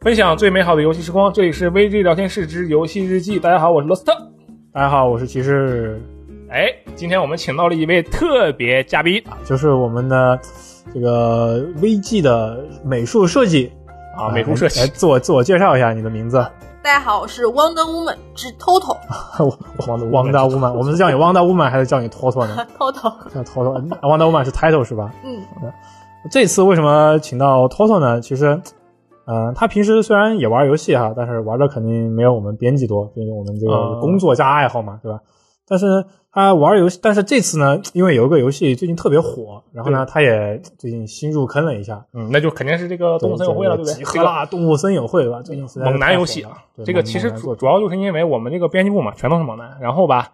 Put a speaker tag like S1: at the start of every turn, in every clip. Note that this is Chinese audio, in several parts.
S1: 分享最美好的游戏时光，这里是 VG 聊天室之游戏日记。大家好，我是罗斯特。
S2: 大家好，我是骑士，
S1: 哎，今天我们请到了一位特别嘉宾
S2: 就是我们的这个 VG 的美术设计哎
S1: 啊，美术设计
S2: 来来。自我自我介绍一下你的名字，
S3: 大家好，我是 Wonder Woman 之 Toto
S2: 我我汪大乌曼，我们是叫你汪大乌曼还是叫你托托呢？
S3: Toto，
S2: 叫托托，汪大乌曼是 title 是吧？
S3: 嗯，
S2: 这次为什么请到 Toto 呢？其实，嗯、他平时虽然也玩游戏哈，但是玩的肯定没有我们编辑多，因为我们这个
S1: 嗯
S2: 工作加爱好嘛，对吧？但是呢，他玩游戏，但是这次呢，因为有一个游戏最近特别火，然后呢，他也最近新入坑了一下，
S1: 嗯，那就肯定是这个动物森友会了，对不对？
S2: 集
S1: 这
S2: 合
S1: 个
S2: 啦，动物森友会对吧？最近实在是
S1: 猛男游戏
S2: 太火了
S1: 啊，
S2: 对
S1: 这个
S2: 猛
S1: 其实
S2: 猛男
S1: 主
S2: 作
S1: 主要就是因为我们这个编辑部嘛，全都是猛男，然后吧，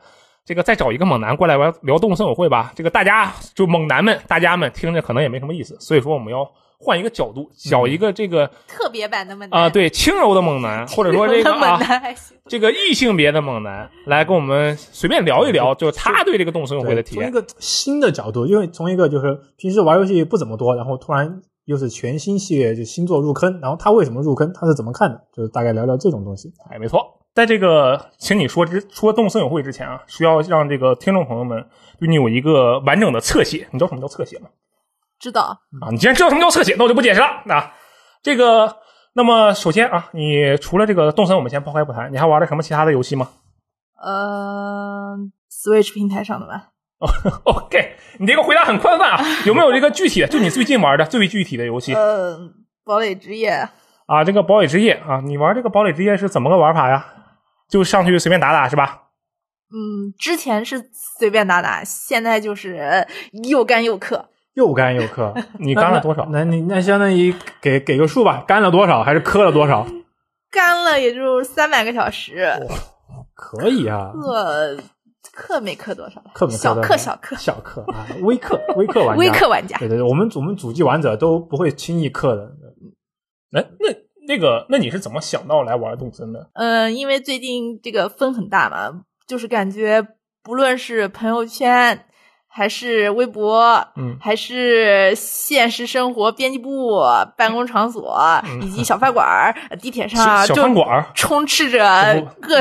S1: 这个再找一个猛男过来玩聊动物森友会吧，这个大家就猛男们，大家们听着可能也没什么意思，所以说我们要换一个角
S2: 嗯
S1: 度，找一个这个
S3: 特别版的猛男
S1: 啊、对轻柔的猛男，或者
S3: 我
S1: 说这
S3: 的
S1: 个
S3: 猛
S1: 啊。
S3: 男还行，
S1: 这个异性别的猛男来跟我们随便聊一聊，就是他对这个动物森友会的
S2: 对
S1: 体
S2: 从一
S1: 验。
S2: 个新的角度，因为从一个就是平时玩游戏不怎么多，然后突然又是全新系列就新作入坑，然后他为什么入坑，他是怎么看的，就是大概聊聊这种东 西。
S1: 哎，没错，在这个请你说之说动物森友会之前啊，需要让这个听众朋友们对你有一个完整的侧写。你知道什么叫侧写吗？
S3: 知道
S1: 啊，你既然知道什么叫侧写，那我就不解释了。那、这个，那么首先啊，你除了这个动森，我们先抛开不谈，你还玩了什么其他的游戏吗
S3: 呃，Switch 平台上的吧，
S1: ？OK，你这个回答很宽泛啊，有没有这个具体的？就你最近玩的最具体的游戏
S3: 呃，堡垒之夜，
S1: 啊？这个堡垒之夜啊，你玩这个堡垒之夜是怎么个玩法呀？就上去随便打打是吧？
S3: 嗯，之前是随便打打，现在就是又干又氪，
S2: 又干又氪，
S1: 你干了多少？
S2: 那你那相当于给给个数吧，干了多少还是氪了多少？
S3: 干了也就三百个小时，
S2: 可以啊，
S3: 氪氪没氪多少吧，
S2: 氪没
S3: 小
S2: 氪
S3: 氪小氪，
S2: 小氪啊，微氪 微氪玩家，
S3: 微氪玩家
S2: 对对对，我们我们主机玩者都不会轻易氪的。
S1: 哎，那那个，那你是怎么想到来玩动森的？
S3: 嗯，因为最近这个风很大嘛，就是感觉不论是朋友圈，还是微博，
S1: 嗯
S3: 还是现实生活编辑部、办公场所、以及小饭馆儿、呃地铁上，
S1: 嗯小
S3: 就
S1: 小饭馆儿
S3: 充斥着各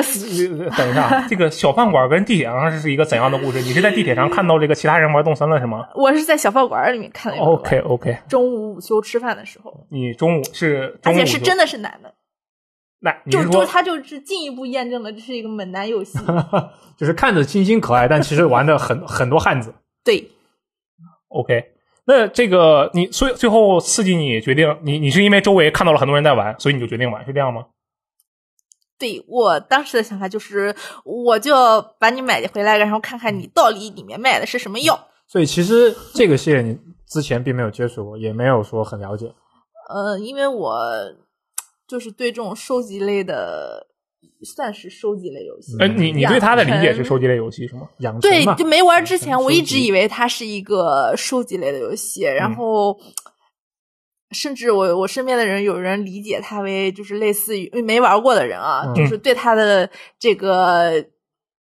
S1: 等一 下，啊这个小饭馆跟地铁上是一个怎样的故事？你是在地铁上看到这个其他人玩动森了是吗
S3: 我是在小饭馆儿里面看的有的玩
S1: ？OK OK，
S3: 中午午休吃饭的时候，
S1: 你中午是中
S3: 而
S1: 午
S3: 且是真
S1: 的，
S3: 的是男的，
S1: 那你
S3: 就是就
S1: 说
S3: 他就是进一步验证了这是一个猛男游戏，
S2: 就是看着清新可爱，但其实玩的很很多汉子。
S3: 对，
S1: OK？那这个你所以最后刺激你决定你你是因为周围看到了很多人在玩，所以你就决定玩，是这样吗？
S3: 对我当时的想法就是，我就把你买回来，然后看看你到底里面卖的是什么药。
S2: 所以其实这个系列你之前并没有接触过，也没有说很了解。
S3: 呃，因为我就是对这种收集类的，算是收集类游戏。
S1: 呃，你你对他的理解是收集类游戏是吗？
S2: 养成
S3: 对
S2: 嘛，，
S3: 就没玩之
S2: 嗯
S3: 前，我一直
S2: 收集嗯
S3: 以为它是一个收集类的游戏，然后。甚至我我身边的人有人理解它为就是类似于因为没玩过的人啊，
S2: 嗯
S3: 就是对它的这个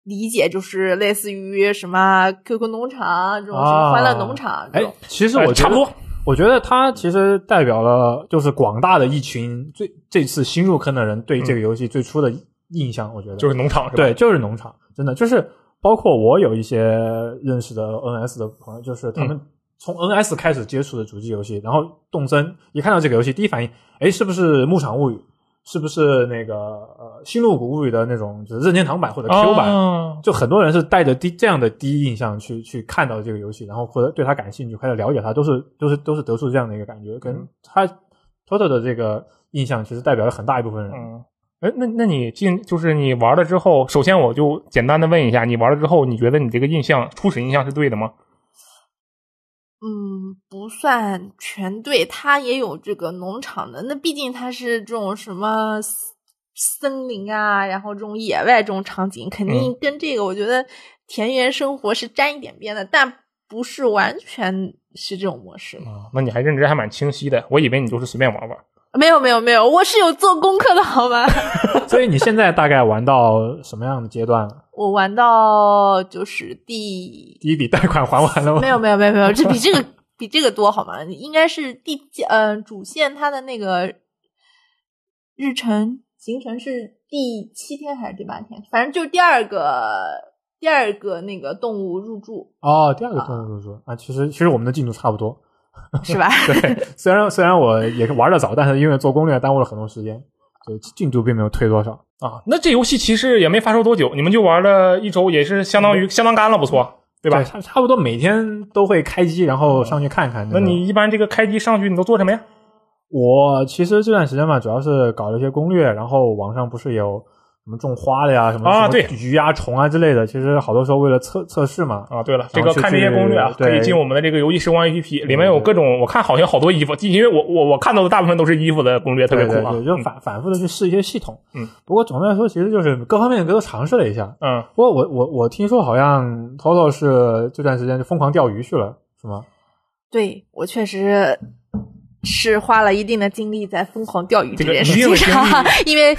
S3: 理解就是类似于什么 QQ 农场这种什么
S2: 啊
S3: 欢乐农场这
S2: 哎
S3: 种，，
S2: 其实
S1: 哎
S2: 我觉
S1: 差
S2: 得
S1: 不多。
S2: 我觉得它其实代表了就是广大的一群最这次新入坑的人对这个游戏最初的印象，我觉得
S1: 嗯就是农场是吧？，
S2: 对，就是农场，真的就是包括我有一些认识的 NS 的朋友，就是他
S1: 嗯
S2: 们从 NS 开始接触的主机游戏，然后动森一看到这个游戏，第一反应，哎，是不是《牧场物语》？是不是那个呃《星露谷物语》的那种就是任天堂版或者 Q 版？
S1: 哦
S2: 就很多人是带着第这样的第一印象去去看到这个游戏，然后或者对它感兴趣，开始了解它，都是都是都是得出这样的一个感
S1: 嗯
S2: 觉，跟他 Toto 的这个印象其实代表了很大一部分人。
S1: 嗯，哎，那那你进就是你玩了之后，首先我就简单的问一下，你玩了之后，你觉得你这个印象初始印象是对的吗？
S3: 嗯，不算全对，它也有这个农场的。那毕竟它是这种什么森森林啊，然后这种野外这种场景，肯定跟这个我觉得田园生活是沾一点边的，但不是完全是这种模式。
S1: 啊，那你还认知还蛮清晰的，我以为你就是随便玩玩。
S3: 没有没有没有，我是有做功课的好吗？
S2: 所以你现在大概玩到什么样的阶段 了？
S3: 我玩到就是第
S2: 第一笔贷款还完 了吗？
S3: 没有没有没有没有，这比这个比这个多好吗？应该是第呃主线它的那个日程行程是第七天还是第八天？反正就是第二个第二个那个动物入住
S2: 哦，第二个动物入住啊，其实其实我们的进度差不多。
S3: 是吧？
S2: 对，虽然虽然我也玩的早，但是因为做攻略耽误了很多时间，所以进度并没有退多少。
S1: 啊，那这游戏其实也没发售多久，你们就玩了一周，也是相当
S2: 嗯
S1: 于相当干了，不错，对吧？嗯
S2: 差差不多每天都会开机，然后上去看看。
S1: 那你一般这个开机上去，你都做什么呀？
S2: 我其实这段时间嘛，主要是搞了一些攻略，然后网上不是有什么种花的呀，什么
S1: 啊
S2: 什么
S1: 对
S2: 鱼啊、虫啊之类的。其实好多时候为了测测试嘛，
S1: 啊，对了，这
S2: 然
S1: 个
S2: 后
S1: 看这
S2: 就
S1: 些攻略啊，
S2: 是
S1: 可以
S2: 对嗯
S1: 进我们的这个游戏时光 APP，里面有各种，我看好像好多衣服，因为我我我看到的大部分都是衣服的攻略，特别酷
S2: 对
S1: 啊
S2: 对，对，就反反复的去试一些系统。
S1: 嗯，
S2: 不过总的来说，其实就是各方面都尝试了一下。
S1: 嗯，
S2: 不过我我我听说好像 Toto 是这段时间就疯狂钓鱼去了，是吗？
S3: 对我确实是花了一定的精力在疯狂钓鱼这件事
S1: 这个
S3: 情
S1: 一定的
S3: 上， 因为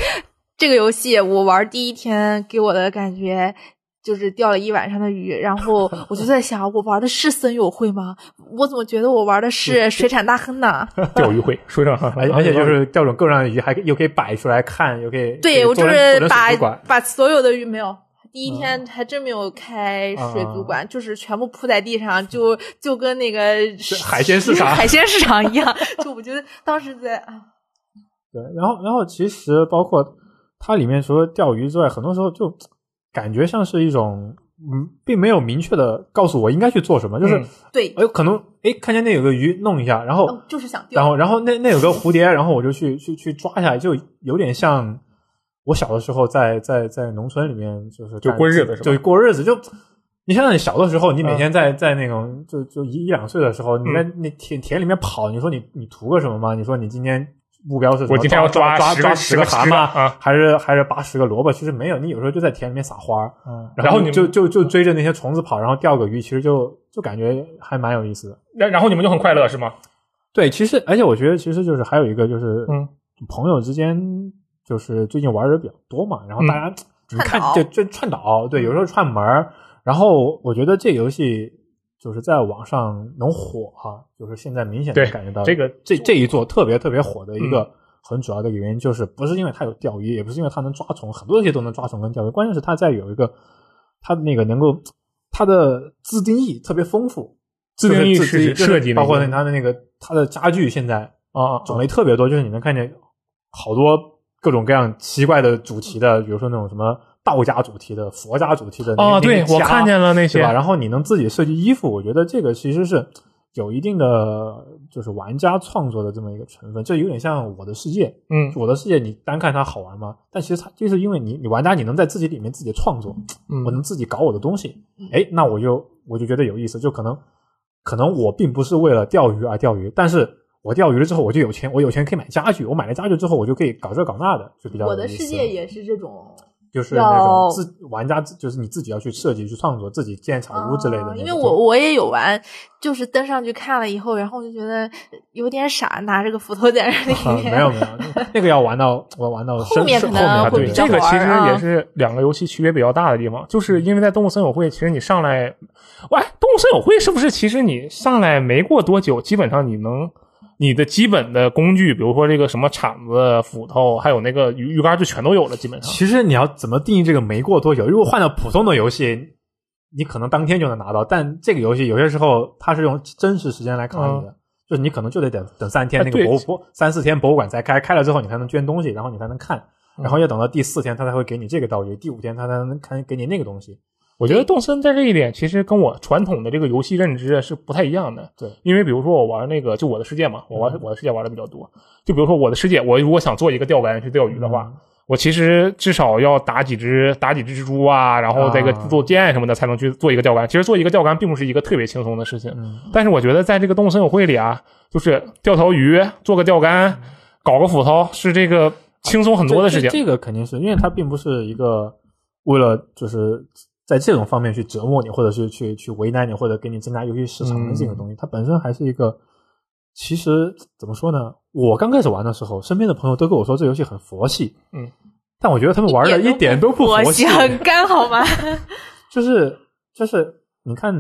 S3: 这个游戏我玩第一天给我的感觉。就是钓了一晚上的鱼，然后我就在想，我玩的是森友会吗？我怎么觉得我玩的是水产大亨呢？
S1: 钓鱼会，说 上，
S2: 而而且就是钓种各种鱼，还可以又可以摆出来看，又可以
S3: 对我
S2: 做成
S3: 就是
S2: 做成
S3: 把
S2: 水族馆嗯
S3: 把所有的鱼没有。第一天还真没有开水
S2: 啊
S3: 族馆，就是全部铺在地上，就就跟那个
S2: 嗯海鲜市场
S3: 海鲜市场一 样。就我觉得当时在啊，
S2: 对，然后然后其实包括它里面除了钓鱼之外，很多时候就感觉像是一种嗯，并没有明确的告诉我应该去做什么，就是、
S1: 嗯
S3: 对，
S2: 哎可能哎看见那有个鱼弄一下，然后、
S3: 哦就是想
S2: 然
S3: 钓。
S2: 后然后那那有个蝴蝶，然后我就去去去抓一下来，就有点像我小的时候在在在农村里面就是
S1: 就
S2: 干
S1: 过日子是吧嗯
S2: 就过日子就。你想想，你小的时候，你每天在、在那种就就一一两岁的时候，你在那田田里面跑，你说你你图个什么吗？你说你今天目标是什么？
S1: 我今天要
S2: 抓抓
S1: 十
S2: 抓
S1: 个
S2: 十
S1: 个
S2: 蛤
S1: 蟆
S2: 蟆，
S1: 啊，
S2: 还是还是拔十个萝卜？其实没有，你有时候就在田里面撒花儿，
S1: 嗯然
S2: 然后
S1: 后你
S2: 你
S1: 们
S2: 就就就追着那些虫子跑，然后钓个鱼，其实就就感觉还蛮有意思的。
S1: 然然后你们就很快乐是吗？
S2: 对，其实而且我觉得，其实就是还有一个就是，
S1: 嗯，
S2: 朋友之间就是最近玩的人比较多嘛，然后大
S1: 嗯
S2: 家、你
S3: 串
S2: 看
S3: 导
S2: 就就串导，对，有时候串门儿。然后我觉得这游戏就是在网上能火哈、就是现在明显能
S1: 对
S2: 感觉到
S1: 这个嗯
S2: 这这一座特别特别火的一个很主要的原因，就是不是因为它有钓鱼，也不是因为它能抓虫，很多东西都能抓虫跟钓鱼，关键是它在有一个它那个能够它的自定义特别丰富，
S1: 自定义
S2: 就是是
S1: 指
S2: 就
S1: 设计那
S2: 包括
S1: 种
S2: 它的那个它的家具现在
S1: 啊
S2: 种类特别多，就是你能看见好多各种各样奇怪的主题的，比如说那种什么道家主题的、佛家主题的
S1: 啊，对啊我看见
S2: 了，
S1: 了那些
S2: 对吧？然后你能自己设计衣服，我觉得这个其实是有一定的就是玩家创作的这么一个成分，这有点像《我的世界》。
S1: 嗯
S2: 我的世界你单看它好玩吗？但其实它就是因为你，你玩家你能在自己里面自己创作，
S1: 嗯
S2: 我能自己搞我的东西
S3: 嗯，
S2: 哎，那我就我就觉得有意思，就可能可能我并不是为了钓鱼而钓鱼，但是我钓鱼了之后我就有钱，我有钱可以买家具，我买了家具之后我就可以搞这搞那的，就比较有
S3: 我的
S2: 意思
S3: 世界也是这种，
S2: 就是那种
S3: 要
S2: 自玩家自就是你自己要去设计去创作，自己建草屋之类的那
S3: 啊
S2: 种、
S3: 因为我我也有玩，就是登上去看了以后，然后我就觉得有点傻，拿着个斧头在那
S2: 啊
S3: 里面。
S2: 没有没有，那个要玩到我玩到深
S3: 后面
S2: 深
S3: 可能
S2: 后
S1: 啊，
S2: 面
S3: 会
S1: 对，
S3: 比较
S1: 这个
S3: 好
S1: 其
S3: 玩
S1: 实
S3: 啊
S1: 也是两个游戏区别比较大的地方，就是因为在动物森友会，其实你上来，喂，动物森友会是不是其实你上来没过多久，基本上你能。你的基本的工具，比如说这个什么铲子、斧头，还有那个鱼鱼竿，就全都有了，基本上。
S2: 其实你要怎么定义这个没过多久？如果换到普通的游戏，你可能当天就能拿到，但这个游戏有些时候它是用真实时间来考你的，就是你可能就得等等三天，
S1: 哎
S2: 那个
S1: 嗯对
S2: 博物博三四天博物馆才开，开了之后你才能捐东西，然后你才能看，
S1: 嗯
S2: 然后要等到第四天它才会给你这个道具，第五天它才能看给你那个东西。
S1: 我觉得动森在这一点其实跟我传统的这个游戏认知啊是不太一样的。
S2: 对嗯
S1: 因为比如说我玩那个就我的世界嘛，我玩我的世界玩的比较多。就比如说我的世界，我如果想做一个钓竿去钓鱼的
S2: 嗯
S1: 话，我其实至少要打几只打几只蜘蛛啊，然后这个
S2: 啊
S1: 做箭什么的才能去做一个钓竿。其实做一个钓竿并不是一个特别轻松的事情，
S2: 嗯，
S1: 但是我觉得在这个动物森友会里啊，就是钓条鱼、做个钓
S2: 嗯
S1: 竿、搞个斧头是这个轻松很多的事情。
S2: 这这个肯定是因为它并不是一个为了就是在这种方面去折磨你，或者是去去为难你，或者给你增加游戏市场的这个东西，
S1: 嗯
S2: 它本身还是一个。其实怎么说呢？我刚开始玩的时候，身边的朋友都跟我说这游戏很佛系，
S1: 嗯，
S2: 但我觉得他们玩的一点都不
S3: 我
S2: 佛系，
S3: 想干好吗？
S2: 就是就是，你看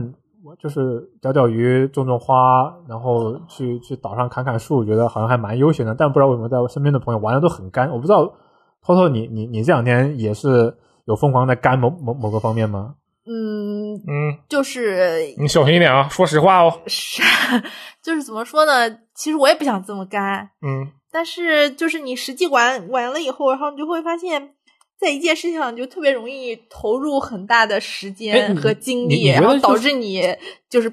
S2: 我就是钓钓鱼、种种花，然后去去岛上砍砍树，觉得好像还蛮悠闲的。但不知道为什么，在我身边的朋友玩的都很干。我不知道，偷偷你你你这两天也是有疯狂在干某某某个方面吗？
S3: 嗯，
S1: 嗯，
S3: 就是
S1: 你小心一点啊，说实话哦，
S3: 是， 就是怎么说呢？其实我也不想这么干，
S1: 嗯
S3: 但是就是你实际玩玩了以后，然后你就会发现，在一件事情上你就特别容易投入很大的时
S2: 哎
S3: 间
S2: 你
S3: 和精
S2: 你
S3: 力，
S2: 你觉得
S3: 然后
S2: 就
S3: 导
S2: 是
S3: 致你就是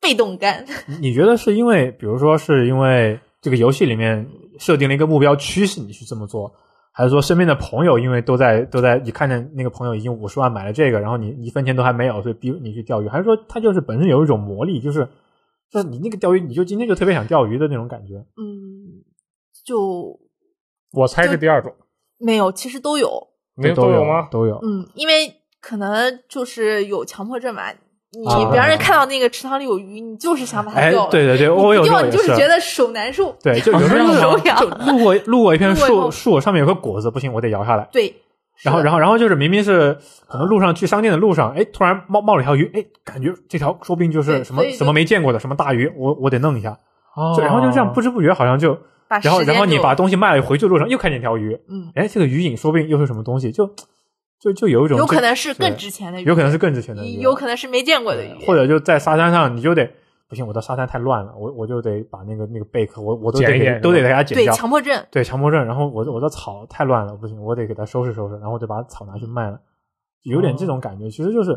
S3: 被动干。
S2: 你你觉得是因为，比如说是因为这个游戏里面设定了一个目标，驱使你去这么做，还是说身边的朋友因为都在都在，你看见那个朋友已经五十万买了这个，然后你一分钱都还没有，所以逼你去钓鱼，还是说它就是本身有一种魔力，就是就是你那个钓鱼，你就今天就特别想钓鱼的那种感觉？
S3: 嗯，就
S1: 我猜是第二种，
S3: 没有，其实都有。
S1: 你
S2: 都
S1: 有
S2: 有
S1: 吗？
S2: 都有。
S3: 嗯，因为可能就是有强迫症嘛。你
S2: 啊
S3: 比方说看到那个池塘里有鱼，你就是想把它
S2: 哎
S3: 钓，了。
S2: 对对对，
S3: 你不
S2: 我有时
S3: 钓
S2: 候
S3: 你
S2: 也
S3: 就是
S2: 是
S3: 觉得手难受。
S2: 对，就有时候
S3: 很
S2: 就
S3: 受
S2: 是就
S3: 凉
S2: 路过路过一片
S3: 路过以
S2: 树
S3: 后
S2: 树，上面有个果子，不行，我得摇下来。
S3: 对，是
S2: 然后，
S3: 的
S2: 然后，然后就是明明是可能路上去商店的路上，哎，突然冒冒了一条鱼，哎，感觉这条说不定就是
S3: 对
S2: 什么
S3: 所以就
S2: 什么没见过的什么大鱼，我我得弄一下。
S1: 哦
S2: 就然后就这样不知不觉好像就，
S3: 把时
S2: 然后然后
S3: 间
S2: 你
S3: 就
S2: 把东西卖了，回去路上又看见条鱼，
S3: 嗯，
S2: 哎，这个鱼影说不定又是什么东西，就就就有一种
S3: 有可
S2: 这
S3: 能是更
S2: 对
S3: 值钱的鱼，
S2: 有可能是更值钱的鱼，
S3: 有可能是没见过的鱼，
S2: 或者就在沙滩上，你就得不行，我的沙滩太乱了，我我就得把那个那个贝壳，我我都得
S1: 剪一
S2: 给
S1: 剪是
S2: 都
S1: 吧
S2: 得给它剪
S3: 对
S2: 掉，
S3: 强迫症。
S2: 对强迫症，然后我我的草太乱了，不行，我得给它收拾收拾，然后我得把草拿去卖了，有点
S3: 哦
S2: 这种感觉。其实就是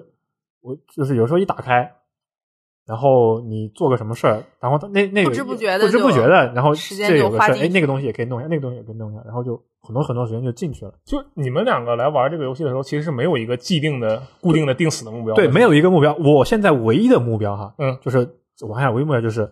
S2: 我就是有时候一打开，然后你做个什么事儿，然后它那那个
S3: 不知不觉地
S2: 不知不
S3: 就
S2: 觉的，然后
S3: 时间
S2: 这
S3: 就
S2: 有个
S3: 花
S2: 事儿，
S3: 进
S2: 哎，那
S3: 去
S2: 个东西也可以弄一下，那个东西也可以弄一下，然后就很多很多时间就进去了。
S1: 就你们两个来玩这个游戏的时候，其实是没有一个既定的、固定的、定死的目标的。
S2: 对，没有一个目标。我现在唯一的目标哈，
S1: 嗯，
S2: 就是我还有唯一目标就是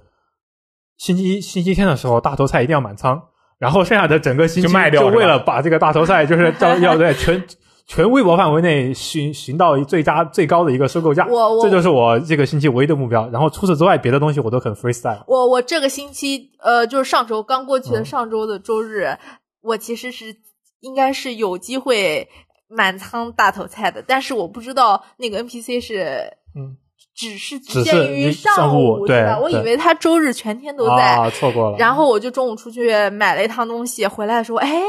S2: 星期一、星期天的时候大头菜一定要满仓，然后剩下的整个星期
S1: 就卖掉
S2: 就是
S1: 吧
S2: 为了把这个大头菜就是要要在全全微博范围内寻寻到最佳最高的一个收购价。
S3: 我我
S2: 这就是我这个星期唯一的目标。然后除此之外，别的东西我都很 freestyle。
S3: 我我这个星期呃，就是上周刚过去的
S2: 嗯
S3: 上周的周日，我其实是应该是有机会满仓大头菜的，但是我不知道那个 NPC 是
S1: 嗯，
S3: 只是
S2: 只
S3: 局限
S2: 是
S3: 于
S2: 上
S3: 午
S2: 午
S3: 对吧？
S2: 对
S3: 我以
S2: 对
S3: 为他周日全天都在，
S2: 啊，错过了，
S3: 然后我就中午出去买了一趟东西，回来的时候哎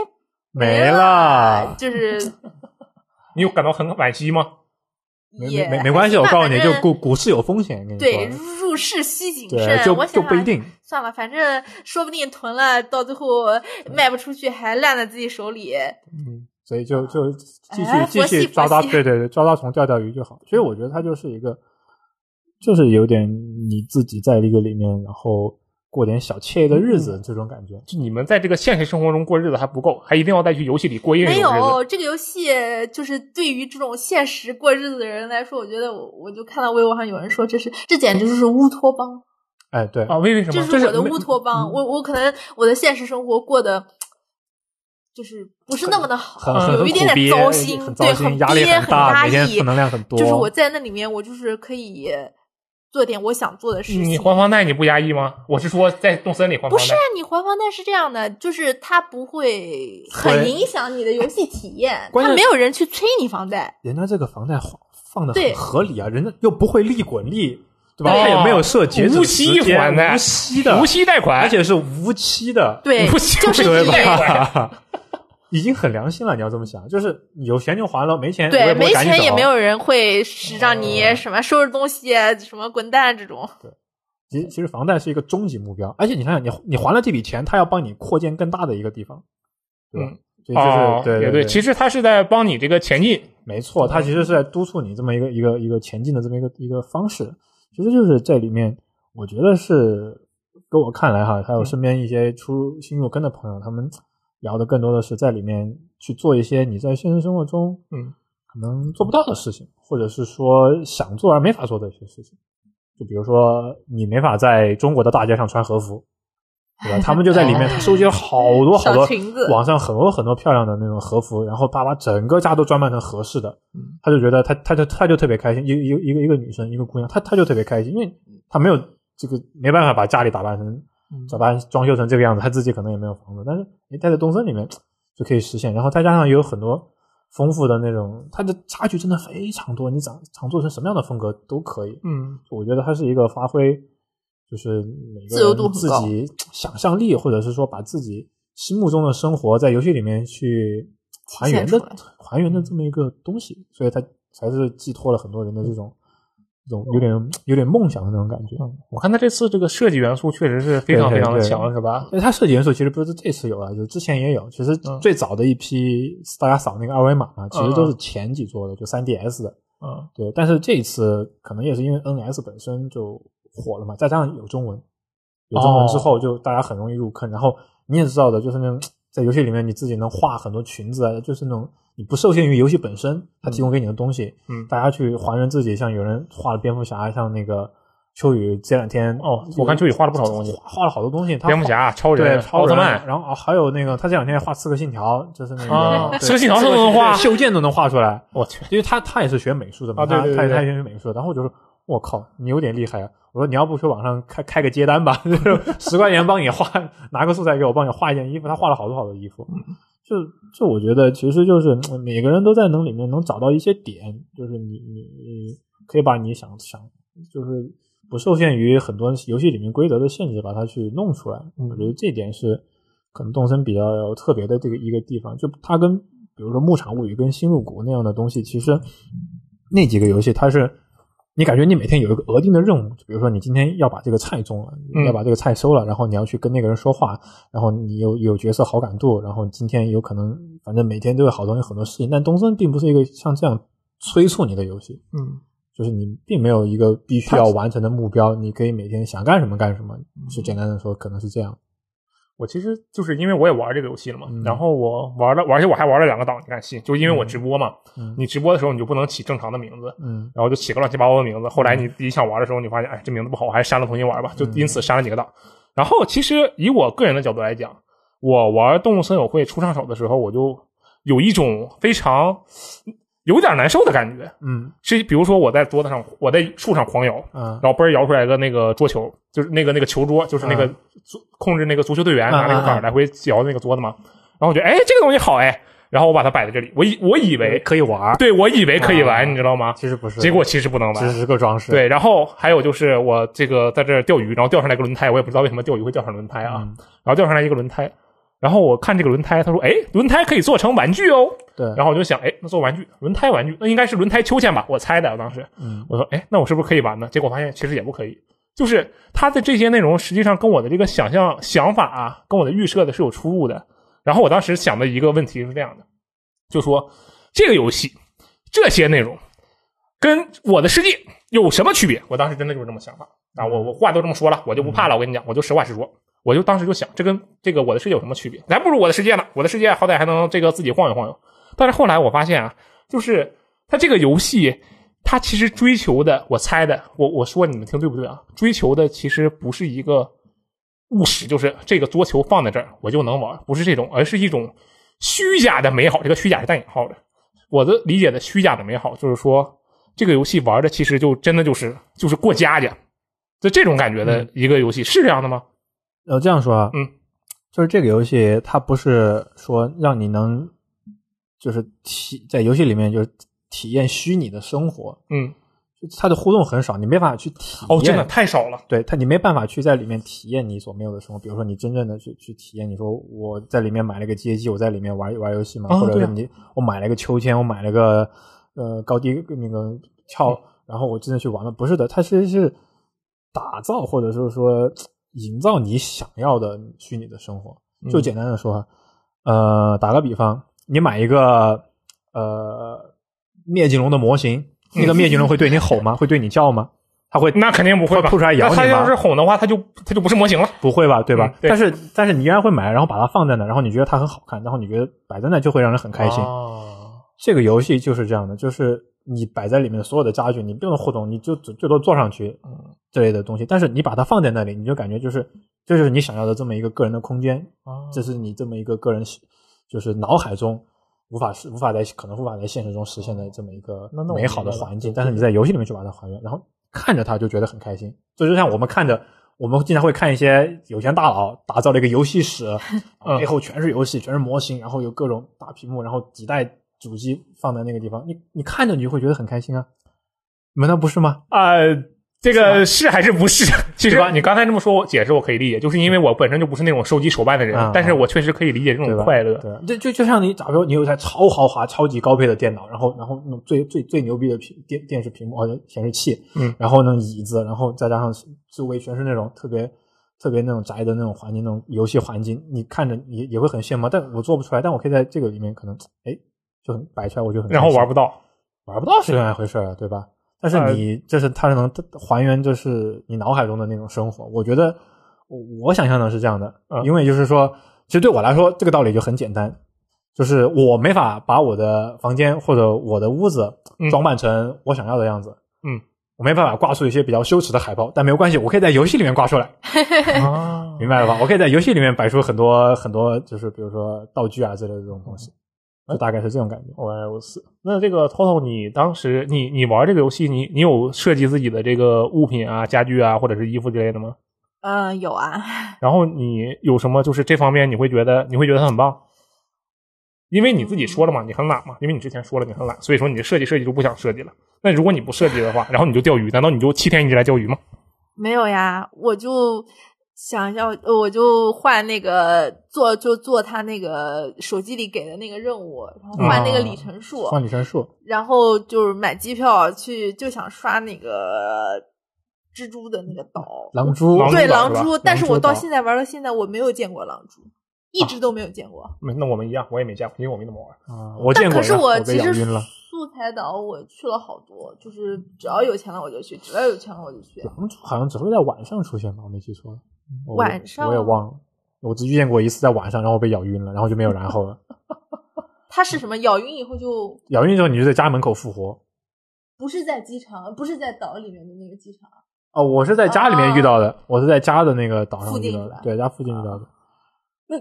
S2: 没
S3: 了，
S2: 了，
S3: 就是
S1: 你有感到很惋惜吗？
S2: 没
S3: 也
S2: 没没没关系，
S3: 还
S2: 我
S3: 行吧
S2: 告诉你，
S3: 反
S2: 就
S3: 正
S2: 股股市有风险，跟你
S3: 对
S2: 说，
S3: 入市需谨
S2: 对，
S3: 慎，
S2: 就
S3: 我
S2: 就
S3: 想
S2: 不一
S3: 想
S2: 定。
S3: 算了，反正说不定囤了，到最后卖不出去，还烂在自己手里。
S2: 嗯，所以就就继续、
S3: 哎
S2: 继
S3: 佛系
S2: 续抓抓，
S3: 佛系
S2: 对对对，抓抓虫钓钓鱼就好。所以我觉得它就是一个，就是有点你自己在这个里面，然后过点小惬意的日
S3: 嗯
S2: 子、这种感觉。
S1: 就你们在这个现实生活中过日子还不够，还一定要再去游戏里过一日
S3: 没
S1: 子的日子。
S3: 有这个游戏，就是对于这种现实过日子的人来说，我觉得我我就看到微博上有人说，这是这简直就是乌托邦，
S2: 哎，对，
S1: 啊？为为什
S3: 这
S1: 么？
S3: 是我的
S1: 没
S3: 乌托
S2: 嗯
S3: 邦。我我可能我的现实生活过得。就是不是那么的
S2: 很
S3: 好，
S2: 很
S3: 有一点点
S2: 很苦
S3: 糟
S2: 憋
S3: 心，
S2: 很
S3: 对，
S2: 糟
S3: 很
S2: 心，压力
S3: 憋很
S2: 大，每天
S3: 抑
S2: 负，能量很多。
S3: 就是我在那里面，我就是可以做点我想做的事情。
S1: 你还房贷你不压抑吗？我是说在动森里还
S3: 不
S1: 房
S3: 是
S1: 贷
S3: 啊，，你还房贷是这样的，就是它不会很
S2: 对
S3: 影响你的游戏体验，
S2: 关
S3: 它
S2: 键
S3: 没有人去催你房贷。
S2: 人家这个房贷放放的很
S3: 对
S2: 合理啊，人家又不会利滚利，对吧？
S1: 对
S2: 他也
S3: 哦
S2: 没有设截止
S1: 无
S2: 时
S1: 息
S2: 间
S1: 还的
S2: 无息的，
S1: 无息贷款，
S2: 啊而且是无期的。
S3: 对，
S1: 不行
S3: 就是
S1: 对
S3: 你
S2: 吧？ 已经很良心了，你要这么想，就是有钱就还了，没钱我
S3: 对
S2: 也不会
S3: 没
S2: 赶你
S3: 钱也
S2: 走啊哦
S3: 没有人会是让你什么收拾东西、啊什么滚蛋这种。
S2: 其实其实房贷是一个终极目标，而且你想想，你你还了这笔钱，他要帮你扩建更大的一个地方，对吧？
S1: 嗯
S2: 所以就是、
S1: 哦，
S2: 对
S1: 也
S2: 对，嗯
S1: 其实嗯他是在帮你这个前进。
S2: 没错，它其实是在督促你这么一个一个一个前进的这么一个一个方式。其实就是这里面，我觉得是跟我看来哈，还有
S1: 嗯
S2: 身边一些出新入坑的朋友，他们聊的更多的是在里面去做一些你在现实生活中
S1: 嗯
S2: 可能做不到的事情，或者是说想做而没法做的一些事情。就比如说，你没法在中国的大街上穿和服，对吧？他们就在里面收集了好多好多
S3: 小裙子
S2: 网上很多很多漂亮的那种和服，然后他把整个家都装扮成合适的，
S3: 嗯
S2: 他就觉得他他就他就特别开心，一个一个一个一个女生一个姑娘，她她就特别开心，因为她没有这个没办法把家里打扮成打扮装修成这个样子，她自己可能也没有房子，但是诶她在东森里面就可以实现，然后再加上有很多丰富的那种，它的差距真的非常多。你想想做成什么样的风格都可以，
S1: 嗯
S2: 我觉得它是一个发挥，就是每
S3: 自由
S2: 个
S3: 度
S2: 人
S3: 很
S2: 自
S3: 高
S2: 己想象力，或者是说把自己心目中的生活在游戏里面去还原的
S3: 现出来嗯
S2: 还原的这么一个东西，所以它才是寄托了很多人的这
S3: 嗯
S2: 种这种有点有点梦想的那种感觉。啊
S1: 嗯，我看他这次这个设计元素确实是非常
S2: 对对
S1: 非常的
S2: 对
S1: 强，是吧？
S2: 因为它设计元素其实不是这次有了，啊就之前也有。其实
S1: 嗯
S2: 最早的一批大家扫那个二维码嘛，其实
S1: 嗯
S2: 都是前几做的，就 3DS 的。
S1: 嗯
S2: 对，但是这一次可能也是因为 NS 本身就火了嘛，再加上有中文，有中
S1: 哦
S2: 文之后就大家很容易入坑。然后你也知道的，就是那种在游戏里面你自己能画很多裙子啊，就是那种你不受限于游戏本身它提供给你的东西，
S1: 嗯，
S2: 大家去还原自己，像有人画了蝙蝠侠，像那个秋雨这两天
S1: 哦我看秋雨画了不少东西
S2: 画画了好多东西，他
S1: 蝙蝠侠、超
S2: 对
S1: 人、
S2: 超
S1: 奥特
S2: 人
S1: 曼
S2: 然后还有那个他这两天也画刺客信条，就是那个、
S1: 啊
S2: 对
S1: 刺客信条都能
S2: 对
S1: 画
S2: 袖剑都能画出来。
S1: 我去，
S2: 因为他他也是学美术的嘛，
S1: 啊对对
S2: 他
S1: 对
S2: 他
S1: 对
S2: 他也是学美术的。然后我就说，我靠，你有点厉害啊！我说你要不去网上开开个接单吧，十块钱帮你画，拿个素材给我，帮你画一件衣服。他画了好多好多衣服，就就我觉得其实就是嗯每个人都在能里面能找到一些点，就是你你你可以把你想想就是不受限于很多游戏里面规则的限制，把它去弄出来。
S1: 嗯
S2: 我觉得这点是可能动森比较特别的这个一个地方，就它跟比如说《牧场物语》跟《星露谷》那样的东西，其实那几个游戏它是。你感觉你每天有一个额定的任务，就比如说你今天要把这个菜种了，
S1: 嗯
S2: 要把这个菜收了，然后你要去跟那个人说话，然后你有有角色好感度，然后今天有可能反正每天都有好东西很多事情。但东森并不是一个像这样催促你的游戏，
S1: 嗯
S2: 就是你并没有一个必须要完成的目标，你可以每天想干什么干什么。就简单的说，可能是这样。
S1: 我其实就是因为我也玩这个游戏了嘛，
S2: 嗯
S1: 然后我玩了，而且我还玩了两个档，你看戏，就因为我直播嘛，
S2: 嗯
S1: 你直播的时候你就不能起正常的名字，
S2: 嗯
S1: 然后就起个乱七八糟的名字。后来你自己想玩的时候，你发现哎这名字不好，我还是删了重新玩吧，就
S2: 嗯
S1: 因此删了几个档。然后其实以我个人的角度来讲，我玩《动物森友会》初上手的时候，我就有一种非常有点难受的感觉，
S2: 嗯
S1: 是比如说我在桌子上，我在树上狂摇。
S2: 啊
S1: 然后嘣儿摇出来个那个桌球，就是那个那个球桌，就是那个
S2: 嗯
S1: 足控制那个足球队员
S2: 嗯
S1: 拿那个杆儿
S2: 嗯嗯
S1: 来回摇那个桌子嘛。然后我觉得哎这个东西好哎，然后我把它摆在这里，我以我以为
S2: 可以玩，
S1: 对我以为可以玩，
S2: 嗯
S1: 你知道吗？
S2: 其实不是，
S1: 结果其实不能
S2: 只
S1: 玩。
S2: 是个装饰。
S1: 对，然后还有就是我这个在这儿钓鱼，然后钓上来个轮胎，我也不知道为什么钓鱼会钓上轮胎啊，
S2: 嗯
S1: 然后钓上来一个轮胎，然后我看这个轮胎，他说哎轮胎可以做成玩具哦，
S2: 对，
S1: 然后我就想哎那做玩具轮胎玩具那应该是轮胎秋千吧，我猜的当时，
S2: 嗯
S1: 我说，哎，那我是不是可以玩呢？结果发现其实也不可以，就是它的这些内容实际上跟我的这个想象、想法啊，跟我的预设的是有出入的。然后我当时想的一个问题是这样的，就说这个游戏这些内容跟我的世界有什么区别？我当时真的就是这么想法啊！我我话都这么说了，我就不怕了。我跟你讲，我就实话实说。我就当时就想，这跟这个我的世界有什么区别？还不如我的世界呢。我的世界好歹还能这个自己晃悠晃悠。但是后来我发现啊，就是它这个游戏，它其实追求的，我猜的，我我说你们听对不对啊？追求的其实不是一个务实，就是这个桌球放在这儿我就能玩，不是这种，而是一种虚假的美好。这个虚假是带引号的。我的理解的虚假的美好，就是说这个游戏玩的其实就真的就是就是过家家，就这种感觉
S2: 嗯
S1: 的一个游戏，是这样的吗？
S2: 要这样说啊，
S1: 嗯，
S2: 就是这个游戏它不是说让你能就是体在游戏里面就是体验虚拟的生活，
S1: 嗯，
S2: 就它的互动很少，你没办法去体验。
S1: 哦，真的太少了。
S2: 对他，你没办法去在里面体验你所没有的生活。比如说，你真正的去去体验，你说我在里面买了个街机，我在里面玩玩游戏嘛，
S1: 啊
S2: 或者
S1: 对
S2: 是
S1: 啊
S2: 你、我买了个秋千，我买了个呃高低那个跳，
S1: 嗯
S2: 然后我真的去玩了。不是的，它其实是打造或者就是说营造你想要的虚拟的生活。就
S1: 嗯
S2: 简单的说哈，呃，打个比方，你买一个呃灭尽龙的模型，那个
S1: 嗯
S2: 灭尽龙会对你吼吗？会对你叫吗？它会
S1: 那肯定不会吧？
S2: 吐出来咬
S1: 那
S2: 你
S1: 他
S2: 吗
S1: 要是哄的话，他就他就不是模型了。
S2: 不会吧，对吧？
S1: 嗯对
S2: 但是但是你依然会买，然后把它放在那，然后你觉得它很好看，然后你觉得摆在那就会让人很开心。
S1: 哦
S2: 这个游戏就是这样的，就是你摆在里面的所有的家具，你不用互动，你就只最多坐上去
S1: 嗯
S2: 这类的东西。但是你把它放在那里，你就感觉就是这就是你想要的这么一个个人的空间，
S1: 哦
S2: 这是你这么一个个人喜就是脑海中无法实无法在可能无法在现实中实现的这么一个
S1: 那那我
S2: 美好的
S1: 明白了
S2: 环境，但是你在游戏里面去把它还原，然后看着它就觉得很开心。这就像我们看着，我们经常会看一些有钱大佬打造了一个游戏室，
S1: 嗯
S2: 背后全是游戏，全是模型，然后有各种大屏幕，然后几代。主机放在那个地方，你你看着你就会觉得很开心啊，难道不是吗？
S1: 呃，这个是还是不是？ 其实
S2: 是吧
S1: 你刚才这么说，我解释我可以理解，就是因为我本身就不是那种收集手办的人
S2: 啊，
S1: 但是我确实可以理解这
S2: 对
S1: 种
S2: 吧？
S1: 快乐。
S2: 对吧，就就就像你，假如你有一台超豪华、超级高配的电脑，然后然后那种最最最牛逼的屏电电视屏幕或者显示器，
S1: 嗯，
S2: 然后那种椅子，然后再加上周围全是那种特别特别那种宅的那种环境，那种游戏环境，你看着也也会很羡慕，但我做不出来，但我可以在这个里面可能哎就很摆出来，我就很
S1: 然后玩
S2: 不
S1: 不到，
S2: 玩不到是另外一回事儿，对吧？但
S1: 呃
S2: 是你这是它是能还原，就是你脑海中的那种生活。我觉得我我想象的是这样的，
S1: 嗯
S2: 因为就是说，其实对我来说这个道理就很简单，就是我没法把我的房间或者我的屋子
S1: 嗯
S2: 装扮成我想要的样子，
S1: 嗯，
S2: 我没办法挂出一些比较羞耻的海报，但没有关系，我可以在游戏里面挂出来，
S1: 啊
S2: 明白了吧？我可以在游戏里面摆出很多很多，就是比如说道具啊之类的这种东西，就大概是这种感觉。
S1: 嗯我我是那这个 Toto，你当时你你玩这个游戏，你你有设计自己的这个物品啊、家具啊，或者是衣服之类的吗？
S3: 嗯，有啊，
S1: 然后你有什么就是这方面你会觉得你会觉得它很棒，因为你自己说了嘛，你很懒嘛，因为你之前说了你很懒，所以说你的设计设计就不想设计了。那如果你不设计的话，然后你就钓鱼，难道你就七天一直来钓鱼吗？
S3: 没有呀，我就想要，我就换那个做，就做他那个手机里给的那个任务，然后换那个里程数，
S2: 哦换里程数，
S3: 然后就是买机票去，就想刷那个蜘蛛的那个岛，
S2: 狼蛛，
S1: 狼
S3: 对
S1: 蛛岛
S3: 狼
S1: 是吧
S3: 蛛，但是
S2: 狼蛛
S3: 我到
S2: 岛
S3: 现在玩到现在，我没有见过狼蛛，一直都没有见过。
S1: 没那我们一样，我也没见过，因为我没怎么玩。
S2: 啊，我
S3: 但
S2: 见过呀，
S3: 可是
S2: 我被
S3: 其
S2: 养
S3: 实
S2: 晕了。
S3: 素材岛我去了好多，就是只要有钱了我就去，只要有钱了我就去。
S2: 狼蛛好像只会在晚上出现吧？我没记错。我
S3: 晚上
S2: 我也忘了，我只遇见过一次在晚上，然后我被咬晕了，然后就没有然后了。
S3: 它是什么？咬晕以后就
S2: 咬晕之后，你就在家门口复活。
S3: 不是在机场，不是在岛里面的那个机场。
S2: 哦，我是在家里面遇到的，我是在家的那个岛上
S3: 哦附
S2: 遇
S3: 近
S2: 到
S3: 是
S2: 的
S3: 吧，
S2: 对，家附近遇到的。
S1: 那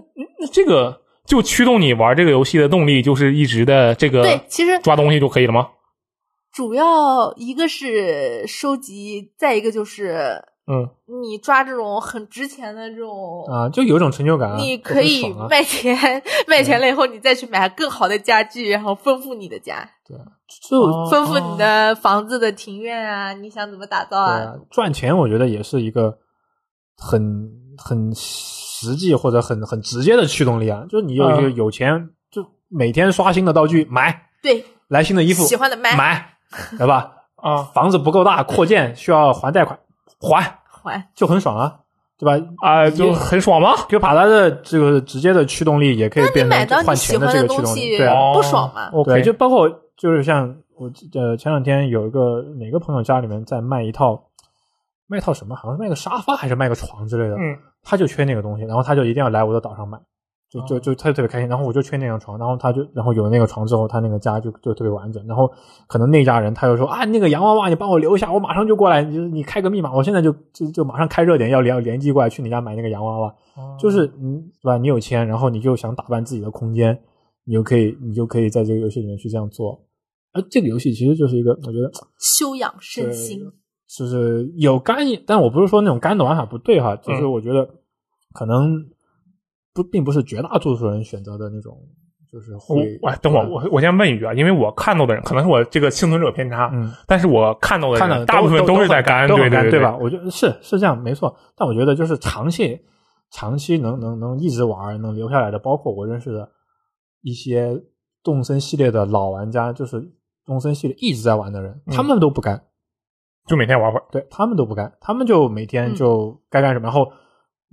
S1: 这个就驱动你玩这个游戏的动力就是一直的这个
S3: 对，其实
S1: 抓东西就可以了吗？
S3: 主要一个是收集，再一个就是
S1: 嗯，
S3: 你抓这种很值钱的这种，
S2: 啊，就有一种成就感啊，
S3: 哦你
S2: 就
S3: 可
S2: 很
S3: 以
S2: 爽啊
S3: 卖钱，卖钱了以后你再去买更好的家具，然后丰富你的家，
S2: 就
S1: 哦
S3: 丰富你的房子的庭院啊，你想怎么打造
S2: 对
S3: 啊？
S2: 啊，赚钱我觉得也是一个很很实际或者很很直接的驱动力啊，就是你有一个
S1: 嗯
S2: 有钱，就每天刷新的道具买，
S3: 对，
S2: 来新的啊衣服
S3: 喜欢的买
S2: 买，对吧？
S1: 啊
S2: 房子不够大，扩建需要还贷款，还
S3: 还
S2: 就很爽啊，对吧？
S1: 啊、就很爽吗？
S2: 就把它的这个直接的驱动力也可以
S3: 那
S2: 变
S3: 你买到
S2: 成
S3: 你
S2: 换
S3: 喜
S2: 钱
S3: 欢
S2: 这个驱
S3: 东
S2: 动力，
S3: 西
S2: 对啊，
S1: 哦
S3: 不爽吗？
S1: OK
S2: 对，就包括就是像我记呃前两天有一个哪个朋友家里面在卖一套卖一套什么，好像是卖个沙发还是卖个床之类的，
S1: 嗯，
S2: 他就缺那个东西，然后他就一定要来我的岛上买，就就就他就特别开心。然后我就缺那张床，然后他就然后有了那个床之后，他那个家就就特别完整。然后可能那家人他就说啊，那个洋娃娃你帮我留一下，我马上就过来，你就是你开个密码，我现在就就就马上开热点要联联机过来去你家买那个洋娃娃。就是你对吧？你有钱，然后你就想打扮自己的空间，你就可以你就可以在这个游戏里面去这样做。而这个游戏其实就是一个，我觉得
S3: 修养身心
S2: 对，就是有干，但我不是说那种干的玩法不对哈，就是
S1: 嗯
S2: 我觉得可能不并不是绝大多数人选择的那种，就是
S1: 我
S2: 会
S1: 哦
S2: 嗯
S1: 我等会儿我我先问一句啊，因为我看到的人可能是我这个幸存者偏差，
S2: 嗯，
S1: 但是我看到的
S2: 看
S1: 人
S2: 到的
S1: 大部分
S2: 都
S1: 是在干，
S2: 都很
S1: 对
S2: 干
S1: 对
S2: 吧？？我觉得是是这样，没错。但我觉得就是长期长期能能能一直玩能留下来的，包括我认识的一些动森系列的老玩家，就是动森系列一直在玩的人，
S1: 嗯
S2: 他们都不干，
S1: 就每天玩会儿。
S2: 对他们都不干，他们就每天
S3: 嗯
S2: 就该干什么，然后。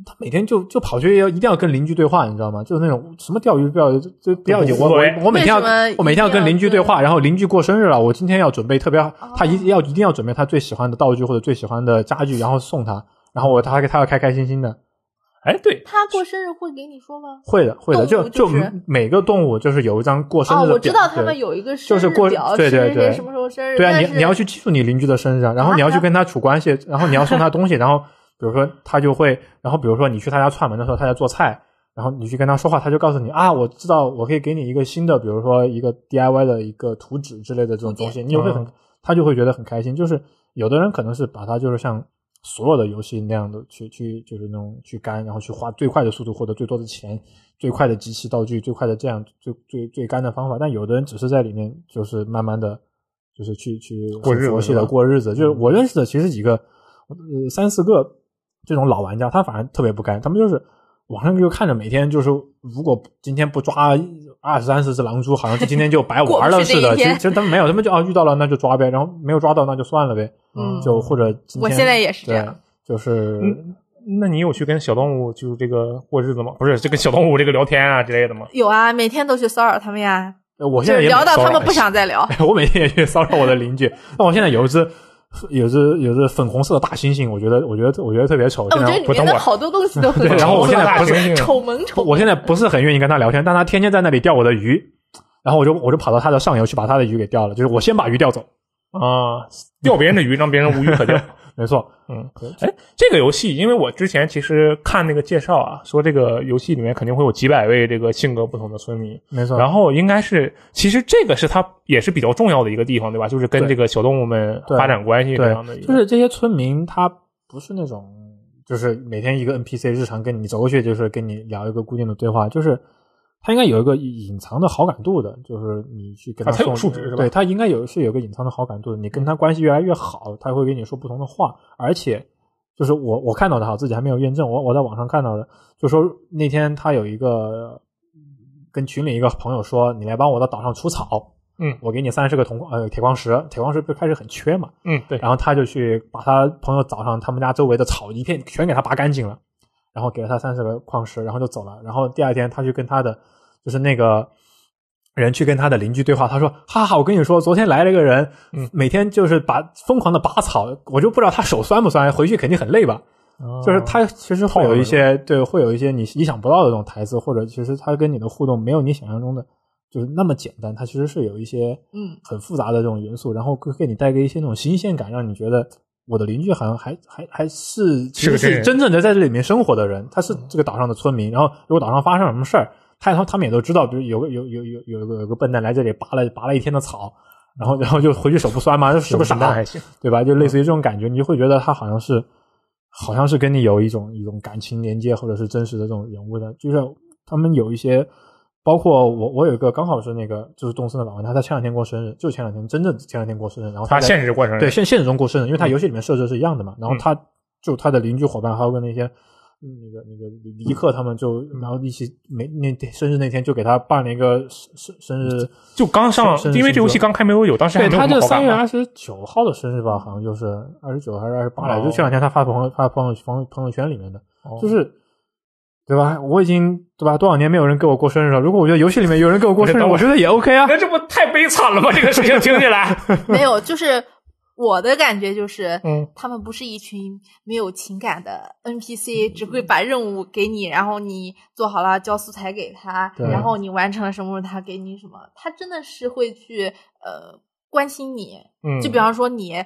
S2: 他每天就就跑去要一定要跟邻居对话，你知道吗？就是那种什么钓鱼不钓鱼，就就不要紧。我
S1: 无所
S2: 我
S1: 谓
S2: 我每天要
S3: 为什么
S2: 我每天要
S3: 一
S2: 跟
S3: 定要
S2: 邻居对话，然后邻居过生日了，我今天要准备特别好，他一
S3: 哦
S2: 要一定要准备他最喜欢的道具或者最喜欢的家具，然后送他，然后我他他要开开心心的。
S1: 哎，对，
S3: 他过生日会给你说吗？
S2: 会的会的，
S3: 动
S2: 就
S3: 物
S2: 就
S3: 就是
S2: 每每个动物就是有一张过生
S3: 哦，
S2: 日的
S3: 我知
S2: 表，
S3: 道他
S2: 对
S3: 们有一个生
S2: 就是
S3: 日
S2: 过
S3: 表，
S2: 对对
S3: 谁谁
S2: 对
S3: 谁什么时候生日？
S2: 对啊，
S3: 但
S2: 你
S3: 是
S2: 你要去记住你邻居的生日啊，然后你要去跟他处关系，然后你要送他东西，然后比如说他就会，然后比如说你去他家串门的时候，他在做菜，然后你去跟他说话，他就告诉你啊，我知道我可以给你一个新的，比如说一个 DIY 的一个图纸之类的这种东西，你就会
S3: 嗯
S2: 很，他就会觉得很开心。就是有的人可能是把它就是像所有的游戏那样的去去就是那种去干，然后去花最快的速度获得最多的钱，最快的集齐道具、最快的这样最最最干的方法，但有的人只是在里面就是慢慢的，就是去去
S1: 过日子
S2: 佛系
S1: 是
S2: 的
S1: 吧嗯
S2: 过日子。就是我认识的其实几个，呃，三四个这种老玩家，他反而特别不甘，他们就是网上就看着每天就是，如果今天不抓二十三十只狼蛛，好像就今天就 白
S3: 过不去
S2: 玩了似
S3: 这
S2: 的。
S3: 一
S2: 其实
S3: 天
S2: 其实他们没有，他们就啊遇到了那就抓呗，然后没有抓到那就算了呗，
S3: 嗯
S2: 就或者今天
S3: 我现在也是这样
S2: 对，啊就是。
S1: 嗯那你有去跟小动物就是这个过日子吗？不是，就跟小动物这个聊天啊之类的吗？
S3: 有啊，每天都去骚扰他们呀，
S2: 呃我现
S3: 就
S2: 在也
S3: 聊到
S2: 骚
S3: 他
S2: 扰
S3: 们不想再聊。
S2: 我每天也去骚扰我的邻居。但我现在有一只有一只有一只粉红色的大猩猩，我觉得我觉得我觉得特别丑。
S3: 哎，
S2: 现
S3: 我觉得
S2: 在
S3: 里
S1: 不
S3: 面
S1: 等
S3: 的
S1: 我
S3: 好多东西都很
S2: 对然后我现在不是
S1: 是
S3: 丑萌丑萌，
S2: 我现在不是很愿意跟它聊天，但它天天在那里钓我的鱼，然后我就我就跑到它的上游去把它的鱼给钓了，就是我先把鱼钓走。
S1: 啊，钓别人的鱼，让别人无鱼 可钓。
S2: 没错，
S1: 嗯，哎，这个游戏，因为我之前其实看那个介绍啊，说这个游戏里面肯定会有几百位这个性格不同的村民，
S2: 没错。
S1: 然后应该是，其实这个是它也是比较重要的一个地方，对吧？就是跟
S2: 对
S1: 这个小动物们
S2: 对
S1: 发展关系这样的一
S2: 对，
S1: 个，
S2: 就是这些村民他不是那种，就是每天一个 NPC 日常跟你走过去，就是跟你聊一个固定的对话，就是他应该有一个隐藏的好感度的，就是你去跟
S1: 啊他
S2: 送，
S1: 有数值是吧
S2: 对他应该有是有个隐藏的好感度的，你跟他关系越来越好，他会跟你说不同的话，而且。就是我我看到的哈，自己还没有验证。我我在网上看到的，就说那天他有一个跟群里一个朋友说，你来帮我到岛上除草，
S1: 嗯
S2: 我给你三十个铜呃铁矿石，铁矿石不是开始很缺嘛，
S1: 嗯，对，
S2: 然后他就去把他朋友早上他们家周围的草一片全给他拔干净了，然后给了他三十个矿石，然后就走了。然后第二天他去跟他的就是那个人去跟他的邻居对话，他说：“哈哈，我跟你说，昨天来了一个人，
S1: 嗯
S2: 每天就是把疯狂的拔草，我就不知道他手酸不酸，回去肯定很累吧。”就是
S1: 哦
S2: 他其实会有一些对，会有一些你意想不到的这种台词，或者其实他跟你的互动没有你想象中的就是那么简单，它其实是有一些
S3: 嗯
S2: 很复杂的这种元素，然后会给你带给一些那种新鲜感，让你觉得我的邻居好像还还还是其
S1: 是个真人
S2: 实
S1: 嗯
S2: 是真正的在这里面生活的人，他是这个岛上的村民，然后如果岛上发生什么事儿，他然后他们也都知道，比如有个有有有有个有个笨蛋来这里拔了拔了一天的草。然后，然后就回去手不酸吗？是
S1: 是
S2: 个
S1: 个
S2: 傻
S1: 傻
S2: 蛋，
S1: 蛋还行，
S2: 对吧？就类似于这种感觉，你就会觉得他好像是，好像是跟你有一种一种感情连接，或者是真实的这种人物的，就是他们有一些，包括我，我有一个刚好是那个就是东森的老玩家，他前两天过生日，就前两天，真正前两天过生日，然后
S1: 他
S2: 在
S1: 现实过程
S2: 对现现实中过生日，因为他游戏里面设置是一样的嘛，然后
S1: 嗯
S2: 他就他的邻居伙伴还有跟那些。嗯那个那个李克他们就
S1: 嗯
S2: 然后一起每那天生日那天就给他办了一个生生生日
S1: 就刚上
S2: 是是，
S1: 因为
S2: 是
S1: 这游戏刚开没多久，当时还
S2: 对
S1: 没有
S2: 他
S1: 什
S2: 就
S1: 么好
S2: 三
S1: 感
S2: 月
S1: 嘛。
S2: 二十九号的生日吧，好像就是二十九还是二十八来着，
S1: 哦
S2: 就前两天他发朋友发朋友朋友朋友圈里面的，
S1: 哦
S2: 就是对吧？我已经对吧？多少年没有人给我过生日了。如果我觉得游戏里面有人给我过生 日，
S1: 等会儿
S2: 我觉得也 OK 啊。
S1: 那这不太悲惨了吗？这个事情听起 来，
S3: 没有，就是我的感觉就是，
S1: 嗯，
S3: 他们不是一群没有情感的 NPC，只会把任务给你，然后你做好了交素材给他，
S2: 对
S3: 然后你完成了什么，他给你什么，他真的是会去呃关心你。
S1: 嗯，
S3: 就比方说你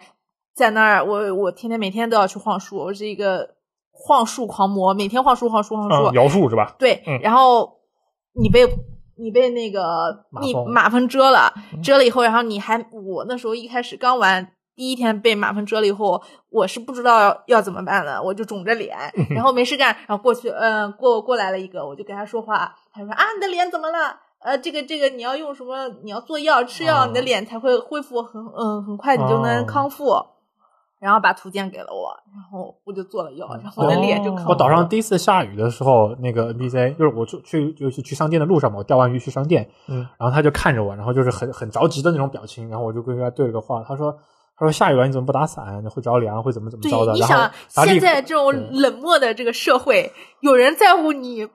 S3: 在那儿，我我天天每天都要去晃树，我是一个晃树狂魔，每天晃树晃树晃树，
S1: 嗯摇树是吧？
S3: 对，
S1: 嗯
S3: 然后你被你被那个
S2: 马
S3: 你
S2: 蜂
S3: 马蜂蛰了，蛰了以后，然后你还我那时候一开始刚玩。第一天被马蜂蛰了以后，我是不知道要要怎么办的，我就肿着脸，然后没事干，然后过去，嗯、过过来了一个，我就跟他说话，他说啊，你的脸怎么了？呃，这个这个，你要用什么？你要做药吃药，
S2: 哦
S3: 你的脸才会恢复很嗯，很快你就
S1: 哦
S3: 能康复。然后把图鉴给了我，然后我就做了药，然后我的脸就
S1: 哦
S3: 康复了。
S2: 我岛上第一次下雨的时候，那个 NPC 就是我就去就是去商店的路上嘛，我钓完鱼去商店，
S1: 嗯，
S2: 然后他就看着我，然后就是很很着急的那种表情，然后我就跟他对了个话，他说他说下雨了你怎么不打伞？会着凉，会怎么怎么
S3: 对
S2: 着的？，
S3: 你
S2: 然后
S3: 想
S2: 然后立
S3: 现
S2: 刻
S3: 在这种
S2: 对
S3: 冷漠的这个社会，有人在 乎你？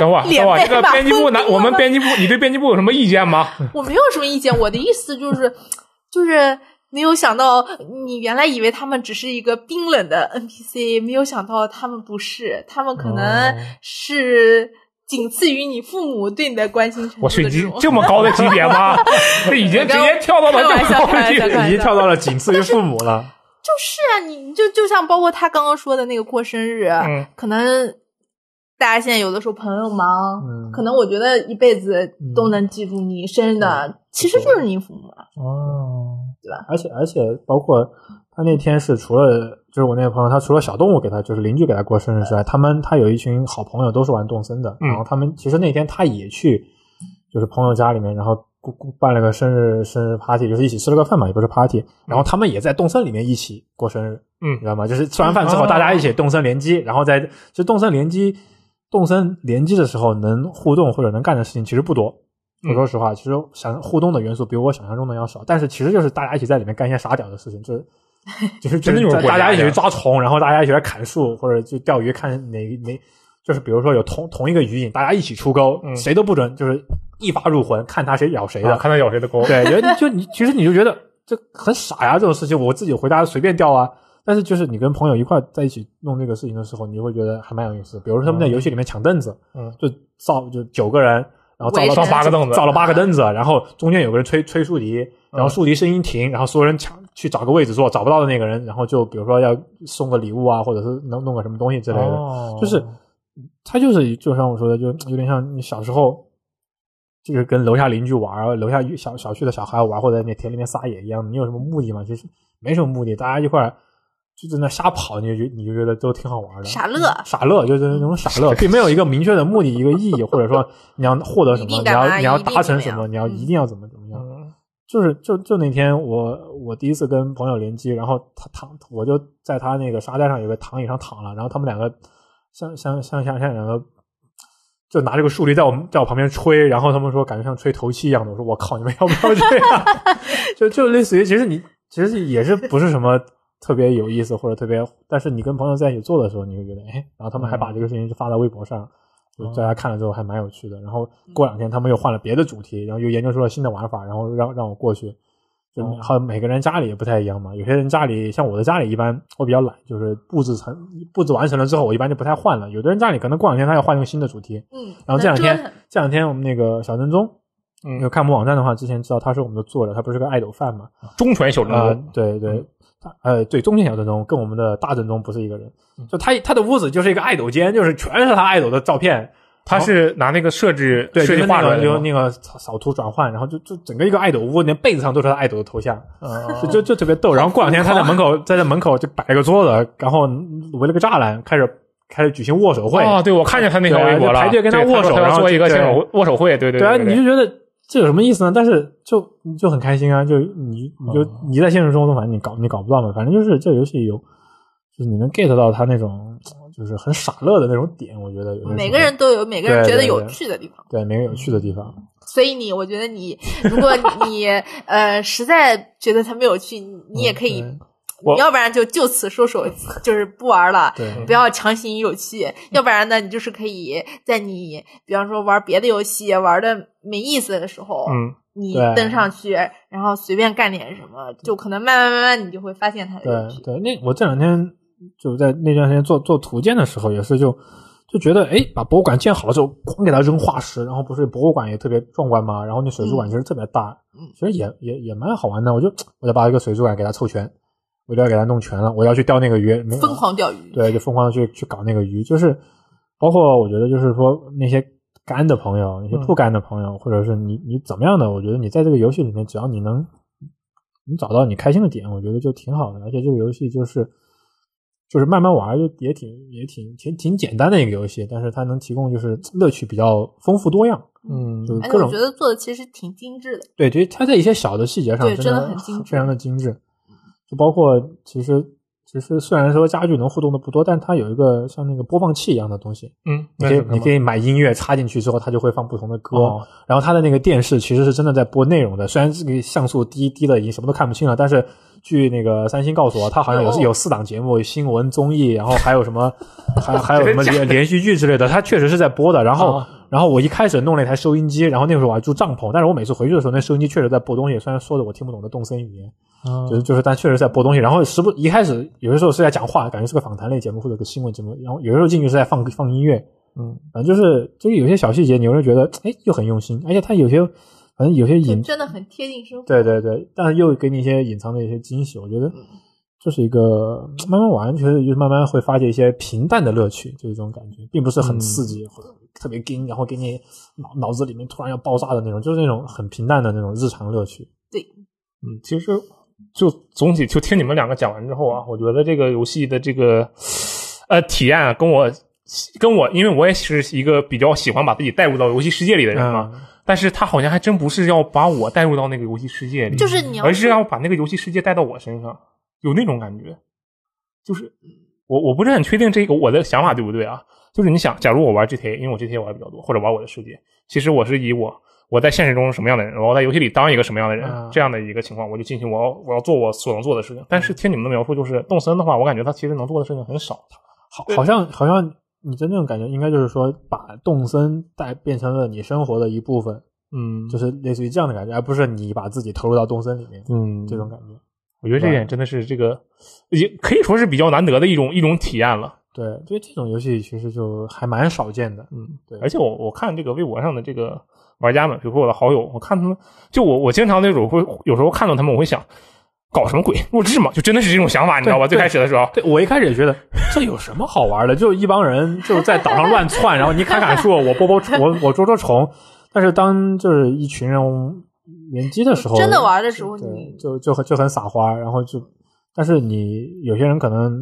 S1: 等会儿，
S3: 脸
S1: 等会儿，
S3: 被
S1: 这个
S3: 马
S1: 编辑
S3: 蜂
S1: 部拿
S3: 叮
S1: 我们
S3: 了
S1: 编辑部，你对编辑部有什么意见 吗？
S3: 我没有什么意见，我的意思就是，就是没有想到你原来以为他们只是一个冰冷的 NPC，没有想到他们不是，他们可能
S2: 哦
S3: 是仅次于你父母对你的关心程
S1: 我
S3: 度
S1: 去，
S3: 的这
S1: 你
S3: 种。
S1: 这么高的级别 吗？这已经直接跳到了这么高的级
S3: 开玩笑开玩笑
S1: 别。
S2: 已经跳到了仅次于父母了。
S3: 就是啊，你你就就像包括他刚刚说的那个过生日，
S1: 嗯
S3: 可能大家现在有的时候朋友忙，
S2: 嗯
S3: 可能我觉得一辈子都能记住你生日的，
S2: 嗯
S3: 其实就是你父母啊。
S2: 哦，
S3: 对吧？
S2: 而且而且包括他那天是除了就是我那个朋友，他除了小动物给他，就是邻居给他过生日之外，他们他有一群好朋友都是玩动森的，
S1: 嗯
S2: 然后他们其实那天他也去，就是朋友家里面，然后过过办了个生日生日 party，就是一起吃了个饭嘛，也不是 party，然后
S3: 嗯
S2: 他们也在动森里面一起过生日，
S1: 嗯哦
S2: 你知道吗？就是吃完饭之后
S1: 嗯
S2: 大家一起动森联机，然后在就动森联机，动森联机的时候能互动或者能干的事情其实不多。
S1: 嗯
S2: 我说实话，其实想互动的元素比我想象中的要少，但是其实就是大家一起在里面干一些傻屌的事 情，就是就是
S1: 真的
S2: 就
S1: 有
S2: 是
S1: 人过
S2: 大
S1: 家
S2: 家一起
S1: 呀
S2: 去抓虫，然后大家一起来砍树或者就钓鱼，看哪哪就是比如说有同同一个鱼影，大家一起出钩，
S1: 嗯
S2: 谁都不准，就是一发入魂，看他谁咬谁的。
S1: 啊看他咬谁的钩。
S2: 对，有就你其实你就觉得这很傻呀，这种事情我自己回答随便钓啊。但是就是你跟朋友一块在一起弄这个事情的时候，你就会觉得还蛮有意思。比如说他们在游戏里面抢凳子，
S1: 嗯，
S2: 就造就九个人，然后造
S3: 围
S2: 了
S3: 着造
S1: 八个凳子
S2: 造了八个凳子，然后中间有个人吹吹竖笛，然后
S1: 嗯
S2: 竖笛声音停，然后所有人抢去找个位置坐，找不到的那个人，然后就比如说要送个礼物啊，或者是弄弄个什么东西之类的。
S1: 哦
S2: 就是他就是就像我说的，就有点像你小时候，就是跟楼下邻居玩儿，楼下小小区的小孩玩，或者在那田里面撒野一样，你有什么目的吗？其实没什么目的，大家一块儿就在那瞎跑，你就觉你就觉得都挺好玩的，嗯
S3: 傻乐
S2: 傻乐就是那种傻乐，并没有一个明确的目的，一个意义，或者说你要获得什
S3: 一
S2: 么，
S3: 定
S2: 你
S3: 干嘛
S2: 要你要
S3: 一定
S2: 达成什
S3: 啊怎么
S2: 么，
S3: 样
S2: 你要一定要怎么怎么样。
S1: 嗯
S2: 就是就就那天我我第一次跟朋友联机，然后他躺我就在他那个沙滩上有个躺椅上躺了，然后他们两个像像像像像两个就拿这个树篱在我们在我旁边吹，然后他们说感觉像吹头七一样的，我说我靠，你们要不要这样？ 就就类似于其实你其实也是不是什么特别有意思或者特别，但是你跟朋友在一起做的时候，你会觉得哎，然后他们还把这个事情就发到微博上，就
S1: 哦
S2: 大家看了之后还蛮有趣的。然后过两天他们又换了别的主题，然后又研究出了新的玩法，然后让让我过去。就
S1: 哦
S2: 还有每个人家里也不太一样嘛，有些人家里像我的家里一般，我比较懒，就是布置成布置完成了之后，我一般就不太换了。有的人家里可能过两天他要换一个新的主题，
S3: 嗯，
S2: 然后这两
S3: 能折
S2: 天
S3: 腾，
S2: 这两天我们那个小正宗，
S1: 嗯
S2: 有看我们网站的话，之前知道他是我们的作者，他不是个爱豆饭嘛？
S1: 忠犬小正
S2: 啊、
S1: 宗，
S2: 对对，他呃，对，中间小正宗跟我们的大正宗不是一个人，
S1: 嗯
S2: 就他他的屋子就是一个爱豆间，就是全是他爱豆的照片，
S1: 他是拿那个设置
S2: 对，
S1: 设
S2: 就
S1: 计
S2: 是
S1: 画
S2: 那
S1: 出来
S2: 个
S1: 的
S2: 就
S1: 吗。
S2: 那个扫扫图转换，然后就就整个一个爱豆屋，连被子上都是他爱豆的头像，
S1: 嗯
S2: 就就就特别逗。然后过两天他在门
S1: 啊
S2: 口在在门口就摆了个桌子，然后围了个栅栏，开始开始举行握手会，
S1: 哦，对，我看见他那条
S2: 对
S1: 微博
S2: 就
S1: 了，
S2: 排队跟他
S1: 对
S2: 握手
S1: 说他
S2: 然
S1: 要
S2: 后
S1: 做一个
S2: 对
S1: 牵手握手会，对对
S2: 对啊，
S1: 对
S2: 你就觉得这有什么意思呢？但是就你就很开心啊，就你你就
S1: 哦
S2: 你在现实生活中，反正你搞你搞不到嘛，反正就是这个游戏有，就是你能 get 到它那种就是很傻乐的那种点，我觉得有些时候
S3: 每个人都有每个人
S2: 对
S3: 觉得
S2: 对
S3: 有
S2: 对
S3: 趣的地方。
S2: 对每个有趣的地方，
S3: 所以你，我觉得你，如果你呃实在觉得它没有趣，你你也可以，
S2: 嗯
S1: 我
S3: 你要不然就就此收手，就是不玩了。
S2: 对对
S3: 不要强行有趣，要不然呢，你就是可以在你比方说玩别的游戏玩的没意思的时候，
S1: 嗯，
S3: 你
S2: 对
S3: 登上去，哎然后随便干点什么，就可能慢慢慢慢你就会发现它的乐
S2: 对
S3: 趣。
S2: 对，那我这两天就在那段时间做做图鉴的时候，也是就就觉得，哎，把博物馆建好了之后，光给它扔化石，然后不是博物馆也特别壮观嘛，然后那水族馆其实特别大，
S3: 嗯
S2: 其实也也也蛮好玩的。我就我得把一个水族馆给它凑全，我就要给它弄全了，我要去钓那个鱼，没有
S3: 疯狂钓鱼，
S2: 对，就疯狂的去去搞那个鱼，就是包括我觉得就是说那些干的朋友，那些
S1: 嗯
S2: 不干的朋友，或者是你你怎么样的，我觉得你在这个游戏里面，只要你能你找到你开心的点，我觉得就挺好的。而且这个游戏就是就是慢慢玩儿，就也挺也挺挺挺简单的一个游戏，但是它能提供就是乐趣比较丰富多样，
S1: 嗯
S2: 就是
S3: 而且
S2: 各
S3: 哎我
S2: 种
S3: 觉得做的其实挺精致的。
S2: 对，其实它在一些小的细节上
S3: 对真的
S2: 的
S3: 很精致
S2: 非常的精致。就包括其实其实虽然说家具能互动的不多，但它有一个像那个播放器一样的东西，
S1: 嗯，
S2: 你
S1: 那
S2: 可以
S1: 是什
S2: 你
S1: 么
S2: 可以买音乐插进去之后，它就会放不同的歌。
S1: 哦
S2: 然后它的那个电视其实是真的在播内容的，虽然这个像素低低的已经什么都看不清了，但是据那个三星告诉我，它好像有、
S3: 哦
S2: 有四档节目，新闻、综艺，然后还有什么还还有什么
S1: 真的假
S2: 连连续剧之类的，它确实是在播的。然后、
S1: 哦
S2: 然后我一开始弄了一台收音机，然后那个时候我还住帐篷，但是我每次回去的时候，那收音机确实在播东西，虽然说的我听不懂的动森语言。就是就是，但确实在播东西。然后时不一开始有些时候是在讲话，感觉是个访谈类节目或者个新闻节目。然后有些时候进去是在放放音乐，
S1: 嗯，
S2: 反正就是就是有些小细节，你会觉得哎又很用心，而且它有些反正有些
S3: 就
S2: 隐
S3: 真的很贴近生活。
S2: 对对对，但是又给你一些隐藏的一些惊喜。我觉得这是一个慢慢玩，其实就是慢慢会发现一些平淡的乐趣，就是这种感觉，并不是很刺激或者特别惊，然后给你脑脑子里面突然要爆炸的那种，就是那种很平淡的那种日常乐趣。
S1: 嗯，其实就总体就听你们两个讲完之后啊，我觉得这个游戏的这个呃体验啊，跟我跟我，因为我也是一个比较喜欢把自己带入到游戏世界里的人嘛，
S2: 嗯
S1: 但是他好像还真不是要把我带入到那个游戏世界里，
S3: 就是你要
S1: 而是要把那个游戏世界带到我身上，有那种感觉。就是我我不是很确定这个我的想法对不对啊？就是你想，假如我玩 GTA，因为我 GTA 玩的比较多，或者玩我的世界，其实我是以我我在现实中是什么样的人，我要在游戏里当一个什么样的人、
S2: 嗯
S1: 这样的一个情况，我就进去，我要我要做我所能做的事情。但是听你们的描述，就是动森的话，我感觉他其实能做的事情很少。
S2: 好，好像好像你真正感觉应该就是说，把动森带变成了你生活的一部分，
S1: 嗯，
S2: 就是类似于这样的感觉，而不是你把自己投入到动森里面、
S1: 嗯，
S2: 这种感觉。
S1: 我觉得这点真的是这个，也可以说是比较难得的一种一种体验了。
S2: 对，就这种游戏其实就还蛮少见的。
S1: 嗯，
S2: 对
S1: 而且我我看这个微博上的这个玩家们，比如说我的好友，我看他们，就我我经常那种会有时候看到他们，我会想，搞什么鬼弱智嘛，就真的是这种想法，你知道吧？
S2: 对
S1: 最开始的时候，
S2: 对我一开始也觉得这有什么好玩的，就一帮人就在岛上乱窜，然后你砍砍树，我剥剥虫我我捉捉虫。但是当就是一群人联机的时候，
S3: 真的玩的时候
S2: 对
S3: 你
S2: 就就很就很撒花，然后就，但是你有些人可能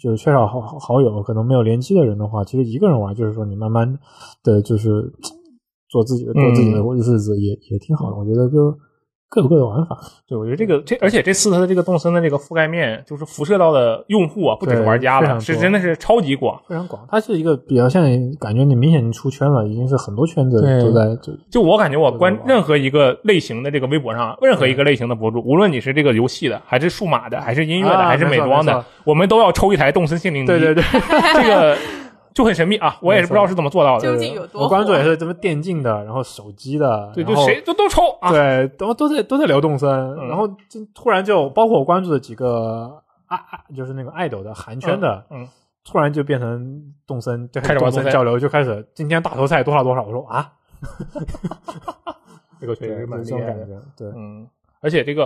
S2: 就是缺少好好好友，可能没有联机的人的话，其实一个人玩就是说你慢慢的就是做自己的过自己的日子也、也挺好的，我觉得就各有各的玩法。
S1: 对我觉得这个这而且这次它的这个动森的这个覆盖面，就是辐射到的用户啊，不只是
S2: 对
S1: 玩家
S2: 非常
S1: 了，
S2: 多
S1: 是真的是超级广。
S2: 非常广，它是一个比较现在感觉你明显你出圈了，已经是很多圈子
S1: 对
S2: 都在就
S1: 就我感觉，我关
S2: 对对对
S1: 任何一个类型的这个微博上啊，任何一个类型的博主，无论你是这个游戏的，还是数码的，还是音乐的，
S2: 啊
S1: 还是美
S2: 没错
S1: 妆
S2: 没
S1: 的
S2: 错，
S1: 我们都要抽一台动森心灵机。
S2: 对对对，
S1: 这个就很神秘啊，我也是不知道是怎么做到的
S3: 究。竟有多
S2: 我关注
S3: 火啊
S2: 也是什么电竞的，然后手机的，
S1: 对，就
S2: 然后
S1: 谁就都抽啊。
S2: 对，都都在都在聊动森，
S1: 嗯
S2: 然后就突然就包括我关注的几个啊啊，就是那个爱豆的韩圈的，
S1: 嗯嗯
S2: 突然就变成动森，就
S1: 开始玩
S2: 动
S1: 动森
S2: 森交流，就开始今天大头菜多少多少，我说啊，
S1: 这个确实
S2: 对
S1: 是蛮
S2: 这
S1: 厉
S2: 种
S1: 害
S2: 感
S1: 的。
S2: 觉，对，
S1: 嗯，而且这个，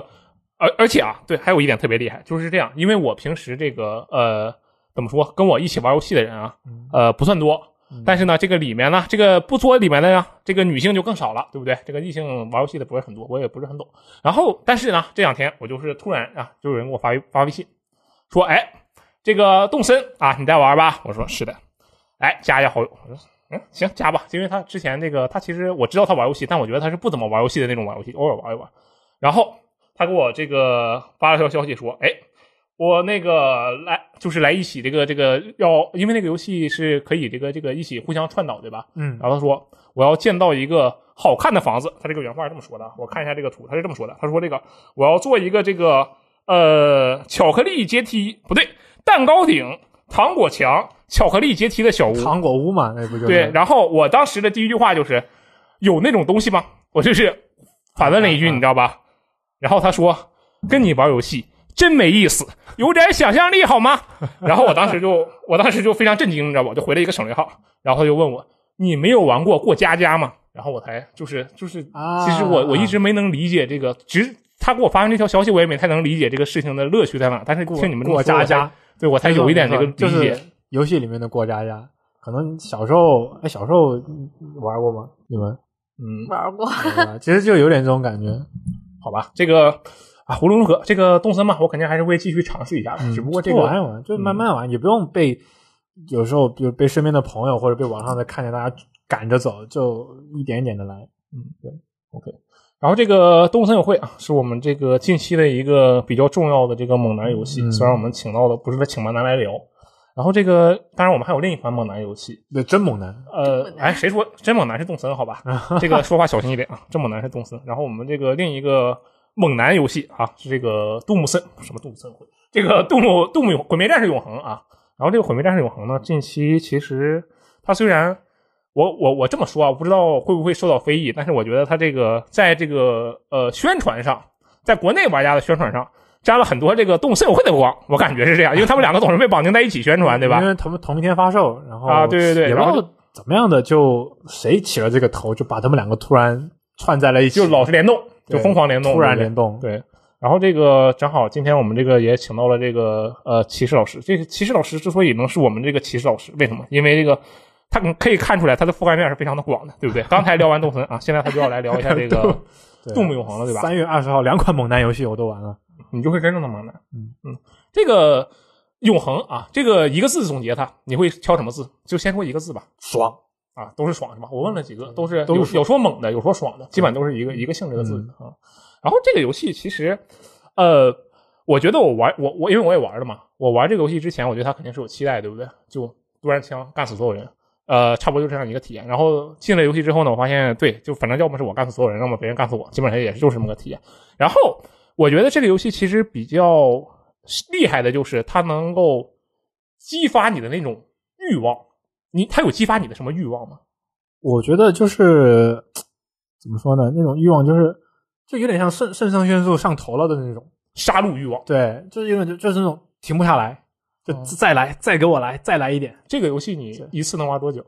S1: 而而且啊，对，还有一点特别厉害，就是这样，因为我平时这个呃，怎么说，跟我一起玩游戏的人啊，呃，不算多。但是呢，这个里面呢，这个不作里面的呀，这个女性就更少了，对不对？这个异性玩游戏的不是很多，我也不是很懂。然后，但是呢，这两天我就是突然啊，就有人给我发微发微信，说，哎，这个动森啊，你在玩吧？我说是的，哎，加一下好友。我说，嗯，行，加吧，因为他之前这个，他其实我知道他玩游戏，但我觉得他是不怎么玩游戏的那种玩游戏，偶尔玩一玩。然后他给我这个发了条消息说，哎，我那个来就是来一起这个这个要，因为那个游戏是可以这个这个一起互相串导，对吧？
S2: 嗯
S1: 然后他说我要建造一个好看的房子，他这个原话是这么说的，我看一下这个图，他是这么说的，他说这个我要做一个这个呃巧克力阶梯，不对，蛋糕顶、糖果墙、巧克力阶梯的小屋，
S2: 糖果屋嘛，那不就是
S1: 对，然后我当时的第一句话就是：“有那种东西吗？”我就是反问了一句，
S2: 嗯嗯
S1: 你知道吧？然后他说：“跟你玩游戏真没意思，有点想象力好吗？” 然后我当时就，我当时就非常震惊，你知道吧？我就回了一个省略号，然后他就问我：“你没有玩过过家家吗？”然后我才就是就是，
S2: 啊
S1: 其实我我一直没能理解这个，只他给我发完这条消息，我也没太能理解这个事情的乐趣在哪。但是
S2: 过
S1: 听你们这么
S2: 过
S1: 说，我才
S2: 家家，
S1: 对我才有一点这个理解。
S2: 就是游戏里面的过家家。可能小时候，哎，小时候嗯玩过吗？你们？
S1: 嗯，
S3: 玩 过，
S2: 玩过吧其实就有点这 种感觉。
S1: 好吧，这个啊，无论如何，这个动森嘛，我肯定还是会继续尝试一下的。只不过这
S2: 嗯玩一
S1: 个，嗯
S2: 玩，就慢慢玩，也不用被有时候比如被身边的朋友或者被网上的看见大家赶着走，就一点一点的来。
S1: 嗯然后这个动森友会啊，是我们这个近期的一个比较重要的这个猛男游戏。
S2: 嗯
S1: 虽然我们请到的不是他请猛男来聊，然后这个当然我们还有另一款猛男游戏，
S2: 对，真猛男，
S1: 呃
S3: 真猛，男
S1: 哎，谁说真猛男是动森？好吧，这个说话小心一点啊，真猛男是动森。然后我们这个另一个猛男游戏啊，是这个杜牧森什么杜牧森会，这个杜牧杜牧毁灭战士永恒啊。然后这个毁灭战士永恒呢，近期其实它虽然我我我这么说啊，我不知道会不会受到非议，但是我觉得它这个呃在这个呃宣传上，在国内玩家的宣传上。沾了很多这个动森友会的光，我感觉是这样，因为他们两个总是被绑定在一起宣传，对吧
S2: 因？为他们同一天发售，然后
S1: 啊对对对
S2: 也不
S1: 然后
S2: 知道怎么样的就谁起了这个头，就把他们两个突然串在了一起，
S1: 就老是联动，就
S2: 对
S1: 疯狂联动，
S2: 突
S1: 对
S2: 然
S1: 不对
S2: 联动。
S1: 对，然后这个正好今天我们这个也请到了这个呃骑士老师。这个骑士老师之所以能是我们这个骑士老师，为什么？因为这个他可以看出来他的覆盖面是非常的广的，对不对？刚才聊完动森啊，现在他就要来聊一下这个
S2: 对
S1: 动物永恒了，对吧？
S2: 三月二十号，两款猛男游戏我都玩了，
S1: 你就会真正的猛男。
S2: 嗯
S1: 嗯，这个永恒啊，这个一个字总结它，你会挑什么字？就先说一个字吧。
S2: 爽，
S1: 啊，都是爽是吧？我问了几个，都是
S2: 嗯都是
S1: 有
S2: 爽
S1: 有说猛的，有说爽的，基本都是一个一个性质的字
S2: 嗯
S1: 啊。然后这个游戏其实，呃，我觉得我玩我我因为我也玩了嘛，我玩这个游戏之前，我觉得它肯定是有期待，对不对？就突然枪干死所有人，呃，差不多就是这样一个体验。然后进了游戏之后呢，我发现对，就反正要么是我干死所有人，要么别人干死我，基本上也就是这么个体验。然后我觉得这个游戏其实比较厉害的就是它能够激发你的那种欲望。你它有激发你的什么欲望吗？
S2: 我觉得就是怎么说呢，那种欲望就是就有点像肾肾上腺素上头了的那种，
S1: 杀戮欲望。
S2: 对，就是有点就就是那种停不下来，就
S1: 嗯
S2: 再来，再给我来，再来一点。
S1: 这个游戏你一次能玩多久？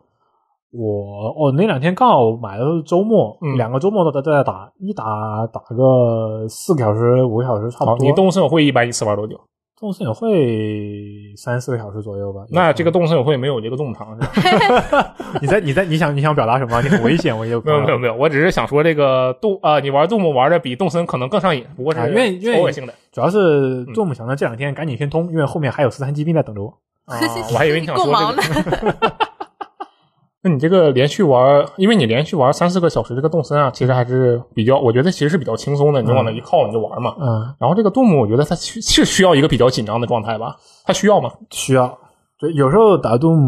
S2: 我我那两天刚好买的是周末，
S1: 嗯
S2: 两个周末都在在打，一打打个四个小时、五个小时差不
S1: 好，
S2: 多。
S1: 你动物森友会一般一次玩多久？
S2: 动森也会三四个小时左右吧。
S1: 那这个动物森友会没有这个动物长是吧？
S2: 你在你在你想你想表达什么？你很危险，我就
S1: 没 有没有没有，我只是想说这个动啊、你玩动物玩的比动森可能更上瘾，不过是
S2: 啊愿意愿意
S1: 偶尔 性的。
S2: 主要是做梦想到这两天赶紧先通，因为后面还有十三机兵在等着我。
S1: 啊，我还以为你想
S3: 够
S1: 说
S3: 忙
S1: 这
S3: 的
S1: 个。，那你这个连续玩，因为你连续玩三四个小时这个动森啊，其实还是比较，我觉得其实是比较轻松的，你就往那一靠你就玩嘛。
S2: 嗯，
S1: 然后这个动物，我觉得它需是需要一个比较紧张的状态吧？它需要吗？
S2: 需要。就有时候打动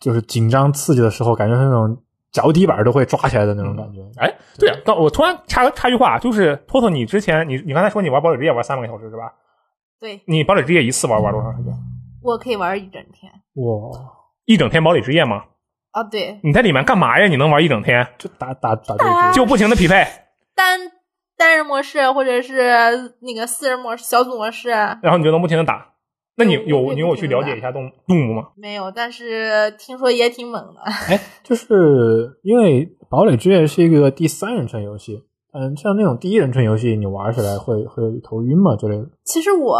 S2: 就是紧张刺激的时候，感觉是那种脚底板都会抓起来的那种感觉。
S1: 哎，对啊，但我突然插插句话啊，就是托托，你之前你你刚才说你玩堡垒之夜玩三百个小时是吧？
S3: 对
S1: 你堡垒之夜一次玩玩多长时间？
S3: 我可以玩一整天
S2: 哇，
S1: 一整天堡垒之夜吗？
S3: 啊，对，
S1: 你在里面干嘛呀？你能玩一整天？
S2: 就打打打这
S3: 打
S2: 个
S1: 就不停的匹配，
S3: 单单人模式或者是那个四人模式、小组模式
S1: 然后你就能不停的打。那你
S3: 对
S1: 有
S3: 我
S1: 你有去了
S3: 我
S1: 解一下动动物吗？
S3: 没有，但是听说也挺猛的。
S2: 就是因为《堡垒之夜》是一个第三人称游戏，嗯，像那种第一人称游戏，你玩起来会会头晕嘛之类的。
S3: 其实我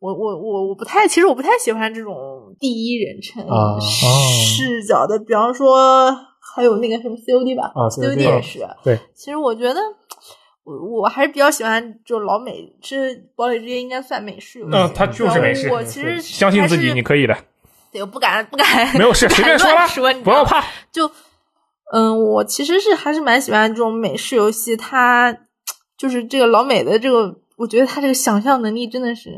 S3: 我我我我不太，其实我不太喜欢这种第一人称
S2: 啊
S3: 视角的，比方说还有那个什么 COD 吧
S2: 啊
S3: ，COD
S2: COD
S3: 也是。
S2: 对，
S3: 其实我觉得我我还是比较喜欢就老美，这堡垒之夜应该算美式游戏。
S1: 嗯，它就是美式
S3: 然后。我其实
S1: 相信自
S3: 还
S1: 己，
S3: 是
S1: 你可以的。
S3: 对，我不敢不敢，
S1: 没有事，
S3: 不敢
S1: 随便说
S3: 乱
S1: 吧，
S3: 说你
S1: 不
S3: 知道
S1: 要
S3: 吗
S1: 怕。
S3: 就嗯，我其实是还是蛮喜欢这种美式游戏，它就是这个老美的这个，我觉得他这个想象能力真的是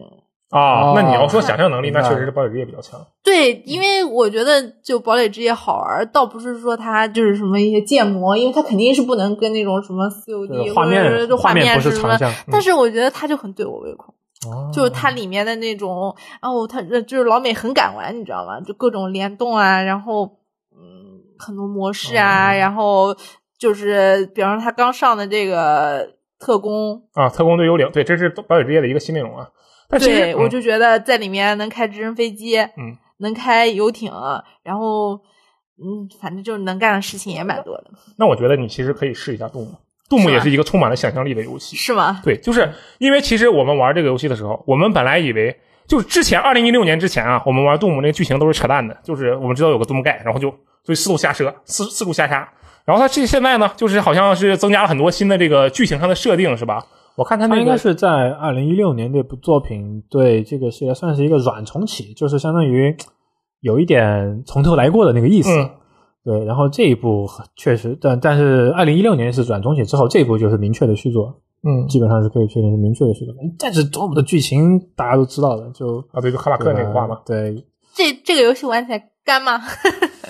S1: 啊
S2: 哦，
S3: 嗯
S1: 那你要说想象能力，
S2: 明
S1: 那
S2: 白
S1: 确实是堡垒之夜比较强。
S3: 对，因为我觉得就堡垒之夜好玩，倒不是说它就是什么一些建模，因为它肯定是不能跟那种什么
S2: 就是
S3: COD
S2: 画面
S3: 或者是
S2: 画
S3: 面
S2: 不是
S3: 什
S2: 长
S3: 么，
S2: 项，
S1: 嗯
S3: 但是我觉得它就很对我胃口，
S2: 哦
S3: 就是它里面的那种，然后它呃就是老美很敢玩，你知道吗？就各种联动啊，然后嗯，很多模式啊，
S1: 哦
S3: 然后就是比方说他刚上的这个特工，
S1: 啊，特工队幽灵，对，这是堡垒之夜的一个新内容啊。 但其实
S3: 对，
S1: 嗯
S3: 我就觉得在里面能开直升飞机，
S1: 嗯，
S3: 能开游艇，然后嗯，反正就是能干的事情也蛮多的，
S1: 那我觉得你其实可以试一下动物，动物
S3: 是吧
S1: 也是一个充满了想象力的游戏。
S3: 是吗？
S1: 对，就是因为其实我们玩这个游戏的时候，我们本来以为就是之前二零一六年之前啊，我们玩动物那个剧情都是扯淡的，就是我们知道有个动物盖，然后就就四处瞎扯，四四处瞎杀。然后它这现在呢，就是好像是增加了很多新的这个剧情上的设定，是吧？我看它
S2: 它
S1: 那
S2: 啊应该
S1: 个
S2: 是在二零一六年这部作品对这个系列算是一个软重启，就是相当于有一点从头来过的那个意思。
S1: 嗯
S2: 对，然后这一部确实，但但是二零一六年是软重启之后，这一部就是明确的续作，
S1: 嗯
S2: 基本上是可以确定是明确的续作。但是多姆的剧情大家都知道的，就
S1: 啊，对，就哈马克那个话嘛。
S2: 对，
S3: 这这个游戏玩起来干吗？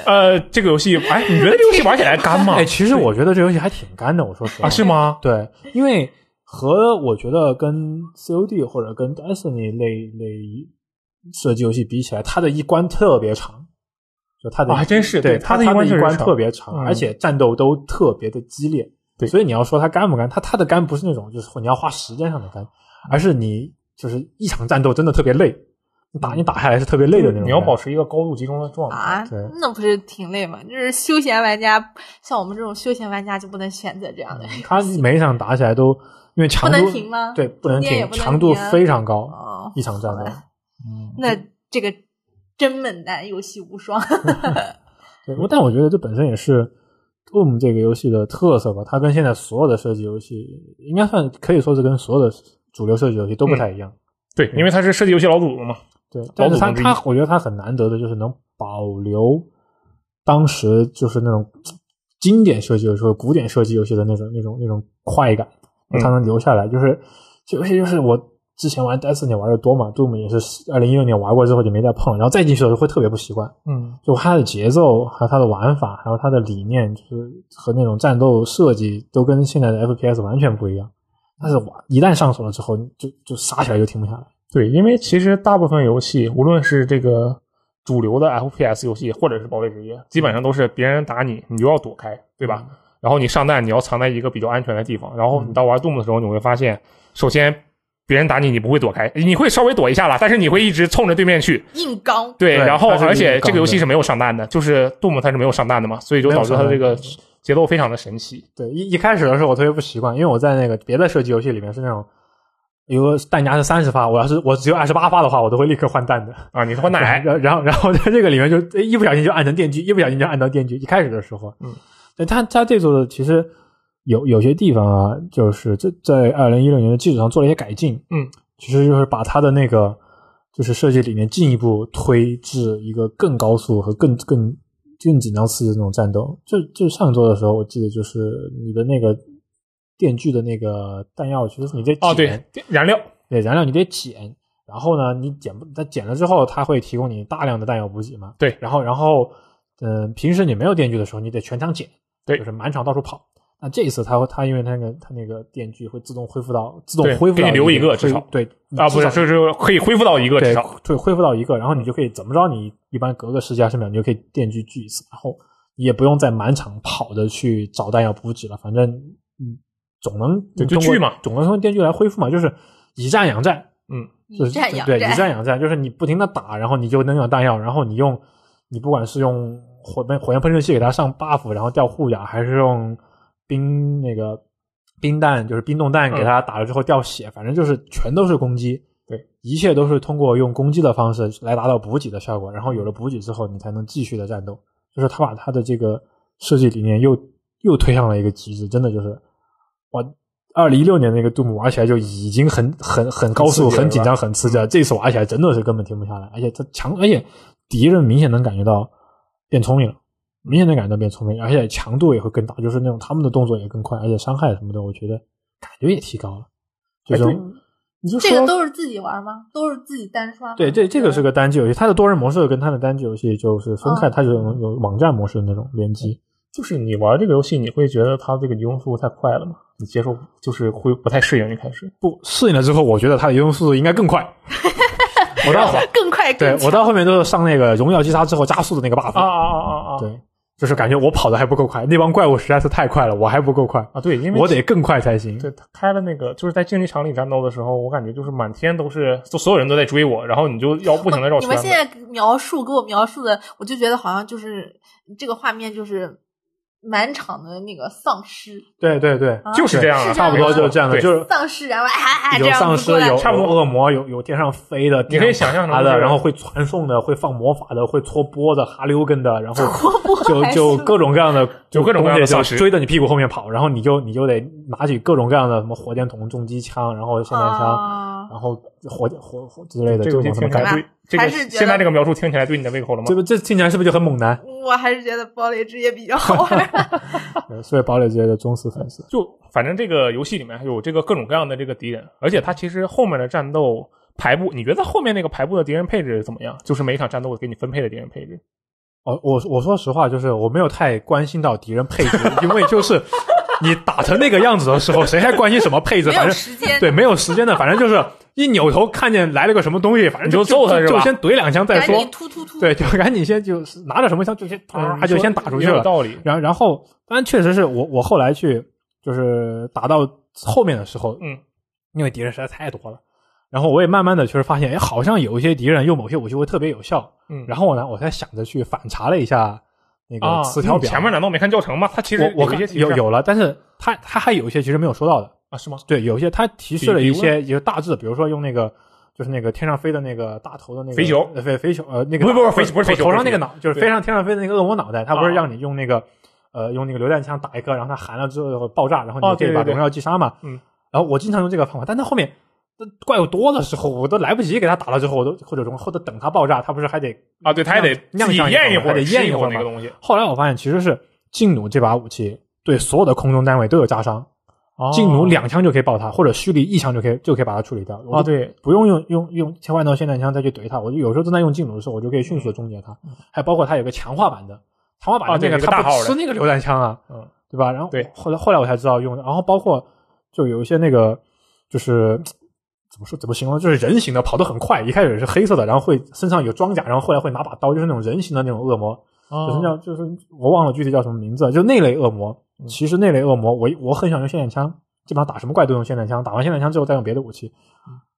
S1: 呃，这个游戏，哎，你觉得这个游戏玩起来干吗？
S2: 哎，其实我觉得这游戏还挺干的，我说实话
S1: 啊，是吗？
S2: 对，因为和我觉得跟 COD 或者跟 Destiny 类类射击游戏比起来，它的一关特别长，就它的
S1: 啊还真是
S2: 对
S1: 对它的
S2: 的
S1: 一关确
S2: 一
S1: 实
S2: 关
S1: 长
S2: 特别长，
S1: 嗯
S2: 而且战斗都特别的激烈。
S1: 对
S2: 所以你要说它干不干，它它的干不是那种就是你要花时间上的
S1: 嗯
S2: 干，而是你就是一场战斗真的特别累，你打你打下来是特别累的那种干。
S1: 嗯你要保持一个高度集中的状态
S3: 啊
S2: 对，
S3: 那不是挺累吗？就是休闲玩家，像我们这种休闲玩家就不能选择这样的。
S2: 它每一场打起来都因为强
S3: 不
S2: 度
S3: 能停吗
S2: 对，不能
S3: 中间也
S2: 停，
S3: 不能
S2: 强度
S3: 停啊
S2: 非常高，
S3: 哦，
S2: 一场战斗。
S3: 好
S2: 嗯
S3: 吧那这个真猛男游戏 无双，
S2: 对，我但我觉得这本身也是 Doom 这个游戏的特色吧，它跟现在所有的射击游戏应该算可以说是跟所有的主流射击游戏都不太一样。
S1: 对，因为他是设计游戏老祖宗嘛，
S2: 对，但是
S1: 祖
S2: 他
S1: 宗之
S2: 他，我觉得他很难得的就是能保留当时就是那种经典设计游戏、或者古典设计游戏的那种、那种、那种快感，
S1: 嗯
S2: 他能留下来。就是这游戏，就是我之前玩 Destiny 玩的多嘛，Doom 也是二零一六年玩过之后就没再碰，然后再进去的时候会特别不习惯。
S1: 嗯
S2: 就它的节奏，还有它的玩法，还有它的理念，就是和那种战斗设计都跟现在的 FPS 完全不一样。但是我一旦上手了之后，你就就杀起来就停不下来。
S1: 对，因为其实大部分游戏，无论是这个主流的 FPS 游戏，或者是保卫职业，基本上都是别人打你，你就要躲开，对吧？
S2: 嗯
S1: 然后你上弹，你要藏在一个比较安全的地方。然后你到玩 Doom 的时候，你会发现，首先别人打你，你不会躲开，你会稍微躲一下啦，但是你会一直冲着对面去。
S3: 硬刚，
S1: 对，
S2: 对
S1: 然后
S2: 它是
S1: 而
S2: 一
S1: 且这
S2: 个杠
S1: 个游戏
S2: 的
S1: 是没有上弹的，就是 Doom 它是没有上弹的嘛，所以就
S2: 没有
S1: 导致它
S2: 上
S1: 这
S2: 弹
S1: 个节奏非常的神奇。
S2: 对，一一开始的时候我特别不习惯，因为我在那个别的射击游戏里面是那种，有个弹夹是三十发，我要是我只有二十八发的话，我都会立刻换弹的。
S1: 啊，你他妈奶
S2: 然后然后然后在这个里面就哎一不小心就按成电锯，一不小心就按到电锯。一开始的时候，
S1: 嗯，
S2: 对他他这座的其实有有些地方啊，就是这在二零一六年的基础上做了一些改进，
S1: 嗯，
S2: 其实就是把他的那个就是设计理念进一步推至一个更高速和更更更紧张刺激的那种战斗。就就上一座的时候，我记得就是你的那个电锯的那个弹药，其实是你在
S1: 哦，
S2: 捡
S1: 对，燃料，
S2: 对，燃料你得捡，然后呢，你捡不，它捡了之后，它会提供你大量的弹药补给嘛。
S1: 对
S2: 然后然后，嗯、平时你没有电锯的时候，你得全场捡，
S1: 对
S2: 就是满场到处跑。那这一次它会，它因为它那个它那个电锯会自动恢复到自动
S1: 对
S2: 恢复
S1: 给
S2: 到
S1: 你留一个
S2: 恢
S1: 至少
S2: 对
S1: 啊，不是，
S2: 至少
S1: 就是可以恢复到一个至
S2: 对
S1: 少。
S2: 对恢复到一个，然后你就可以怎么着，你一般隔个十几二十秒你就可以电锯锯一次，然后你也不用再满场跑着去找弹药补给了，反正嗯总能嗯
S1: 对就
S2: 通过
S1: 锯嘛
S2: 总能通过电锯来恢复嘛，就是以战养战，就
S3: 以
S2: 是
S3: 战养
S2: 对，以
S3: 战，
S2: 战养战，就是你不停的打，然后你就能有弹药，然后你用你不管是用火焰火焰喷射器给它上 buff，然后掉护甲，还是用冰那个冰弹，就是冰冻弹
S1: 嗯
S2: 给它打了之后掉血，反正就是全都是攻击。
S1: 对，
S2: 一切都是通过用攻击的方式来达到补给的效果，然后有了补给之后，你才能继续的战斗。就是他把他的这个设计理念又又推向了一个极致，真的就是我二零一六年那个杜姆玩起来就已经很很很高速、
S1: 很刺激了嗯
S2: 很紧张、很刺激了，这次玩起来真的是根本停不下来，而且他强，而且敌人明显能感觉到变聪明了。明显能感觉到变聪明，而且强度也会更大，就是那种他们的动作也更快，而且伤害什么的，我觉得感觉也提高了。这
S1: 哎 对
S2: 种你就说
S3: 嗯这个都是自己玩吗？都是自己单刷吗？
S2: 对，这这个是个单机游戏，它的多人模式跟它的单机游戏就是分开，
S3: 嗯
S2: 它是有有网站模式的那种联机。
S1: 就是你玩这个游戏，你会觉得它这个移动速度太快了嘛？你接受就是会不太适应一开始。
S2: 不适应了之后，我觉得它的移动速度应该更快。我到
S3: 更快 更
S2: 对
S3: 强
S2: 我到后面都是上那个荣耀击杀之后加速的那个 buff，、
S1: 啊啊
S2: 对，就是感觉我跑的还不够快，那帮怪物实在是太快了，我还不够快，
S1: 啊！对，因为
S2: 我得更快才行。
S1: 对他开了那个，就是在竞技场里战斗的时候，我感觉就是满天都是，就所有人都在追我，然后你就要不停的绕
S3: 哦你
S1: 圈
S3: 们
S1: 子。
S3: 现在描述给我描述的，我就觉得好像就是这个画面就是满场的那个丧尸，
S2: 对对对，
S3: 啊
S1: 就是这样啊
S3: 是
S2: 差不多
S3: 吗
S2: 就是这样的，
S1: 对
S2: 就是
S3: 丧尸，然后啊啊这
S2: 有
S3: 样
S2: 丧
S3: 子
S2: 尸，
S3: 过来
S2: 有
S1: 差不多
S2: 有恶魔，有有天上飞的，
S1: 你可以想象成
S2: 爬的，
S1: 是
S2: 然后会传送的，会放魔法的，会搓波的，哈溜根的，然后就
S3: 还
S2: 就是各种各样的，
S1: 有各种各样的
S2: 东西就
S1: 丧尸
S2: 追着你屁股后面跑，然后你就你就得拿起各种各样的什么火箭筒、重机枪，然后霰弹
S1: 哦
S2: 枪，
S3: 啊，
S2: 然后火火火之类的
S1: 这个
S2: 这
S1: 游
S2: 种
S1: 戏
S2: 什么
S1: 听起
S2: 改
S1: 来
S3: 改
S1: 对这
S3: 还
S1: 个
S3: 是觉得
S1: 现在这个描述听起来对你的胃口了吗
S2: 这？个这听起来是不是就很猛男？
S3: 我还是觉得堡垒之夜比较好玩。
S2: 对呃所以堡垒之类的忠实粉丝，
S1: 就反正这个游戏里面有这个各种各样的这个敌人，而且它其实后面的战斗排布，你觉得后面那个排布的敌人配置怎么样？就是每一场战斗给你分配的敌人配置。
S2: 哦，我我说实话，就是我没有太关心到敌人配置， 因为就是你打成那个样子的时候，谁还关心什么配置？
S3: 没
S2: 反
S3: 有
S2: 正
S3: 时间，
S2: 对，没有时间的，反正就是一扭头看见来了个什么东西，反正
S1: 你就揍他
S2: 就是
S1: 吧
S2: 就先怼两枪再
S3: 赶
S2: 说
S3: 紧。突突突，
S2: 对，就赶紧先就是拿着什么枪就先啪、
S1: 他
S2: 嗯就先打出去
S1: 有
S2: 了。
S1: 道理。
S2: 然然后，当然确实是我我后来去就是打到后面的时候，
S1: 嗯，
S2: 因为敌人实在太多了，然后我也慢慢的确实发现，哎，好像有一些敌人用某些武器会特别有效。
S1: 嗯，
S2: 然后呢，我才想着去反查了一下那
S1: 啊，
S2: 个词条
S1: 你
S2: 表。
S1: 前面难道没看教程吗？它其实
S2: 我我
S1: 有一
S2: 看
S1: 些提示
S2: 有有了，但是它它还有一些其实没有说到的。
S1: 啊，是吗？
S2: 对，有一些它提示了
S1: 比
S2: 一
S1: 比如呢
S2: 些也大致的，比如说用那个就是那个天上飞的那个大头的那个
S1: 飞球
S2: 呃飞飞球，呃，那
S1: 不
S2: 个
S1: 是不是
S2: 头
S1: 飞不是飞球
S2: 头
S1: 不是
S2: 上
S1: 飞
S2: 那个
S1: 球
S2: 脑就
S1: 对
S2: 是飞上天上飞的那个恶魔脑袋，它不是
S1: 啊
S2: 让你用那个呃用那个榴弹枪打一颗，然后它含了之后爆炸，然后
S1: 哦
S2: 你可
S1: 对
S2: 以
S1: 对
S2: 把
S1: 对
S2: 荣耀击杀嘛。
S1: 嗯。
S2: 然后我经常用这个方法，但它后面那怪物多的时候，我都来不及给它打了之后，我都或者融或者等它爆炸，它不是还得
S1: 啊，对，他也得
S2: 酿
S1: 自己
S2: 酿
S1: 验
S2: 一
S1: 一
S2: 会
S1: 会儿，
S2: 儿还得
S1: 吃
S2: 验一
S1: 一
S2: 会儿
S1: 口
S2: 嘛
S1: 那个东西。
S2: 后来我发现其实是劲弩这把武器对所有的空中单位都有炸伤，劲弩两枪就可以爆它，或者蓄力一枪就可以就可以把它处理掉。
S1: 啊，
S2: 我就
S1: 对，
S2: 哦不用用用用切换到霰弹枪再去怼它，我就有时候正在用劲弩的时候，我就可以迅速的终结它。还包括它有个强化版的，强化版
S1: 啊
S2: 的
S1: 对
S2: 那
S1: 有个
S2: 哦个它
S1: 大号
S2: 不
S1: 的
S2: 吃那个榴弹枪啊，
S1: 嗯，
S2: 对吧？然后
S1: 对
S2: 后来后来我才知道用的，然后包括就有一些那个就是。怎么说？怎么形容？就是人形的，跑得很快。一开始是黑色的，然后会身上有装甲，然后后来会拿把刀，就是那种人形的那种恶魔。
S1: 啊哦
S2: 就是叫就是我忘了具体叫什么名字，就那类恶魔。
S1: 嗯
S2: 其实那类恶魔，我我很想用霰弹枪，基本上打什么怪都用霰弹枪，打完霰弹枪之后再用别的武器。
S1: 嗯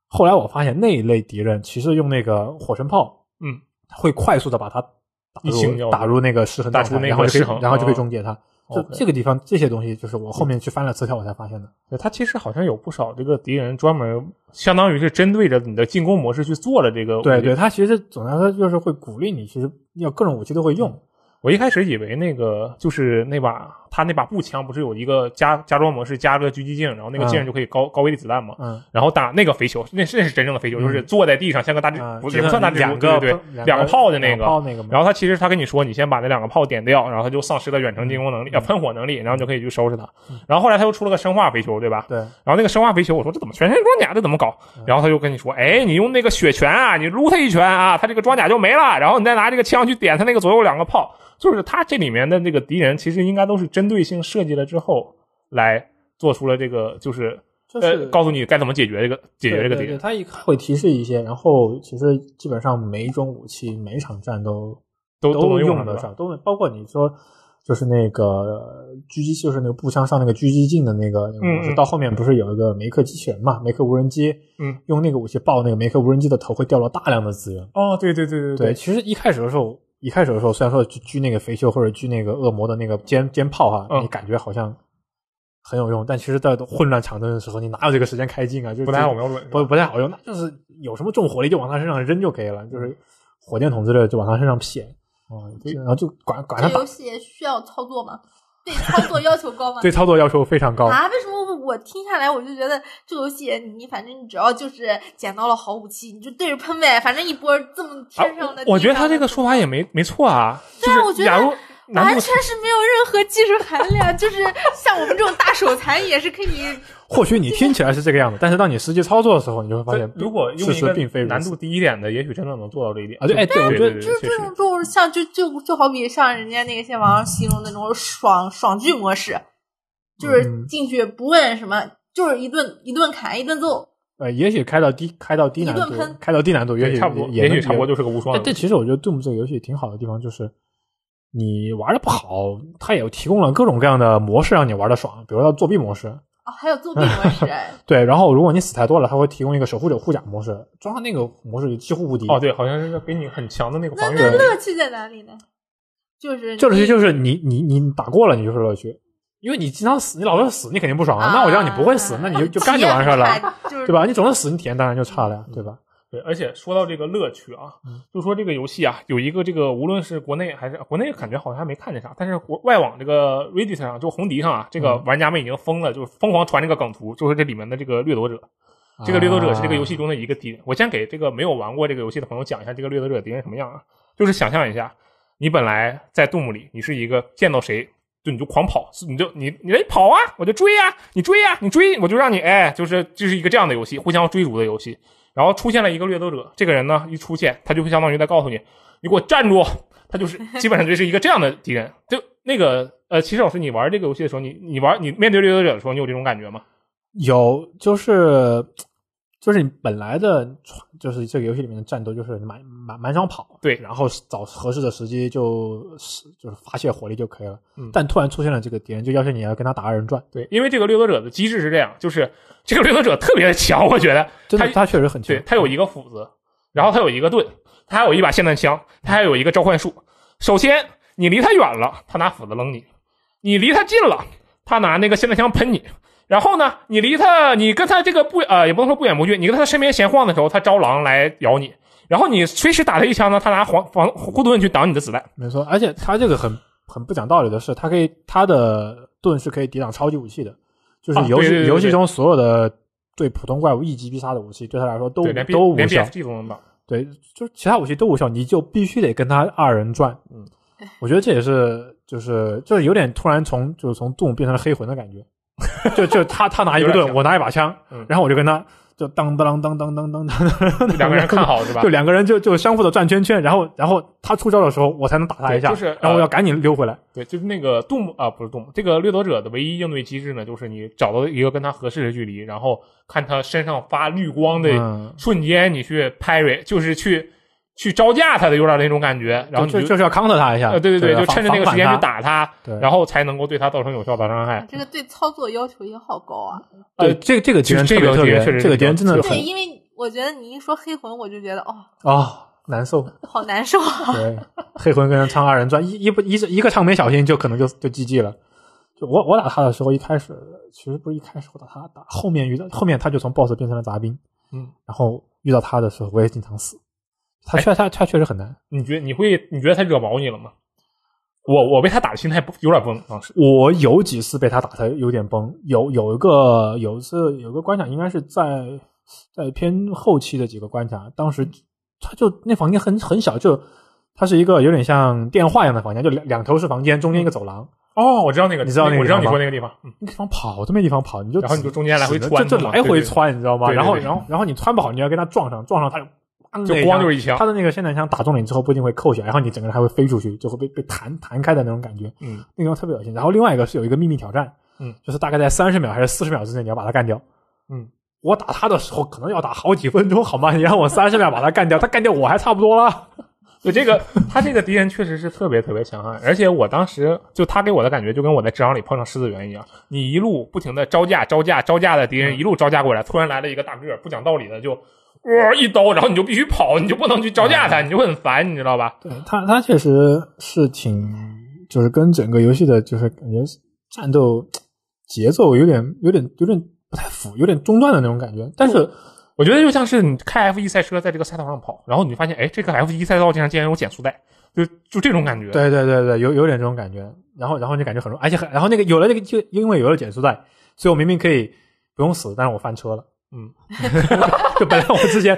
S2: 后来我发现那一类敌人其实用那个火神炮，
S1: 嗯，
S2: 会快速的把它打
S1: 一清掉
S2: 入打入那个失衡
S1: 打
S2: 状
S1: 出
S2: 态，
S1: 那
S2: 然后
S1: 个
S2: 就可以
S1: 失衡
S2: 然后就可以
S1: 哦
S2: 终结它。就
S1: OK
S2: 这个地方这些东西，就是我后面去翻了词条我才发现的。
S1: 对他其实好像有不少这个敌人专门，相当于是针对着你的进攻模式去做了这个。
S2: 对对，，它其实总的来说就是会鼓励你，其实要各种武器都会用。
S1: 我一开始以为那个就是那把他那把步枪不是有一个加加装模式加个狙击镜，然后那个
S2: 嗯
S1: 镜就可以高、高威力子弹嘛。
S2: 嗯，
S1: 然后打那个肥球，那是那是真正的肥球，
S2: 嗯
S1: 就是坐在地上像个大蜘，
S2: 啊
S1: 不
S2: 就是
S1: 也不算大蜘蛛
S2: 两个
S1: 对对
S2: 喷
S1: 对，
S2: 两
S1: 两
S2: 个
S1: 个炮的那
S2: 两
S1: 个。
S2: 炮那个嘛
S1: 然后他其实他跟你说，你先把那两个炮点掉，然后他就丧失了远程进攻
S2: 嗯
S1: 能力，呃，喷火能力，然后就可以去收拾他。然后后来他又出了个生化肥球，对吧？
S2: 对，
S1: 然后那个生化肥球，我说这怎么全身装甲，这怎么搞？
S2: 嗯
S1: 然后他就跟你说，哎，你用那个血拳啊，你撸他一拳啊，他这个装甲就没了。然后你再拿这个枪去点他那个左右两个炮，就是他这里面的那个敌人，其实应该都是针对性设计了之后来做出了这个，就是、
S2: 就是
S1: 呃告诉你该怎么解决这个解决这个敌
S2: 对对对
S1: 人。
S2: 它一会提示一些，然后其实基本上每一种武器、每一场战都
S1: 都都能
S2: 都
S1: 用
S2: 用
S1: 上
S2: 得
S1: 是吧
S2: 上，都能包括你说就是那个呃狙击，就是那个步枪上那个狙击镜的那个那
S1: 嗯
S2: 个模式，
S1: 嗯
S2: 到后面不是有一个梅克机器人嘛？梅克无人机，
S1: 嗯，
S2: 用那个武器爆那个梅克无人机的头会掉落大量的资源。
S1: 哦，对对对对
S2: 对，其实一开始的时候。一开始的时候，虽然说狙狙那个肥球或者狙那个恶魔的那个尖尖炮哈、
S1: 嗯
S2: 你感觉好像很有用，但其实在混乱场阵的时候，你哪有这个时间开镜啊？就
S1: 不太好瞄准。
S2: 不不太好用，那就是有什么重火力就往他身上扔就可以了，就是火箭筒之类的就往他身上撇，哦、然后就管管他
S3: 这
S2: 打
S3: 游。戏需要操作吗？对操作要求高吗？
S2: 对操作要求非常高，
S3: 啊，为什么我我听下来我就觉得这游戏你反正你只要就是捡到了好武器，你就对着喷呗，反正一波这么
S2: 啊
S3: 天上的、
S1: 我觉得他这个说法也没没错啊，
S3: 对啊
S1: 就是
S3: 我觉得
S1: 假如
S3: 完
S1: 难度
S3: 全是没有任何技术含量，就是像我们这种大手残也是 可以。
S2: 或许你听起来是这个样子，但是当你实际操作的时候，你就会发现，
S1: 如果用
S2: 事
S1: 一
S2: 实
S1: 个
S2: 并非如此
S1: 难度低一点的，也许真的能做到这一点
S2: 啊对哎对我觉得
S1: 对
S3: 就是
S1: 确
S3: 这
S1: 实
S3: 种这种像就就就好比像人家那些网上形容那种爽爽剧模式，就是
S2: 嗯
S3: 进去不问什么，就是一顿一顿砍一顿揍，
S2: 呃，也许开到低开到低难
S3: 一
S2: 度
S3: 顿喷，
S2: 开到低难度，也
S1: 对
S2: 许
S1: 差不多，
S2: 也哎
S1: 也许差不多
S2: 就。
S1: 就是个无双
S2: 但
S1: 了。
S2: 但其实我觉得 Doom 这个游戏挺好的地方就是，你玩的不好，它也提供了各种各样的模式让你玩的爽，比如说作弊模式，
S3: 啊，还有作弊模式，哎
S2: 对，然后如果你死太多了，它会提供一个守护者护甲模式，装上那个模式就几乎无敌。
S1: 哦，对，好像是要给你很强的那个
S3: 那
S1: 防御
S3: 那
S1: 能力。
S3: 乐趣在哪里呢？就是
S2: 这游戏
S3: 你
S2: 就是你你你打过了，你就是乐趣，因为你经常死，你老是死，你肯定不爽啊。
S3: 啊
S2: 那我让你不会死，那
S1: 啊
S2: 你就就干就完事儿了，，
S3: 就是
S2: 对吧？你总是死，你体验当然就差了呀，对吧？
S1: 对，而且说到这个乐趣啊
S2: 嗯，
S1: 就说这个游戏啊，有一个这个无论是国内还是国内感觉好像还没看见啥，但是国外网这个 Reddit 上就红迪上啊，这个
S2: 嗯
S1: 玩家们已经疯了，就是疯狂传这个梗图，就是这里面的这个掠夺者。这个掠夺者是这个
S2: 啊
S1: 游戏中的一个敌人。我先给这个没有玩过这个游戏的朋友讲一下这个掠夺者敌人什么样啊？就是想象一下，你本来在杜牧里，你是一个见到谁就你就狂跑，你就你你哎跑啊，我就追啊，你追啊，你追，我就让你哎，就是就是一个这样的游戏，互相追逐的游戏。然后出现了一个掠夺者，这个人呢一出现，他就会相当于在告诉你，你给我站住！他就是基本上就是一个这样的敌人。就那个呃，其实老师，你玩这个游戏的时候，你你玩你面对掠夺者的时候，你有这种感觉吗？
S2: 有就是就是你本来的传就是这个游戏里面的战斗就是满满满场跑，
S1: 对
S2: 然后找合适的时机就是就是发泄火力就可以了。
S1: 嗯
S2: 但突然出现了这个敌人，就要求你要跟他打二人转，
S1: 对，因为这个掠夺者的机制是这样，就是这个掠夺者特别的强，我觉得
S2: 真的
S1: 他
S2: 他确实很强
S1: 对。他有一个斧子，然后他有一个盾，他还有一把霰弹枪，他还有一个召唤术。首先，你离他远了，他拿斧子扔你；你离他近了，他拿那个霰弹枪喷你。然后呢，你离他，你跟他这个不呃，也不能说不远不近，你跟他身边闲晃的时候，他招狼来咬你。然后你随时打他一枪呢，他拿黄防护盾去挡你的子弹。
S2: 没错，而且它这个很很不讲道理的是，它可以它的盾是可以抵挡超级武器的，就是
S1: 啊
S2: 游
S1: 对
S2: 戏、
S1: 对对对
S2: 游戏中所有的对普通怪物一击必杀的武器，对他来说都
S1: 对，连 B
S2: 都无
S1: 连
S2: 效。
S1: BFG 都能打，
S2: 对，就是其他武器都无效，你就必须得跟他二人转。
S1: 嗯，
S2: 我觉得这也是，就是就是有点突然从就是从动物变成了黑魂的感觉。就就他他拿一个
S1: 有点
S2: 盾，
S1: 像
S2: 我拿一把枪，
S1: 嗯
S2: 然后我就跟他就当当当当当当当当，
S1: 两个人看好是吧
S2: 就？两个人就就相互的转圈圈，然后然后他出招的时候我才能打他一下，
S1: 对就是呃
S2: 然后我要赶紧溜回来。
S1: 对，就是那个杜牧啊，不是杜牧，这个掠夺者的唯一应对机制呢，就是你找到一个跟他合适的距离，然后看他身上发绿光的
S2: 嗯
S1: 瞬间，你去 parry，就是去去招架他的，有点那种感觉。然后你
S2: 就就是要 counter 他一下，
S1: 呃，对对
S2: 对
S1: 对，
S2: 吧，
S1: 就趁着那个时间去打他，
S2: 防。防范他对，
S1: 然后才能够对他造成有效的伤害。
S3: 这个对操作要求也好高啊。
S2: 对
S1: 呃
S2: 这个这个敌人
S1: 这
S2: 特别
S1: 个
S2: 特
S1: 敌人
S2: 别
S1: 确实
S2: 这个
S1: 是
S2: 敌人
S1: 比
S2: 真
S1: 较
S2: 的
S1: 刺
S2: 很
S3: 对，因为我觉得你一说黑魂，我就觉得哦，
S2: 啊难受。
S3: 好难受 啊。
S2: 对，黑魂跟人唱二人转，一一不一一个唱没小心就可能就就 GG 了。就我我打他的时候，一开始其实不是一开始我打他，打后面遇到后面他就从 BOSS 变成了杂兵，
S1: 嗯，哎
S2: 然后遇到他的时候我也经常死。他确他他确实很难，
S1: 你觉得你会你觉得他惹毛你了吗？我我被他打的心态不啊有点崩，当时
S2: 我有几次被他打的有点崩，有有一个有一次有一个关卡应该是在在偏后期的几个关卡，当时他就那房间很很小，就它是一个有点像电话一样的房间，就两两头是房间，中间一个走廊，
S1: 哦，我知道那个，
S2: 你知道那个
S1: 我知道
S2: 地方
S1: 你说
S2: 吗
S1: 那个地方，嗯，
S2: 那地方跑都没地方跑，你就
S1: 然后你就
S2: 只
S1: 中间来回
S2: 只能
S1: 窜
S2: 就就
S1: 嘛
S2: 来
S1: 对
S2: 回
S1: 对
S2: 窜，你知道吗？
S1: 对对
S2: 然后
S1: 对
S2: 然后然后你窜不好，你要跟他撞上，撞上他就砰
S1: 就
S2: 的一
S1: 光
S2: 下
S1: 就是一枪
S2: 他，的那个霰弹枪打中了你之后不一定会扣起来，然后你整个人还会飞出去，就会被被弹弹开的那种感觉，
S1: 嗯，
S2: 那个地方特别恶心。然后另外一个是有一个秘密挑战，
S1: 嗯，
S2: 就是大概在三十秒还是四十秒之内你要把他干掉，
S1: 嗯。
S2: 我打他的时候可能要打好几分钟，好吗？你让我三十秒把他干掉，他干掉我还差不多了。
S1: 就这个，他这个敌人确实是特别特别强悍，而且我当时就他给我的感觉就跟我在职场里碰上狮子猿一样，你一路不停的招架、招架、招架的敌
S2: 嗯
S1: 人一路招架过来，突然来了一个大个儿不讲道理的就哇一刀，然后你就必须跑，你就不能去招
S2: 嗯
S1: 架他，你就会很烦，你知道吧？
S2: 对他，他确实是挺，就是跟整个游戏的，就是感觉战斗节奏有点、有点、有点不太符，有点中断的那种感觉。但是，
S1: 我觉得就像是你开 F 一赛车在这个赛道上跑，然后你就发现哎，这个 F 一赛道竟然竟然有减速带，就就这种感觉。
S2: 对对对对，有有点这种感觉。然后，然后你感觉很弱，而且很，然后那个有了那个，就因为有了减速带，所以我明明可以不用死，但是我翻车了。
S1: 嗯，
S2: 就本来我之前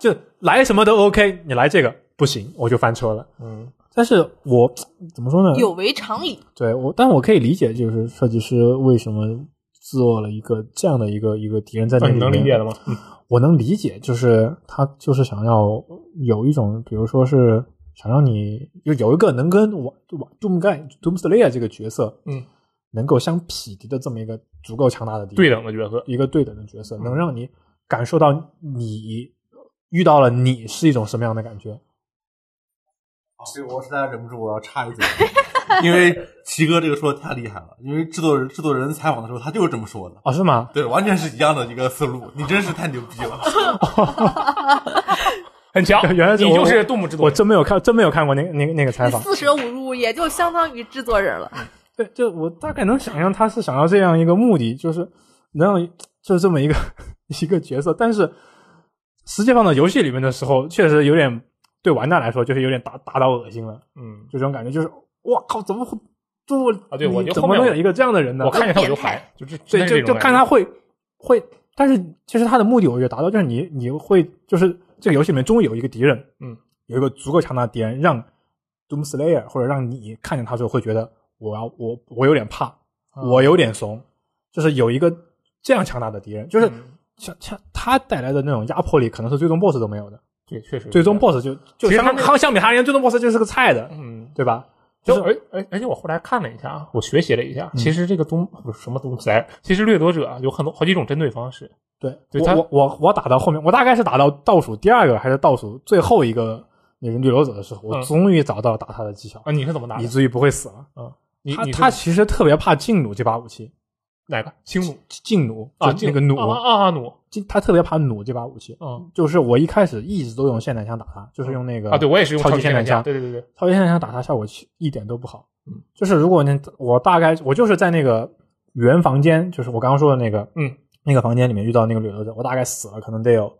S2: 就来什么都 OK，你来这个不行，我就翻车了。
S1: 嗯，
S2: 但是我怎么说呢？
S3: 有违常理，
S2: 对我，但我可以理解，就是设计师为什么做了一个这样的一个一个敌人在那
S1: 那
S2: 里
S1: 嗯哦你
S2: 面、
S1: 能理解的吗？
S2: 嗯我能理解，就是他就是想要有一种，比如说是想让你就有一个能跟我我 Doom Guy Doom Slayer 这个角色，
S1: 嗯，
S2: 能够相匹敌的这么一个足够强大的敌
S1: 对等
S2: 人，
S1: 的嗯角色，
S2: 一个对等的角色，能让你感受到你遇到了你是一种什么样的感觉。
S4: 所以我实在忍不住，我要插一嘴， 因为奇哥这个说的太厉害了。因为制作人制作人采访的时候，他就是这么说的，
S2: 哦，是吗？
S4: 对，完全是一样的一个思路。你真是太牛逼了！
S1: 很强。
S2: 原来是
S1: 你
S2: 我
S1: 就是杜牧之
S2: 我
S1: 作，
S2: 真没有看，真没有看过那个那个那个采
S3: 你
S2: 访。
S3: 四舍五入也就相当于制作人了。
S2: 对，就我大概能想象他是想要这样一个目的，就是能让就是这么一个 一个角色，但是实际放到游戏里面的时候，确实有点对玩家来说就是有点打打到恶心了，
S1: 嗯，
S2: 就这种感觉，就是哇靠，怎么会这么
S1: 啊对我
S2: 你
S1: 觉得
S2: 怎
S1: 后
S2: 么
S1: 面
S2: 能
S1: 我
S2: 有一个这样的人呢？
S1: 我看见他我就
S3: 变态
S1: 烦，就这
S2: 对，就就看
S1: 他
S2: 他会会，但是其实他的目的我觉得达到，就是你你会就是这个游戏里面终于有一个敌人，
S1: 嗯，
S2: 有一个足够强大的敌人，让 Doom Slayer 或者让你看见他之后会觉得我要我我有点怕，
S1: 啊
S2: 我有点怂，就是有一个这样强大的敌人，就是
S1: 嗯
S2: 像像他带来的那种压迫力，可能是最终 BOSS 都没有的，
S1: 对，确实
S2: 最终 BOSS 就就
S1: 其实
S2: 相
S1: 他那个
S2: 他相比他而言，最终 BOSS 就是个菜的，
S1: 嗯。
S2: 对吧？就哎嗯
S1: 就是而而而且我后来看了一下啊，我学习了一下，其实这个东不是什么东西来，其实掠夺者啊有很多好几种针对方式。
S2: 对，
S1: 对他
S2: 我我我我打到后面，我大概是打到倒数第二个还是倒数最后一个那个掠夺者的时候，我
S1: 嗯
S2: 终于找到打他的技巧，
S1: 啊，你是怎么打
S2: 以
S1: 的？
S2: 至于不会死了。
S1: 你
S2: 他
S1: 你是
S2: 他其实特别怕劲弩这把武器，
S1: 哪个轻弩
S2: 劲弩
S1: 啊？
S2: 就
S1: 劲
S2: 那个弩，
S1: 啊啊啊弩
S2: 劲他特别怕弩这把武器。
S1: 嗯
S2: 就是我一开始一直都用霰弹枪打他，就是用那个
S1: 啊，对我也是用
S2: 超级
S1: 级霰
S2: 霰弹
S1: 枪，
S2: 枪
S1: 对对对对，
S2: 超级霰弹枪打他效果其一点都不好。嗯就是如果你我大概我就是在那个原房间，就是我刚刚说的那个，
S1: 嗯，
S2: 那个房间里面遇到那个掠夺者，我大概死了可能得有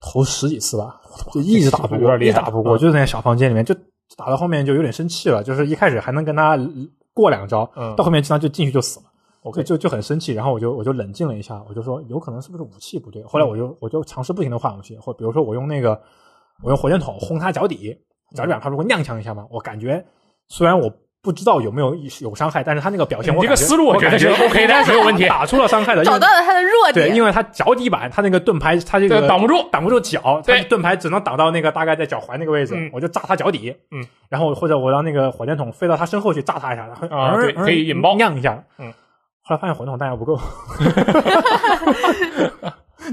S2: 头十几次吧，就一直打不
S1: 有
S2: 过，
S1: 点厉
S2: 一直
S1: 害
S2: 打不过，
S1: 嗯
S2: 就是那小房间里面，就打到后面就有点生气了，就是一过两招，
S1: 嗯
S2: 到后面经常就进去就死了。
S1: OK
S2: 就就就很生气，然后我就我就冷静了一下，我就说有可能是不是武器不对。后来我就我就尝试不停的换武器，或比如说我用那个我用火箭筒轰他脚底，脚底板他不会踉跄一下吗？我感觉虽然我不知道有没有有伤害，但是他那个表现
S1: 你
S2: 我
S1: 这
S2: 感
S1: 个
S2: 觉
S1: 思路我
S2: 我
S1: 觉得
S2: 感
S1: 是 OK 的，没有问题。
S2: 打出了伤害的，因
S3: 找
S2: 为
S3: 到了他的弱
S2: 对，
S3: 点
S2: 因。为他脚底板他那个盾牌他这
S1: 这
S2: 个
S1: 个挡不住，
S2: 挡不住脚，
S1: 对
S2: 他盾牌只能挡到那个大概在脚踝那个位置，
S1: 嗯
S2: 我就炸他脚底，
S1: 嗯，
S2: 然后或者我让那个火箭筒飞到他身后去炸他一下，然后
S1: 啊对
S2: 嗯
S1: 可以引爆
S2: 亮一下，
S1: 嗯，
S2: 后来发现火箭筒弹药不够，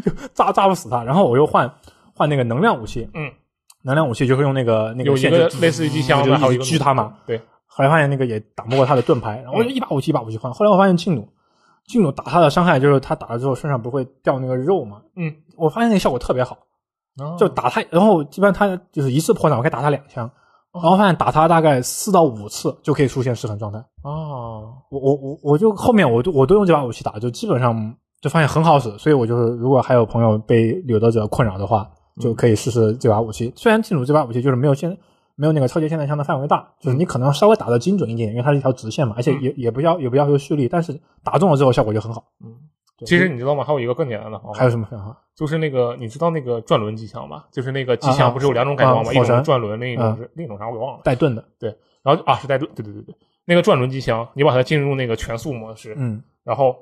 S2: 就炸炸不死他，然后我又换换那个能量武器，
S1: 嗯，
S2: 能量武器就是用那个那
S1: 有
S2: 个
S1: 一
S2: 线
S1: 个
S2: 就
S1: 类似于机枪
S2: 就
S1: 的，还有一个嗯
S2: 狙他嘛，
S1: 对，
S2: 后来发现那个也挡不过他的盾牌，然
S1: 嗯
S2: 后我就一把武器一把武器换。后来我发现庆弩，庆弩打他的伤害就是他打了之后身上不会掉那个肉嘛。
S1: 嗯，
S2: 我发现那个效果特别好，
S1: 就
S2: 就打他，然后一般他就是一次破绽，我可以打他两枪，
S1: 哦
S2: 然后发现打他大概四到五次就可以出现失衡状态。
S1: 哦，
S2: 我我我我就后面我都我都用这把武器打，就基本上就发现很好使，所以我就是如果还有朋友被掠夺者困扰的话，
S1: 嗯
S2: 就可以试试这把武器。虽然进弩这把武器就是没有现没有那个超级霰弹枪的范围大，
S1: 嗯
S2: 就是你可能稍微打的精准一点，因为它是一条直线嘛，而且也、也不要也不要求蓄力，但是打中了之后效果就很好。
S1: 嗯
S2: 对，
S1: 其实你知道吗？还有一个更简单的方
S2: 还
S1: 法，
S2: 有什么很好？
S1: 就是那个你知道那个转轮机枪吧？就是那个机
S2: 啊啊
S1: 枪不是有两种改装吗？
S2: 啊
S1: 一种
S2: 火
S1: 是
S2: 神
S1: 转轮，另一种
S2: 嗯
S1: 是另一种啥我给忘了。
S2: 带盾的，
S1: 然后就啊是带盾，对对对对，那个转轮机枪，你把它进入那个全速模式，
S2: 嗯，
S1: 然后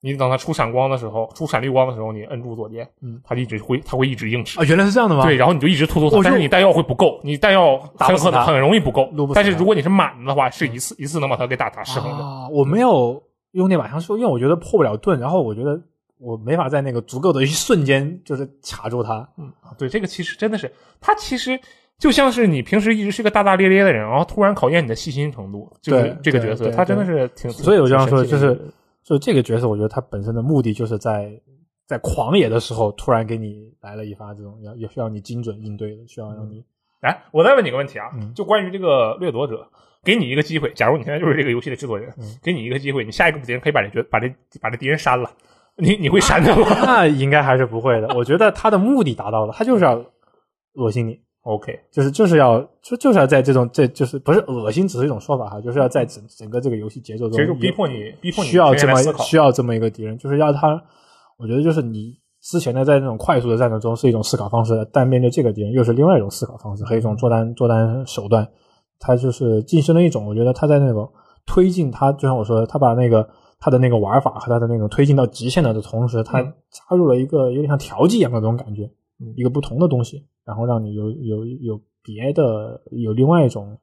S1: 你等它出闪光的时候，出闪绿光的时候，你摁住左键，
S2: 嗯，
S1: 它一直会它会一直硬吃。
S2: 啊，原来是这样的吗？
S1: 对，，然后你就一直突突
S2: 我
S1: 它，
S2: 就
S1: 但是你弹药会不够，你弹药
S2: 打不
S1: 很
S2: 死
S1: 很
S2: 它
S1: 很容易不够
S2: 撸不。死
S1: 但是
S2: 它嗯
S1: 如果你是满的话，是一次一次能把它给打打失衡的。
S2: 啊，我没有用那把枪术，因为我觉得破不了盾，然后我觉得我没法在那个足够的一瞬间就是卡住它。
S1: 嗯，对，这个其实真的是，它其实就像是你平时一直是个大大咧咧的人，然后突然考验你的细心程度，就是
S2: 对
S1: 这个
S2: 对
S1: 角色，
S2: 对
S1: 他真的
S2: 对
S1: 是挺。
S2: 所以我这样说，
S1: 挺
S2: 就
S1: 神奇的一
S2: 是
S1: 个
S2: 就这个角色，我觉得他本身的目的就是在在狂野的时候突然给你来了一发这种要也需要你精准应对的，需要让你
S1: 哎，我再问你个问题啊，
S2: 嗯
S1: 就关于这个掠夺者，给你一个机会，假如你现在就是这个游戏的制作人，
S2: 嗯
S1: 给你一个机会，你下一个敌人可以把这角把这把这敌人删了，你你会删他吗
S2: 那应该还是不会的。我觉得他的目的达到了，他就是要恶心你，
S1: ？OK，
S2: 就是就是要就就是要在这种这就是不是恶心只是一种说法哈，就是要在整整个这个游戏节 奏
S1: 其实
S2: 中
S1: 就
S2: 有
S1: 逼迫你逼迫你
S2: 需要这
S1: 全面
S2: 么
S1: 来思考
S2: 需要这么一个敌人，就是要他，我觉得就是你之前的在那种快速的战斗中是一种思考方式，但面对这个敌人又是另外一种思考方式和一种作战作战手段，他就是晋升了一种，我觉得他在那种推进他，就像我说的，他把那个他的那个玩法和他的那种推进到极限了的同时，他
S1: 嗯
S2: 加入了一个有点像调剂一样的那种感觉，
S1: 嗯
S2: 一个不同的东西，然后让你有有有别的有另外一种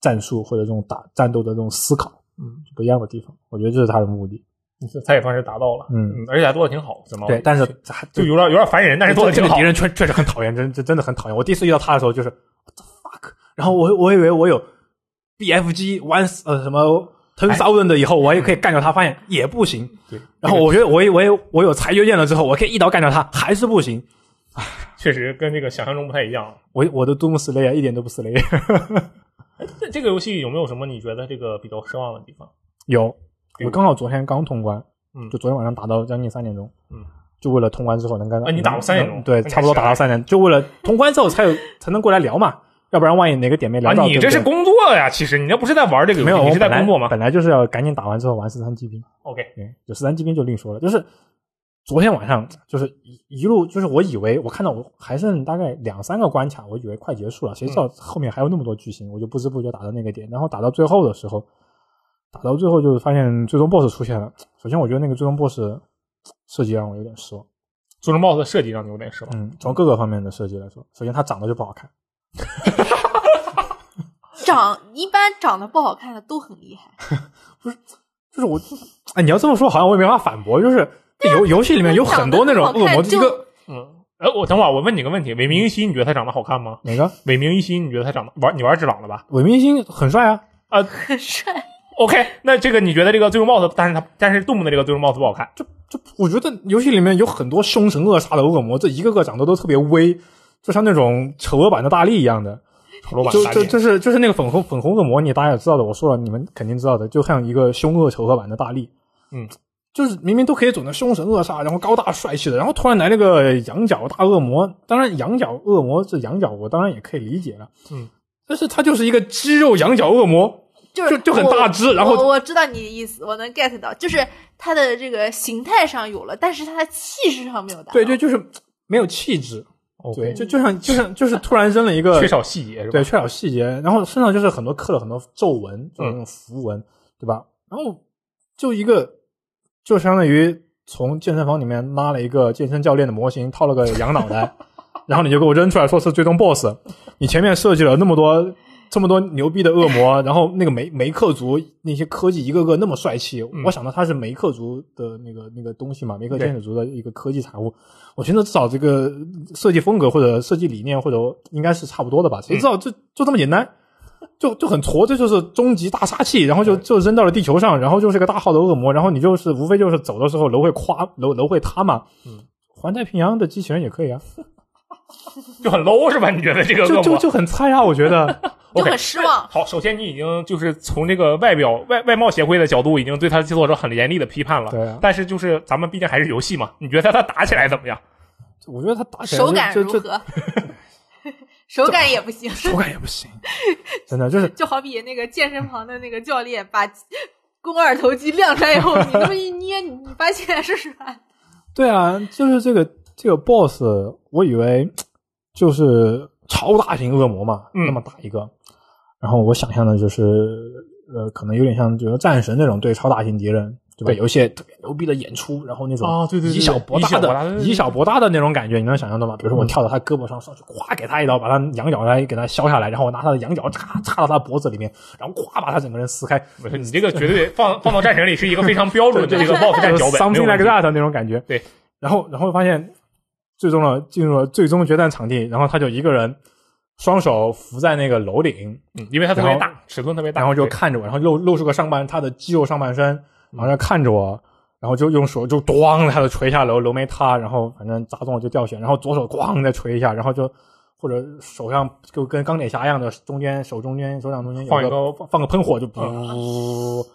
S2: 战术或者这种打战斗的这种思考。
S1: 嗯，
S2: 不一样的地方，我觉得这是他的目的。
S1: 他也算是达到了，
S2: 嗯哦
S1: 而且还做的挺好，怎么？
S2: 对，但是他
S1: 就有点有点烦人，但是做的
S2: 这
S1: 挺
S2: 个
S1: 好
S2: 敌。人确确实很讨厌，真真真的很讨厌。我第一次遇到他的时候就是 what the fuck，然后我我以为我有 BFG once 呃什么 ten thousand 的以后，我也可以干掉他，发现也不行。
S1: 对，
S2: 然后我觉得我我有我有裁决剑了之后，我可以一刀干掉他，还是不行。
S1: 确实跟这个想象中不太一样。
S2: 我我的 Doom Slayer 啊一点都不 Slayer。
S1: 这这个游戏有没有什么你觉得这个比较失望的地方？
S2: 有，
S1: 比如
S2: 我刚好昨天刚通关，
S1: 嗯
S2: 就昨天晚上打到将近三点钟，
S1: 嗯，
S2: 就为了通关之后能干到，
S1: 啊你打到三点钟
S2: 嗯对，
S1: 那你
S2: 差不多打到三点，就为了通关之后才有才能过来聊嘛，要不然万一哪个点没聊
S1: 啊，
S2: 到，
S1: 你这
S2: 对
S1: 是
S2: 不对
S1: 工作呀，其实你这不是在玩这个
S2: 没
S1: 游
S2: 有，
S1: 戏，你
S2: 我
S1: 是
S2: 本
S1: 在
S2: 来
S1: 工作吗
S2: 本来就是要赶紧打完之后玩十三骑兵，
S1: ？OK，
S2: 对，有十三骑兵就另说了，就是。昨天晚上就是一一路，就是我以为我看到我还剩大概两三个关卡，我以为快结束了，谁
S3: 嗯
S2: 知道后面还有那么多剧情，我就不知不觉打到那个点，然后打到最后的时候，打到最后就是发现最终 BOSS 出现了。首先，我觉得那个最终 BOSS 设计让我有点失望。
S1: 最终 BOSS 的设计让你有点失望。
S2: 嗯，从各个方面的设计来说，首先它长得就不好看，
S3: 长一般长得不好看的都很厉害，
S2: 就是我，哎，你要这么说，好像我也没法反驳。就是游游戏里面有很多那种恶魔，
S3: 啊长得不好看
S2: 一 个
S1: 嗯，哎，我等会儿我问你个问题：伪明一希，你觉得他长得好看吗？
S2: 哪个
S1: 伪明一希，你觉得他长得玩你玩只狼了吧
S2: 伪明星很帅啊，
S3: 很帅。
S1: ？OK，那这个你觉得这个最终 BOSS，但是他但是动物的这个最终 BOSS 不好看，
S2: 就就我觉得游戏里面有很多凶神恶煞的恶魔，这一个个长得都特别威，就像那种丑恶版的大力一样的。
S1: 丑陋版
S2: 就
S1: 大
S2: 就
S1: 力。
S2: 就是就是那个粉红粉红恶魔，你大家也知道的，我说了，你们肯定知道的，就像一个凶恶丑恶版的大力，
S1: 嗯，
S2: 就是明明都可以走那凶神恶煞，然后高大帅气的，然后突然来了个羊角大恶魔。当然，羊角恶魔这羊角我当然也可以理解了，
S1: 嗯，
S2: 但是他就是一个肌肉羊角恶魔，
S3: 就
S1: 就
S3: 是
S1: 就很
S3: 我
S1: 大只，然
S3: 我
S1: 后
S3: 我知道你的意思，我能 get 到，就是它的这个形态上有了，但是它的气势上没有达到。
S2: 对对，就是没有气质，对，
S1: OK，
S2: 就就像就像就是突然扔了一个
S1: 缺少细节是吧？嗯
S2: 对，缺少细节，然后身上就是很多刻了很多皱纹，就是那种符文，对吧？然后就一个，就相当于从健身房里面拉了一个健身教练的模型，套了个羊 脑袋，然后你就给我扔出来说是最终 BOSS，你前面设计了那么多这么多牛逼的恶 魔，然后那个梅梅克族那些科技一个个那么帅气，
S1: 嗯
S2: 我想到它是梅克族的那个那个东西嘛，梅克
S1: 对
S2: 建筑族的一个科技产物，我觉得至少这个设计风格或者设计理念或者应该是差不多的吧，
S3: 嗯
S2: 谁知道就就这么简单，就就很挫，这就是终极大杀器，然后就就扔到了地球上，然后就是个大号的恶魔，然后你就是无非就是走的时候楼会垮，楼楼会塌嘛，
S1: 嗯，
S2: 环太平洋的机器人也可以啊，
S1: 就很 low 是吧？你觉得这个恶
S2: 就
S1: 魔
S2: 就就很菜啊，我觉得，
S3: 就
S1: OK
S3: 很失望。
S1: 好，首先你已经就是从这个外表外外貌协会的角度，已经对他制作者很严厉的批判了。
S2: 对啊
S1: 但是就是咱们毕竟还是游戏嘛，你觉得他打起来怎么样？
S2: 我觉得他打起来
S3: 手感
S2: 就
S3: 如
S2: 就就
S3: 何？手感也不行，
S2: 手感也不行，真的就是
S3: 就好比那个健身房的那个教练把肱二头肌亮出来以后，你那么一捏，你你发现是软。
S2: 对啊，就是这个这个 boss，我以为就是超大型恶魔嘛，
S1: 嗯
S2: 那么大一个。然后我想象的就是，呃，可能有点像就是战神那种对超大型敌人，对吧？有一些特别牛逼的演出，然后那种
S1: 啊对对对
S2: 以小博
S1: 以
S2: 大
S1: 小博大对
S2: 的
S1: 对对
S2: 以小博大的那种感觉，你能想象到吗？比如说我
S1: 嗯
S2: 跳到他胳膊上上去，咵给他一刀，把他羊角来给他削下来，然后我拿他的羊角插插到他脖子里面，然后咵把他整个人撕开，
S1: 不是你这个绝对放放到战神里是一个非常标准的这个 BOSS 战哦脚本，没有
S2: something
S1: 问题
S2: like that 那种感觉。
S1: 对，
S2: 然后然后发现最终了进入了最终决战场地，然后他就一个人双手扶在那个楼顶，
S1: 嗯，因为它特别
S2: 然后
S1: 大，尺寸特别大，
S2: 然后就
S1: 啊对
S2: 看着我，然后露露出个上半他的肌肉上半身，然后就看着我。然后就用手就咣，他就捶下楼，楼没塌，然后反正砸中了就掉血，然后左手咣再捶一下，然后就或者手上就跟钢铁侠一样的，中间手中间手掌中间有
S1: 放一
S2: 个
S1: 个啊
S2: 放个喷火就噗，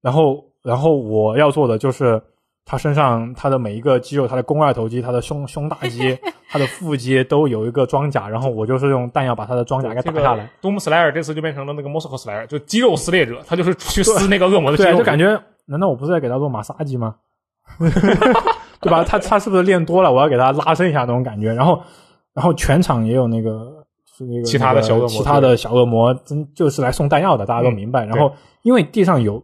S2: 然后然后我要做的就是他身上他的每一个肌肉，他的肱二头肌，他的胸胸大肌，他的腹肌都有一个装甲，然后我就是用弹药把他的装甲给
S1: 这
S2: 打
S1: 个
S2: 下来。
S1: Doom Slayer 这次就变成了那个 Moscow Slayer，就肌肉撕裂者，他就是去撕那个恶魔的肌
S2: 对，
S1: 肉，
S2: 就感觉难道我不是在给他做马杀鸡吗？ 对吧？他他是不是练多了？我要给他拉伸一下那种感觉。然后，然后全场也有那个是那个
S1: 其他的小恶魔嗯
S2: 其他的小恶魔真就是来送弹药的，大家都明白。然后，因为地上有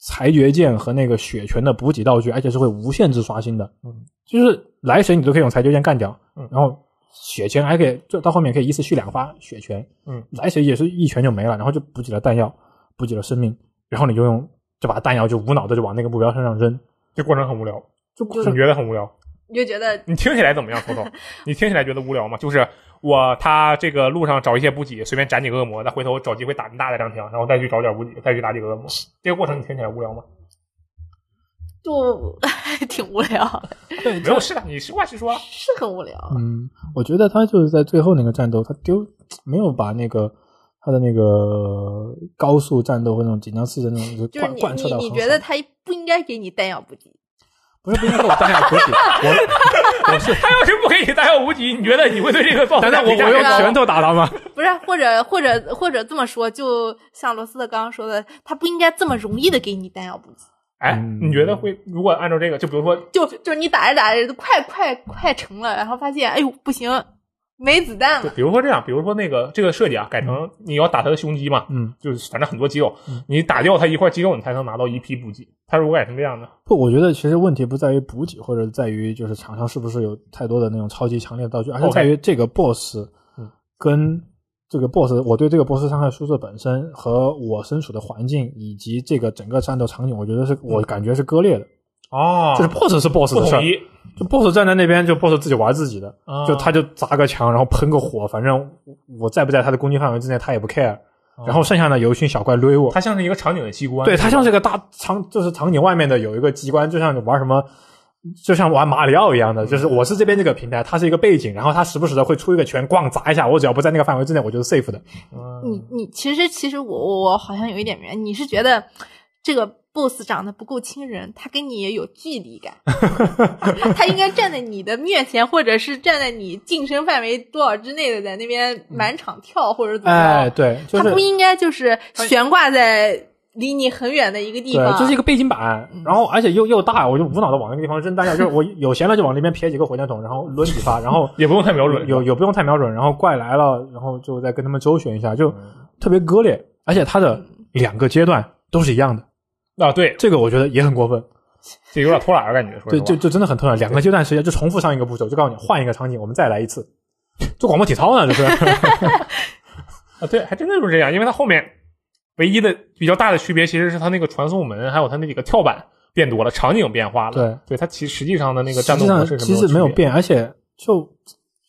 S2: 裁决剑和那个血拳的补给道具，而且是会无限制刷新的。
S1: 嗯，
S2: 就是来谁你都可以用裁决剑干掉。
S1: 嗯
S2: 然后血拳还可以，就到后面可以一次续两发血拳。
S1: 嗯，
S2: 来谁也是一拳就没了，然后就补给了弹药，补给了生命，然后你就用就把弹药就无脑的就往那个目标身上扔，
S1: 这过程很无聊，
S2: 就不
S1: 你觉得很无聊？
S3: 你就觉得
S1: 你听起来怎么样，头头？你听起来觉得无聊吗？就是我他这个路上找一些补给，随便斩几个恶魔，再回头找机会打大的张枪，然后再去找点补给，再去打几个恶魔。这个过程你听起来无聊吗？
S3: 就 挺无聊，
S2: 对
S1: 没有，是的，你实话实说啊。
S3: 是很无聊。
S2: 嗯，我觉得他就是在最后那个战斗，他丢没有把那个他的那个高速战斗或那种紧张刺激的那种就
S3: 就是
S2: 贯
S3: 你
S2: 贯彻
S3: 你
S2: 到
S3: 你觉得他不应该给你弹药补给，
S2: 不是不应该给我弹药补给，我我是
S1: 他要是不给你弹药补给，你觉得你会对这个造
S2: 但
S1: 成
S2: 是哎 我我用
S3: 有
S2: 拳头打他吗？
S3: 不是？啊或者或者或者这么说，就像罗斯特刚刚说的，他不应该这么容易的给你弹药补给。
S1: 哎，
S2: 嗯
S1: 你觉得会？如果按照这个，就比如说
S3: 就就是你打着打着快快快成了，然后发现哎呦不行，没子弹
S1: 就
S3: 了，
S1: 比如说这样，比如说那个这个设计啊，改成你要打他的胸肌嘛，
S2: 嗯，
S1: 就是反正很多肌肉，你打掉他一块肌肉，你才能拿到一批补给。他如果改成这样的，
S2: 不，我觉得其实问题不在于补给，或者在于就是厂商是不是有太多的那种超级强烈的道具，而是
S1: OK
S2: 在于这个 boss
S1: 嗯
S2: 跟这个 boss，我对这个 boss 伤害数字本身和我身处的环境以及这个整个战斗场景，我觉得是我感觉是割裂的。
S1: 哦
S2: 就是 boss 是 boss
S1: 不
S2: 的事儿
S1: 统，一，
S2: 就 boss 站在那边，就 boss 自己玩自己的，
S1: 啊
S2: 就他就砸个墙，然后喷个火，反正我在不在他的攻击范围之内，他也不 care。然后剩下的有一群小怪追我，
S1: 它像是一个场景的机关，
S2: 对，它像是个大场，就是场景外面的有一个机关，就像你玩什么，就像玩马里奥一样的，就是我是这边这个平台，它是一个背景，然后它时不时的会出一个拳，咣砸一下，我只要不在那个范围之内，我就是 safe 的。
S1: 嗯
S3: 你你其实其实我我我好像有一点明白，你是觉得这个 BOSS 长得不够亲人，他跟你也有距离感， 他应该站在你的面前，或者是站在你近身范围多少之内的，在那边满场跳或者怎么样，
S2: 嗯哎，对，就
S3: 他
S2: 是
S3: 不应该就是悬挂在离你很远的一个地
S2: 对，
S3: 方，
S2: 这是一个背景板，然后而且又又大，我就无脑的往那个地方扔弹药，就是我 有闲了就往那边撇几个火箭筒，然后抡几发，然后
S1: 也不用太瞄准，
S2: 有有不用太瞄准，然后怪来了，然后就再跟他们周旋一下，就
S1: 嗯
S2: 特别割裂，而且它的两个阶段都是一样的，
S1: 啊，对，
S2: 这个我觉得也很过分，
S1: 这有点偷懒儿感觉，说
S2: 对，
S1: 实
S2: 就
S1: 话，
S2: 就真的很特别，两个阶段时间就重复上一个步骤，就告诉你换一个场景，我们再来一 次，做广播体操呢，这是
S1: 啊，对，还真的就是这样，因为它后面唯一的比较大的区别其实是它那个传送门，还有它那几个跳板变多了，场景变化了，
S2: 对，
S1: 对，它其实际上的那个
S2: 实
S1: 战
S2: 际
S1: 斗
S2: 上
S1: 模式是
S2: 其实没
S1: 有
S2: 有
S1: 区别，
S2: 变，而且就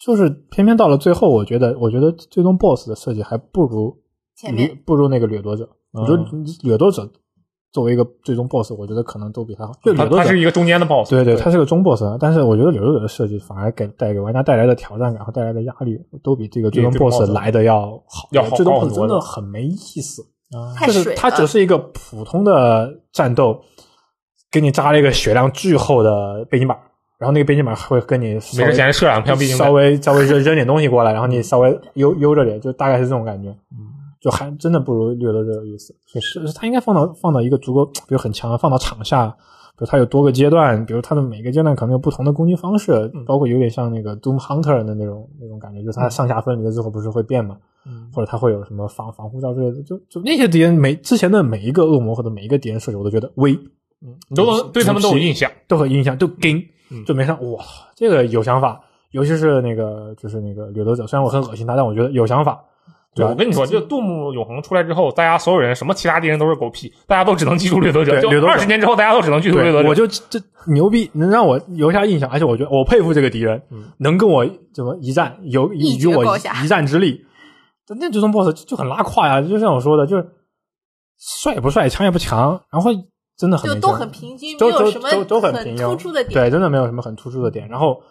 S2: 就是偏偏到了最后，我觉得我觉得最终 BOSS 的设计还不如
S3: 前
S2: 掠
S3: 面
S2: 不如那个掠夺者。
S1: 嗯
S2: 我觉得掠夺者作为一个最终 BOSS，我觉得可能都比他好。就掠
S1: 它
S2: 夺
S1: 它
S2: 者
S1: 是，一个中间的 BOSS，
S2: 对对，他是个中 BOSS，但啊是我觉得掠夺者的设计反而给带给玩家带来的挑战感和带来的压力，都比这个最终
S1: 比这个
S2: BOSS
S1: BOSS
S2: 来的要好。
S1: 要好
S2: 最终
S1: 高很
S2: BOSS
S1: 多
S2: 真的
S1: 的
S2: 很没意思，啊
S3: 太
S2: 就
S3: 水
S2: 是
S3: 了。
S2: 它只是一个普通的战斗，给你扎了一个血量巨厚的背景板，然后那个背景板会跟你稍
S1: 没
S2: 微
S1: 事闲射两票，毕竟
S2: 稍微稍微扔扔点东西过来，然后你稍微悠悠着点，就大概是这种感觉。
S1: 嗯
S2: 就还真的不如掠夺者有意思。确实，它应该放到放到一个足够，比如很强的，放到场下，比如它有多个阶段，比如它的每个阶段可能有不同的攻击方式，
S1: 嗯
S2: 包括有点像那个 Doom Hunter 的那种那种感觉，就是它上下分离了之后不是会变嘛，
S1: 嗯
S2: 或者它会有什么防防护罩之类的，就就那些敌人每之前的每一个恶魔或者每一个敌人设计，我都觉得微
S1: 你嗯都能对他们都有印象，
S2: 都很印象，都跟
S1: 嗯
S2: 就没上。哇，这个有想法，尤其是那个就是那个掠夺者，虽然我很恶心他，但我觉得有想法。
S1: 对，
S2: 对吧
S1: 我跟你说，这杜牧永恒出来之后，大家所有人什么其他敌人都是狗屁，大家都只能记住掠夺者。
S2: 对
S1: 就
S2: 掠夺者
S1: 二十年之后，大家都只能记住掠夺者。
S2: 我就这牛逼，能让我留下印象，而且我觉得我佩服这个敌人，
S1: 嗯
S2: 能跟我怎么一战，有
S3: 一
S2: 与
S3: 决
S2: 我
S3: 高
S2: 一
S3: 下
S2: 一战之力。但那最终 BOSS 就就很拉胯呀，就像我说的，就是帅也不帅，强也不强，然后真的很
S3: 就
S2: 没
S3: 都
S2: 劲儿
S3: 很平均，没
S2: 都
S3: 有
S2: 都
S3: 什么
S2: 都都很平庸
S3: 突出的点。
S2: 对，真的没有什么很突出的点。然后，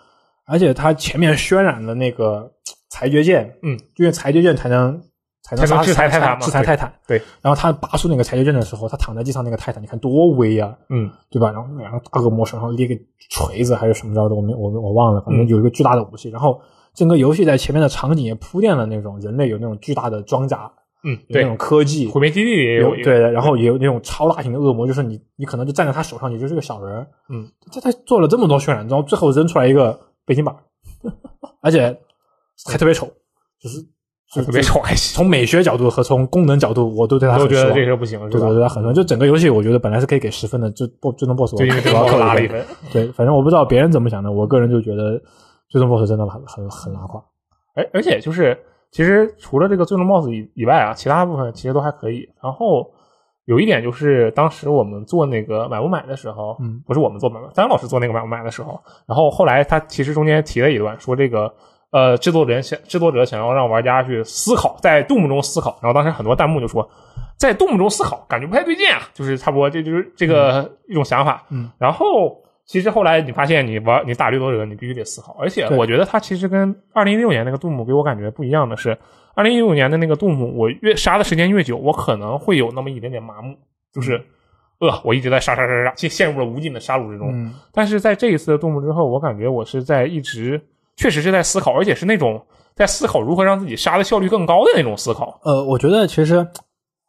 S2: 而且他前面渲染了那个裁决剑，
S1: 嗯，
S2: 因为裁决剑才能才能
S1: 才能
S2: 杀
S1: 制裁泰坦嘛
S2: 制裁
S1: 对
S2: 泰坦。
S1: 对
S2: 然后他拔出那个裁决剑的时候，他躺在地上那个泰坦，你看多威啊，
S1: 嗯，
S2: 对吧？然后然后大恶魔手上拎个锤子还是什么着的，我没我没我忘了，反正
S1: 嗯
S2: 有一个巨大的武器。然后整个游戏在前面的场景也铺垫了那种人类有那种巨大的装甲，
S1: 嗯，
S2: 有那
S1: 对
S2: 种，科技，
S1: 毁灭基地里也
S2: 有
S1: 有一个，
S2: 对，然后也有那种超大型的恶魔，就是你你可能就站在他手上，你就是个小人儿。
S1: 嗯，
S2: 他他做了这么多渲染，然后最后扔出来一个背景板儿， 而且还特别丑，就是就
S1: 特别。
S2: 就
S1: 丑，还行。
S2: 从美学角度和从功能角度，我都对他
S1: 我
S2: 很
S1: 都
S2: 失
S1: 觉
S2: 望。
S1: 得这个不行，是
S2: 对
S1: 吧
S2: 对？对他很失望。就整个游戏，我觉得本来是可以给十分的，就不最终 BOSS 我
S1: 就因为这
S2: 主
S1: 个
S2: 要
S1: 我
S2: 扣
S1: 拉了
S2: 一
S1: 一
S2: 分。
S1: 分，
S2: 对，反正我不知道别人怎么想的，我个人就觉得最终 BOSS 真的很很很拉胯。
S1: 而而且就是，其实除了这个最终 BOSS 以以外啊，其他部分其实都还可以。然后有一点就是，当时我们做那个买不买的时候，
S2: 嗯，
S1: 不是我们做买不买，张老师做那个买不买的时候，然后后来他其实中间提了一段，说这个呃，制作人想制作者想要让玩家去思考，在 Doom 中思考。然后当时很多弹幕就说，在 Doom 中思考感觉不太对劲啊，就是差不多这就是这个一种想法。
S2: 嗯，
S1: 然后。其实后来你发现，你玩你打掠夺者，你必须得思考。而且
S2: 对
S1: 我觉得它其实跟二零一六年那个杜姆给我感觉不一样的是，二零一六年的那个杜姆，我越杀的时间越久，我可能会有那么一点点麻木，
S2: 嗯
S1: 就是呃，我一直在杀杀杀杀，陷陷入了无尽的杀戮之中。
S2: 嗯，
S1: 但是在这一次的杜牧之后，我感觉我是在一直确实是在思考，而且是那种在思考如何让自己杀的效率更高的那种思考。
S2: 呃，我觉得其实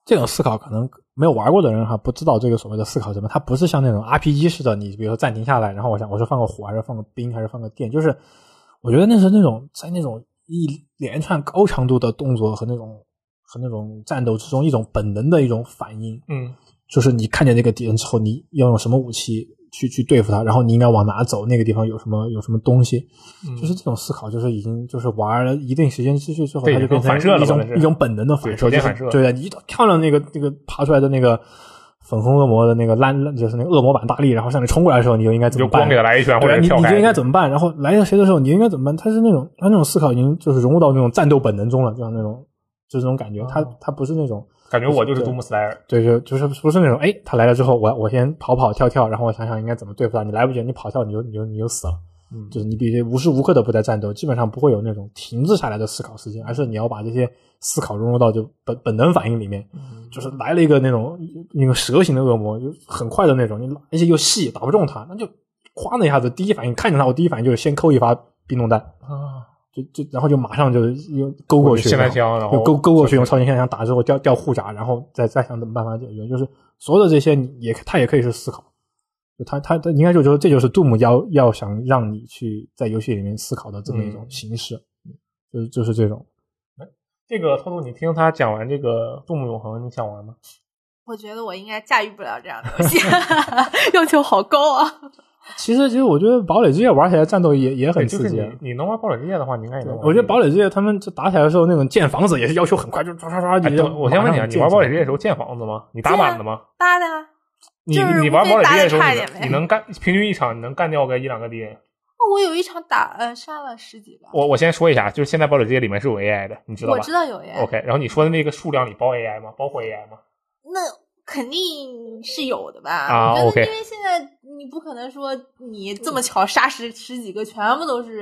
S2: 这种思考可能没有玩过的人哈，不知道这个所谓的思考什么，它不是像那种 RPG 似的，你比如说暂停下来，然后我想我是放个火还是放个冰还是放个电，就是我觉得那是那种在那种一连串高强度的动作和那种和那种战斗之中一种本能的一种反应，
S1: 嗯，
S2: 就是你看见那个敌人之后，你要用什么武器去去对付他，然后你应该往哪走，那个地方有什么有什么东西，就是这种思考，就是已经就是玩了一定时间之后之后，
S1: 嗯对
S2: 它就变成
S1: 反射了
S2: 一
S1: 吧那
S2: 种
S1: 是
S2: 一种本能的反
S1: 对条
S2: 射，就
S1: 件
S2: 是
S1: 反射
S2: 对的，你一看到那个那个爬出来的那个粉红恶魔的那个烂烂，就是那个恶魔版大力，然后向你冲过来的时候，你就应该
S1: 你
S2: 怎
S1: 就
S2: 么办
S1: 光？给他来一拳或
S2: 对啊，
S1: 者
S2: 你
S1: 跳
S2: 你
S1: 开，
S2: 就应该怎么办？然后来到谁的时候，你应该怎么办？他是那种他那种思考已经就是融入到那种战斗本能中了，就像那种就这种感觉，他
S1: 哦
S2: 他不是那种。
S1: 感觉我就是
S2: 对
S1: 杜牧斯莱尔。
S2: 对，就就是不是那种哎，他来了之后，我我先跑跑跳跳，然后我想想应该怎么对付他。你来不及，你跑跳你就你就你就死了。
S1: 嗯
S2: 就是你必须无时无刻的不在战斗，基本上不会有那种停滞下来的思考时间，而是你要把这些思考融入到就本本能反应里面。就是来了一个那种那个蛇形的恶魔，就很快的那种，你而且又细，打不中他，那就咵的一下子，第一反应看见他，我第一反应就是先扣一发冰冻弹，
S1: 啊，
S2: 就就然后就马上就又勾过去，
S1: 霰弹
S2: 然后
S1: 枪，然后
S2: 就勾勾过去，用超级霰弹枪打之后掉掉护甲，然后再再想怎么办法解决。就是所有的这些你也他也可以是思考，就他他他应该就说这就是杜姆要要想让你去在游戏里面思考的这么一
S1: 嗯
S2: 种形式，嗯就是就是这种。
S1: 这个偷偷，你听他讲完这个《动物永恒》，你想玩吗？
S3: 我觉得我应该驾驭不了这样的东西， 要求好高啊！
S2: 其实其实我觉得堡垒之夜玩起来战斗也也很
S1: 就
S2: 刺
S1: 是
S2: 激。啊
S1: 你你能玩《堡垒之夜》的话，你应该也
S2: 对
S1: 能玩。
S2: 我觉得堡垒之夜他们就打起来的时候，那种建房子也是要求很快，就唰唰唰。
S1: 哎
S2: 你就
S1: 等我先问你啊，
S2: 马上
S1: 你玩堡垒之夜的时
S2: 建起来
S1: 候建房子吗？你打
S3: 对啊
S1: 满的吗？
S3: 搭的啊，
S1: 你
S3: 就是
S1: 你
S3: 无
S1: 玩
S3: 非
S1: 堡垒之
S3: 打
S1: 夜
S3: 得
S1: 的时候，
S3: 差一
S1: 你
S3: 点
S1: 能
S3: 呗
S1: 你能干平均一场你能干掉个一两个敌人。
S3: 哦我有一场打呃杀了十几个，
S2: 哦
S1: 我我先说一下，就是现在堡垒之夜里面是有 AI 的，你知道
S3: 我
S1: 吧
S3: 知道有耶，
S2: 哦
S1: ？OK，然后你说的那个数量里包 AI 吗？包括 AI 吗？
S3: 那肯定是有的吧？
S1: 啊
S3: 我觉
S1: OK
S3: 得因为现在你不可能说你这么巧杀十十几个全部都是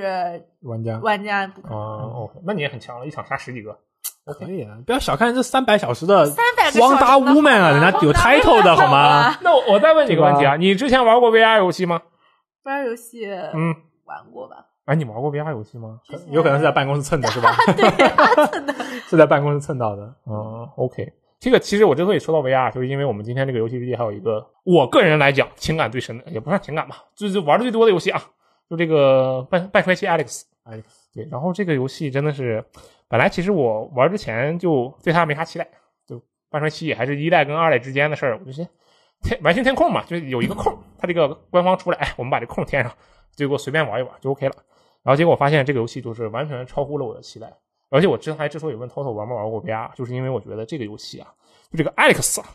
S2: 玩家
S3: 玩家，不可
S1: 啊、o k 那你也很强了，一场杀十几个。
S2: 可以啊，不要小看这三百小时的
S3: 三百个
S2: 汪达
S3: 小时的
S2: Woman 啊
S3: 好
S2: 人
S3: 吗
S2: 家有
S3: 汪达 Woman
S2: title 的好吗
S3: 好吗？
S1: 那我我再问你个问题啊，你之前玩过 VR 游戏吗？
S3: 玩游戏
S1: 嗯，
S3: 玩过吧？
S1: 哎，你玩过 VR 游戏吗？
S3: 之前
S2: 有可能是在办公室蹭的是吧？对、是在办公室蹭到的。
S1: 啊，OK，这个其实我之所以说到 VR，就是因为我们今天这个游戏日记还有一个，我个人来讲情感最深的，也不算情感吧，就是玩的最多的游戏啊，就这个半半衰期 Alex。
S2: Alex
S1: 对，然后这个游戏真的是，本来其实我玩之前就对它没啥期待，就半衰期也还是一代跟二代之间的事儿，我就先天完全填空嘛，就是有一个空，它这个官方出来，哎我们把这空填上，结果随便玩一玩就 OK 了。然后结果发现这个游戏就是完全超乎了我的期待，而且我之还之所以问 Toto 玩没玩过 VR，就是因为我觉得这个游戏啊，就这个 Alex，啊，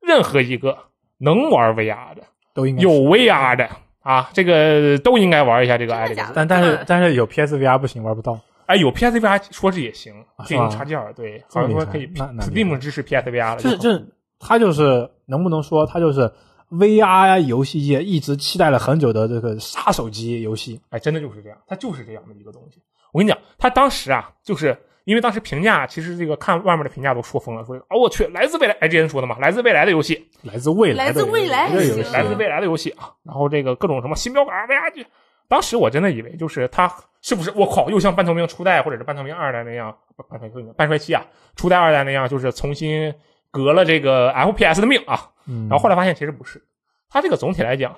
S1: 任何一个能玩 VR 的、
S2: 都应该是
S1: 有 VR 的啊，这个都应该玩一下这个
S3: 真的
S1: Alex
S3: 假。的
S2: 但但是但是有 PSVR 不行，玩不到。
S1: 哎，有 PSVR 说是也行，
S2: 啊
S1: 可
S2: 是
S1: 以
S2: 吧
S1: 用插件儿，对，
S2: 这
S1: 好像
S2: 么厉害
S1: 说可以
S2: 那那
S1: Steam 支持 PSVR 了，
S2: 就是
S1: 就
S2: 就是，他就是能不能说他就是 VR 游戏界一直期待了很久的这个杀手级游戏？
S1: 哎，真的就是这样，它就是这样的一个东西。我跟你讲，他当时啊，就是因为当时评价，其实这个看外面的评价都说疯了，说哦我去，来自未来，哎，之前说的嘛，来自未来的游戏，
S2: 来自未来
S3: 来
S2: 的
S3: 自未来
S2: 游
S3: 还
S2: 戏
S3: 行
S2: 游戏
S1: 来自未来的游戏啊，然后这个各种什么新标杆 VR 剧，当时我真的以为就是它是不是我靠，又像半透明初代或者是半透明二代那样，不半透明半衰期啊，初代二代那样，就是重新革了这个 FPS 的命啊。
S2: 嗯，
S1: 然后后来发现其实不是，它这个总体来讲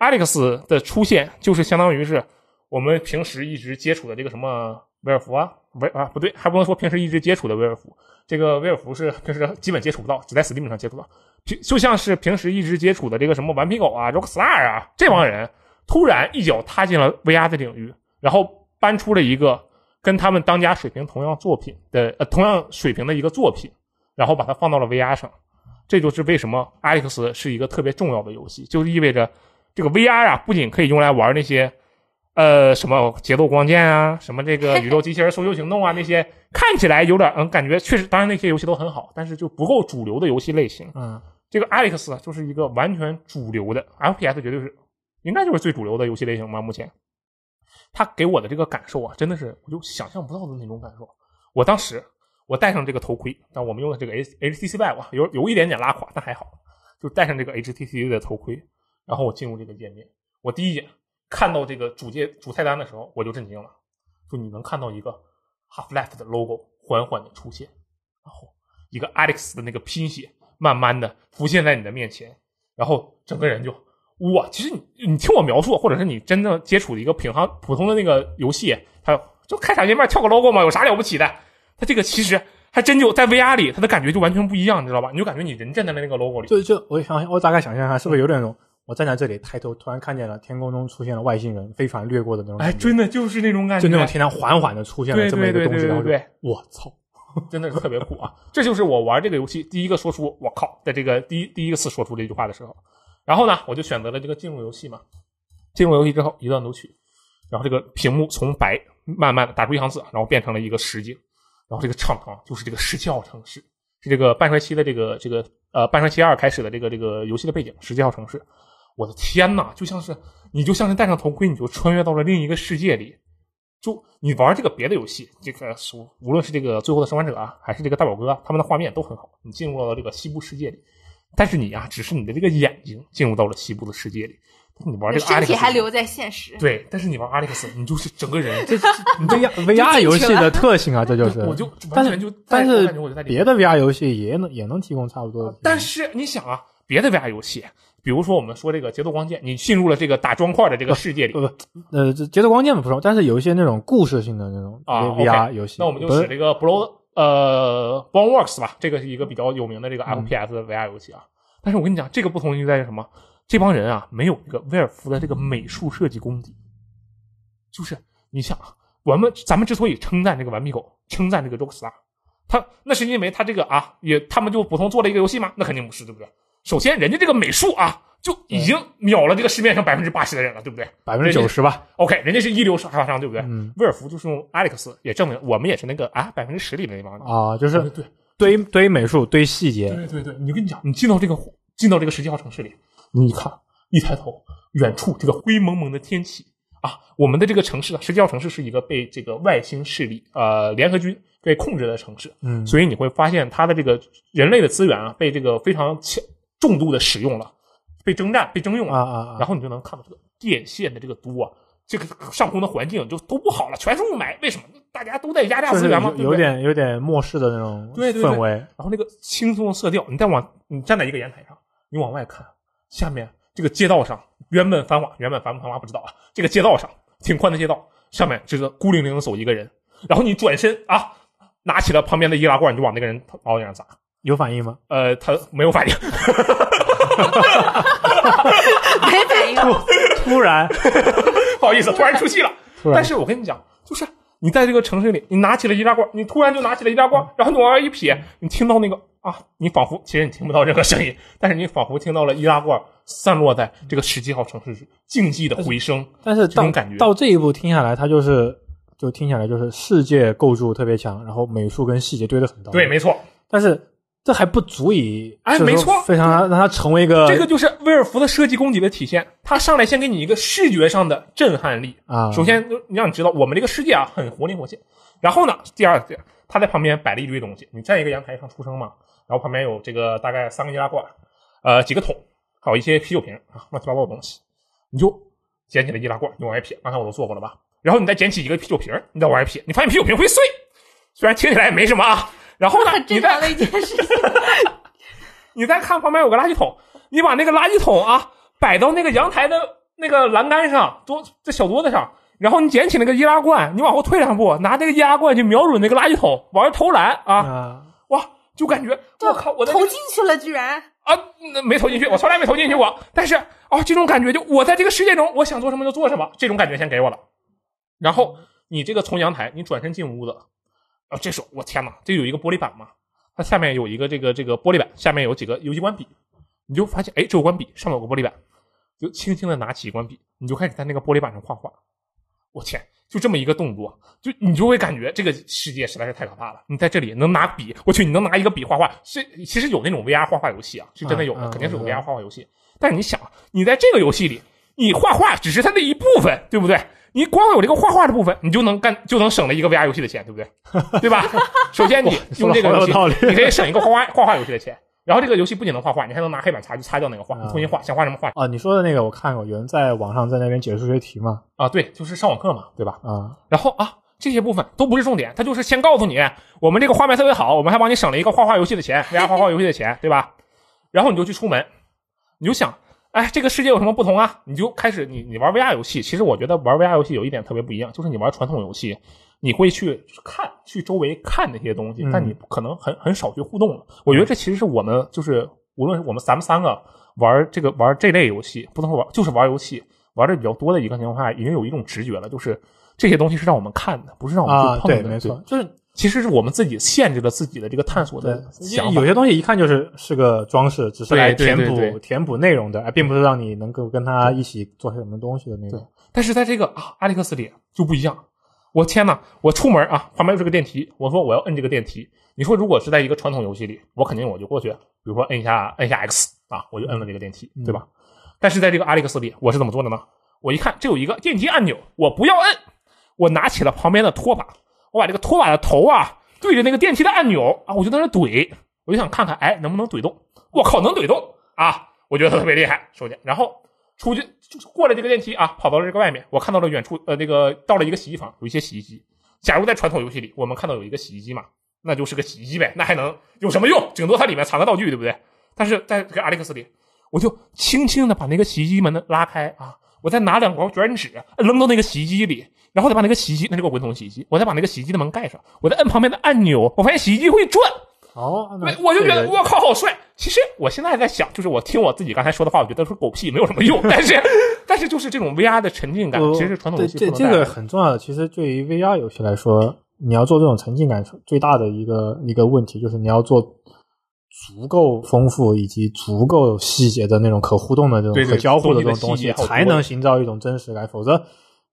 S1: ，Alex 的出现就是相当于是我们平时一直接触的这个什么威尔福啊，威啊不对，还不能说平时一直接触的威尔福，这个威尔福是平时基本接触不到，只在 Steam 上接触到。平就像是平时一直接触的这个什么顽皮狗啊、Rockstar 啊这帮人，突然一脚踏进了 VR 的领域，然后搬出了一个跟他们当家水平同样作品的呃同样水平的一个作品，然后把它放到了 VR 上。这就是为什么 Alex 是一个特别重要的游戏，就是意味着这个 VR 啊，不仅可以用来玩那些呃什么节奏光剑啊，什么这个宇宙机器人搜救行动啊那些看起来有点嗯感觉确实，当然那些游戏都很好，但是就不够主流的游戏类型。
S2: 嗯，
S1: 这个 Alex 啊就是一个完全主流的 FPS，绝对是应该就是最主流的游戏类型吧。目前，他给我的这个感受啊，真的是我就想象不到的那种感受。我当时我戴上这个头盔，但我们用的这个 H HTC Vive 啊有有一点点拉垮，但还好，就戴上这个 HTC 的头盔，然后我进入这个界面，我第一眼看到这个主界主菜单的时候，我就震惊了，就你能看到一个 Half Life 的 logo 缓缓的出现，然后一个 Alex 的那个拼写慢慢的浮现在你的面前，然后整个人就哇！其实你你听我描述，或者是你真正接触的一个平行普通的那个游戏，它就开场页面跳个 logo 嘛，有啥了不起的？它这个其实还真就在 VR 里，它的感觉就完全不一样，你知道吧？你就感觉你人站在那个 logo 里，
S2: 就就我想我大概想象一下，是不是有点那种我站在这里抬头突然看见了天空中出现了外星人飞船掠过的那种感
S1: 哎，
S2: 觉，
S1: 真的就是那种感觉，
S2: 就那种天上缓缓的出现了
S1: 对
S2: 这么一
S1: 对对
S2: 个东西，
S1: 对
S2: 然后
S1: 对对
S2: 就我操，
S1: 真的是特别酷啊！这就是我玩这个游戏第一个说出“我靠”的这个第一第一个次说出这句话的时候。然后呢，我就选择了这个进入游戏嘛。进入游戏之后，一段读取，然后这个屏幕从白慢慢的打出一行字，然后变成了一个实景。然后这个场堂就是这个石桥城市，是这个半衰期的这个这个呃半衰期二开始的这个这个游戏的背景，石桥城市。我的天呐，就像是你就像是戴上头盔，你就穿越到了另一个世界里。就你玩这个别的游戏，这个无无论是这个《最后的生还者》啊，还是这个大表哥啊，他们的画面都很好，你进入到了这个西部世界里。但是你啊，只是你的这个眼睛进入到了西部的世界里。你玩这个阿历
S3: 身
S1: 克
S3: 体
S1: 斯，
S3: 还留在现实。
S1: 对，但是你玩阿历克斯，你 就是整个人，这
S2: VR VR 游戏的特性啊，这就是。
S1: 我就完
S2: 但是
S1: 全就
S2: 但
S1: 我
S2: 是
S1: 感觉我就在里面
S2: 别的 VR 游戏也能也能提供差不多的体验。
S1: 但是你想啊，别的 VR 游戏，比如说我们说这个《节奏光剑》，你进入了这个打砖块的这个世 界里，
S2: 不不，呃，这节奏光剑不重，但是有一些那种故事性的那种
S1: 啊
S2: V- VR 游戏，
S1: 那我们就
S2: 不
S1: 使
S2: 是
S1: 这个 Blow 呃 Boneworks 吧，这个是一个比较有名的这个
S2: 嗯
S1: FPS 的 VR 游戏啊。但是我跟你讲，这个不同就在于什么？这帮人啊，没有这个威尔夫的这个美术设计功底。就是你想啊，我们咱们之所以称赞这个顽皮狗，称赞这个 Rockstar，他那是因为他这个啊，也他们就普通做了一个游戏吗？那肯定不是，对不对？首先，人家这个美术啊，就已经秒了这个市面上百分之八十的人了，对不对？
S2: 百分之九十吧，
S1: OK，人家是一流开发商，对不对？
S2: 嗯
S1: 威尔福就是用 Alex 也证明我们也是那个啊百分之十里的那帮人。
S2: 啊，就是
S1: 对
S2: 堆堆美术、堆细节，
S1: 对对对，你就跟你讲，你进到这个进到这个十七号城市里，你一看一抬头，远处这个灰蒙蒙的天气啊，我们的这个城市啊，十七号城市是一个被这个外星势力呃联合军被控制的城市，
S2: 嗯，
S1: 所以你会发现它的这个人类的资源啊被这个非常强重度的使用了，被征战被征用了
S2: 啊啊
S1: 然后你就能看到这个电线的这个多、啊，这个上空的环境就都不好了，全是雾霾。为什么？大家都在压榨
S2: 啊，就
S1: 资
S2: 是
S1: 源嘛
S2: 有，
S1: 对不
S2: 有
S1: 对。
S2: 点有点末世的那种
S1: 对对对
S2: 氛围，
S1: 然后那个轻松的色调，你再往你站在一个阳台上，你往外看，下面这个街道上原本繁华，原本繁不繁华不知道啊，这个街道上挺宽的街道，上面只是孤零零的走一个人，然后你转身啊，拿起了旁边的易拉罐，你就往那个人脑袋上砸。
S2: 有反应吗？
S1: 呃，他没有反应，
S3: 没反应。
S2: 突然，
S1: 不好意思，突然出戏了。
S2: 突然
S1: 但是我跟你讲，就是你在这个城市里，你拿起了易拉罐，你突然就拿起了易拉罐，然后你往外一撇，你听到那个啊，你仿佛其实你听不到任何声音， 但是你仿佛听到了易拉罐散落在这个十七号城市静寂的回声。
S2: 但是
S1: 这
S2: 到
S1: 种感觉
S2: 到这一步听下来，它就是就听下来就是世界构筑特别强，然后美术跟细节堆得很 高，
S1: 对，没错，
S2: 但是这还不足以，
S1: 哎
S2: 就是说
S1: 没错
S2: 非常让让它成为一个
S1: 这个就是威尔福的设计功底的体现。他上来先给你一个视觉上的震撼力，
S2: 啊，
S1: 首先就让你知道我们这个世界啊很活灵活现。然后呢，第二点，他在旁边摆了一堆东西，你在一个阳台上出生嘛，然后旁边有这个大概三个易拉罐，呃，几个桶，还有一些啤酒瓶啊，乱七八糟的东西，你就捡起了易拉罐，你往外撇，刚才我都做过了吧？然后你再捡起一个啤酒瓶，你再往外撇，你发现啤酒瓶会碎，虽然听起来也没什么啊。然后呢
S3: 很，
S1: 你
S3: 正
S1: 再
S3: 常的一件事 情，
S1: 你再看旁边有个垃圾桶，你把那个垃圾桶啊摆到那个阳台的那个栏杆上，桌这小桌子上，然后你捡起那个易拉罐，你往后退两步，拿这个易拉罐去瞄准那个垃圾桶，往上投篮啊！
S2: 啊，
S1: 哇，就感觉我靠，我在这
S3: 投进去了，居然
S1: 啊，那没投进去，我从来没投进去过。但是哦，这种感觉就我在这个世界中，我想做什么就做什么，这种感觉先给我了。然后
S2: 嗯
S1: 你这个从阳台，你转身进屋子，啊，这时候我天哪，这有一个玻璃板嘛，它下面有一个这个这个玻璃板，下面有几个有几管笔，你就发现哎，这有管笔，上面有个玻璃板，就轻轻的拿起一管笔，你就开始在那个玻璃板上画画。我天，就这么一个动作，就你就会感觉这个世界实在是太可怕了。你在这里能拿笔，我去，你能拿一个笔画画，是其实有那种 VR 画画游戏啊，是真的有的，
S2: 嗯嗯
S1: 肯定是有
S2: 嗯
S1: VR 画画游戏。但是你想，你在这个游戏里，你画画只是它的一部分，对不对？你光有这个画画的部分，你就能干，就能省了一个 VR 游戏的钱，对不对？对 吧？首先你
S2: 你说
S1: 用
S2: 得
S1: 这个
S2: 好有
S1: 游戏，
S2: 道理
S1: 你可以省一个画画画画游戏的钱。然后这个游戏不仅能画画，你还能拿黑板擦去擦掉那个画，
S2: 嗯
S1: 你重新画，想画什么画
S2: 啊，你说的那个我看过，有人在网上在那边解数学题嘛？
S1: 啊？对，就是上网课嘛，对吧？
S2: 啊，
S1: 然后啊，这些部分都不是重点，他就是先告诉你，我们这个画面特别好，我们还帮你省了一个画画游戏的钱，VR 画画游戏的钱，对吧？然后你就去出门，你就想，哎，这个世界有什么不同啊？你就开始你你玩 VR 游戏，其实我觉得玩 VR 游戏有一点特别不一样，就是你玩传统游戏，你会去看去周围看那些东西，
S2: 嗯
S1: 但你可能很很少去互动了。我觉得这其实是我们就是无论是我们咱们三个玩这个玩这类游戏，不能说玩就是玩游戏玩的比较多的一个情况下，已经有一种直觉了，就是这些东西是让我们看的，不是让我们
S2: 啊
S1: 去，碰的。
S2: 对，没错，，就是
S1: 其实是我们自己限制了自己的这个探索的想法
S2: 有。些东西一看就是是个装饰，只是来
S1: 对对
S2: 填
S1: 对对
S2: 补填补内容的，哎，并不是让你能够跟他一起做些什么东西的那
S1: 对
S2: 种。
S1: 但是在这个啊阿历克斯里就不一样。我天呐，我出门啊，旁边就是个电梯，我说我要摁这个电梯。你说如果是在一个传统游戏里，我肯定我就过去，比如说摁一下摁一下 X 啊，我就摁了这个电梯，
S2: 嗯
S1: 对吧？但是在这个 Alex 里，我是怎么做的呢？我一看这有一个电梯按钮，我不要摁，我拿起了旁边的拖把，我把这个拖把的头啊对着那个电梯的按钮啊，我就在那怼，我就想看看哎能不能怼动。我靠，能怼动啊！我觉得特别厉害。首先，然后出去就是过了这个电梯啊，跑到了这个外面，我看到了远处呃那个到了一个洗衣房，有一些洗衣机。假如在传统游戏里，我们看到有一个洗衣机嘛，那就是个洗衣机呗，那还能有什么用？顶多它里面藏个道具，对不对？但是在这个 Alex 里，我就轻轻的把那个洗衣机门拉开啊，我再拿两包卷纸扔到那个洗衣机里，然后再把那个洗衣机，那是个滚筒洗衣机，我再把那个洗衣机的门盖上，我再摁旁边的按钮，我发现洗衣机会转，
S2: 哦，那
S1: 对，哎我就觉
S2: 这
S1: 得
S2: 个
S1: 我靠，好帅！其实我现在在想，就是我听我自己刚才说的话，我觉得是狗屁，没有什么用。 但是，但是就是这种 VR 的沉浸感，
S2: 我
S1: 其实是传统游
S2: 嗯呃
S1: 戏
S2: 对这
S1: 不能
S2: 这
S1: 带
S2: 个
S1: 来的
S2: 很重要的。其实对于 VR 游戏来说，你要做这种沉浸感，最大的一个一个问题就是你要做足够丰富以及足够细节的那种可互动的这种
S1: 对对
S2: 可交互的这种
S1: 东
S2: 东
S1: 西
S2: 西
S1: 的细节，好多
S2: 才能营造一种真实感。否则，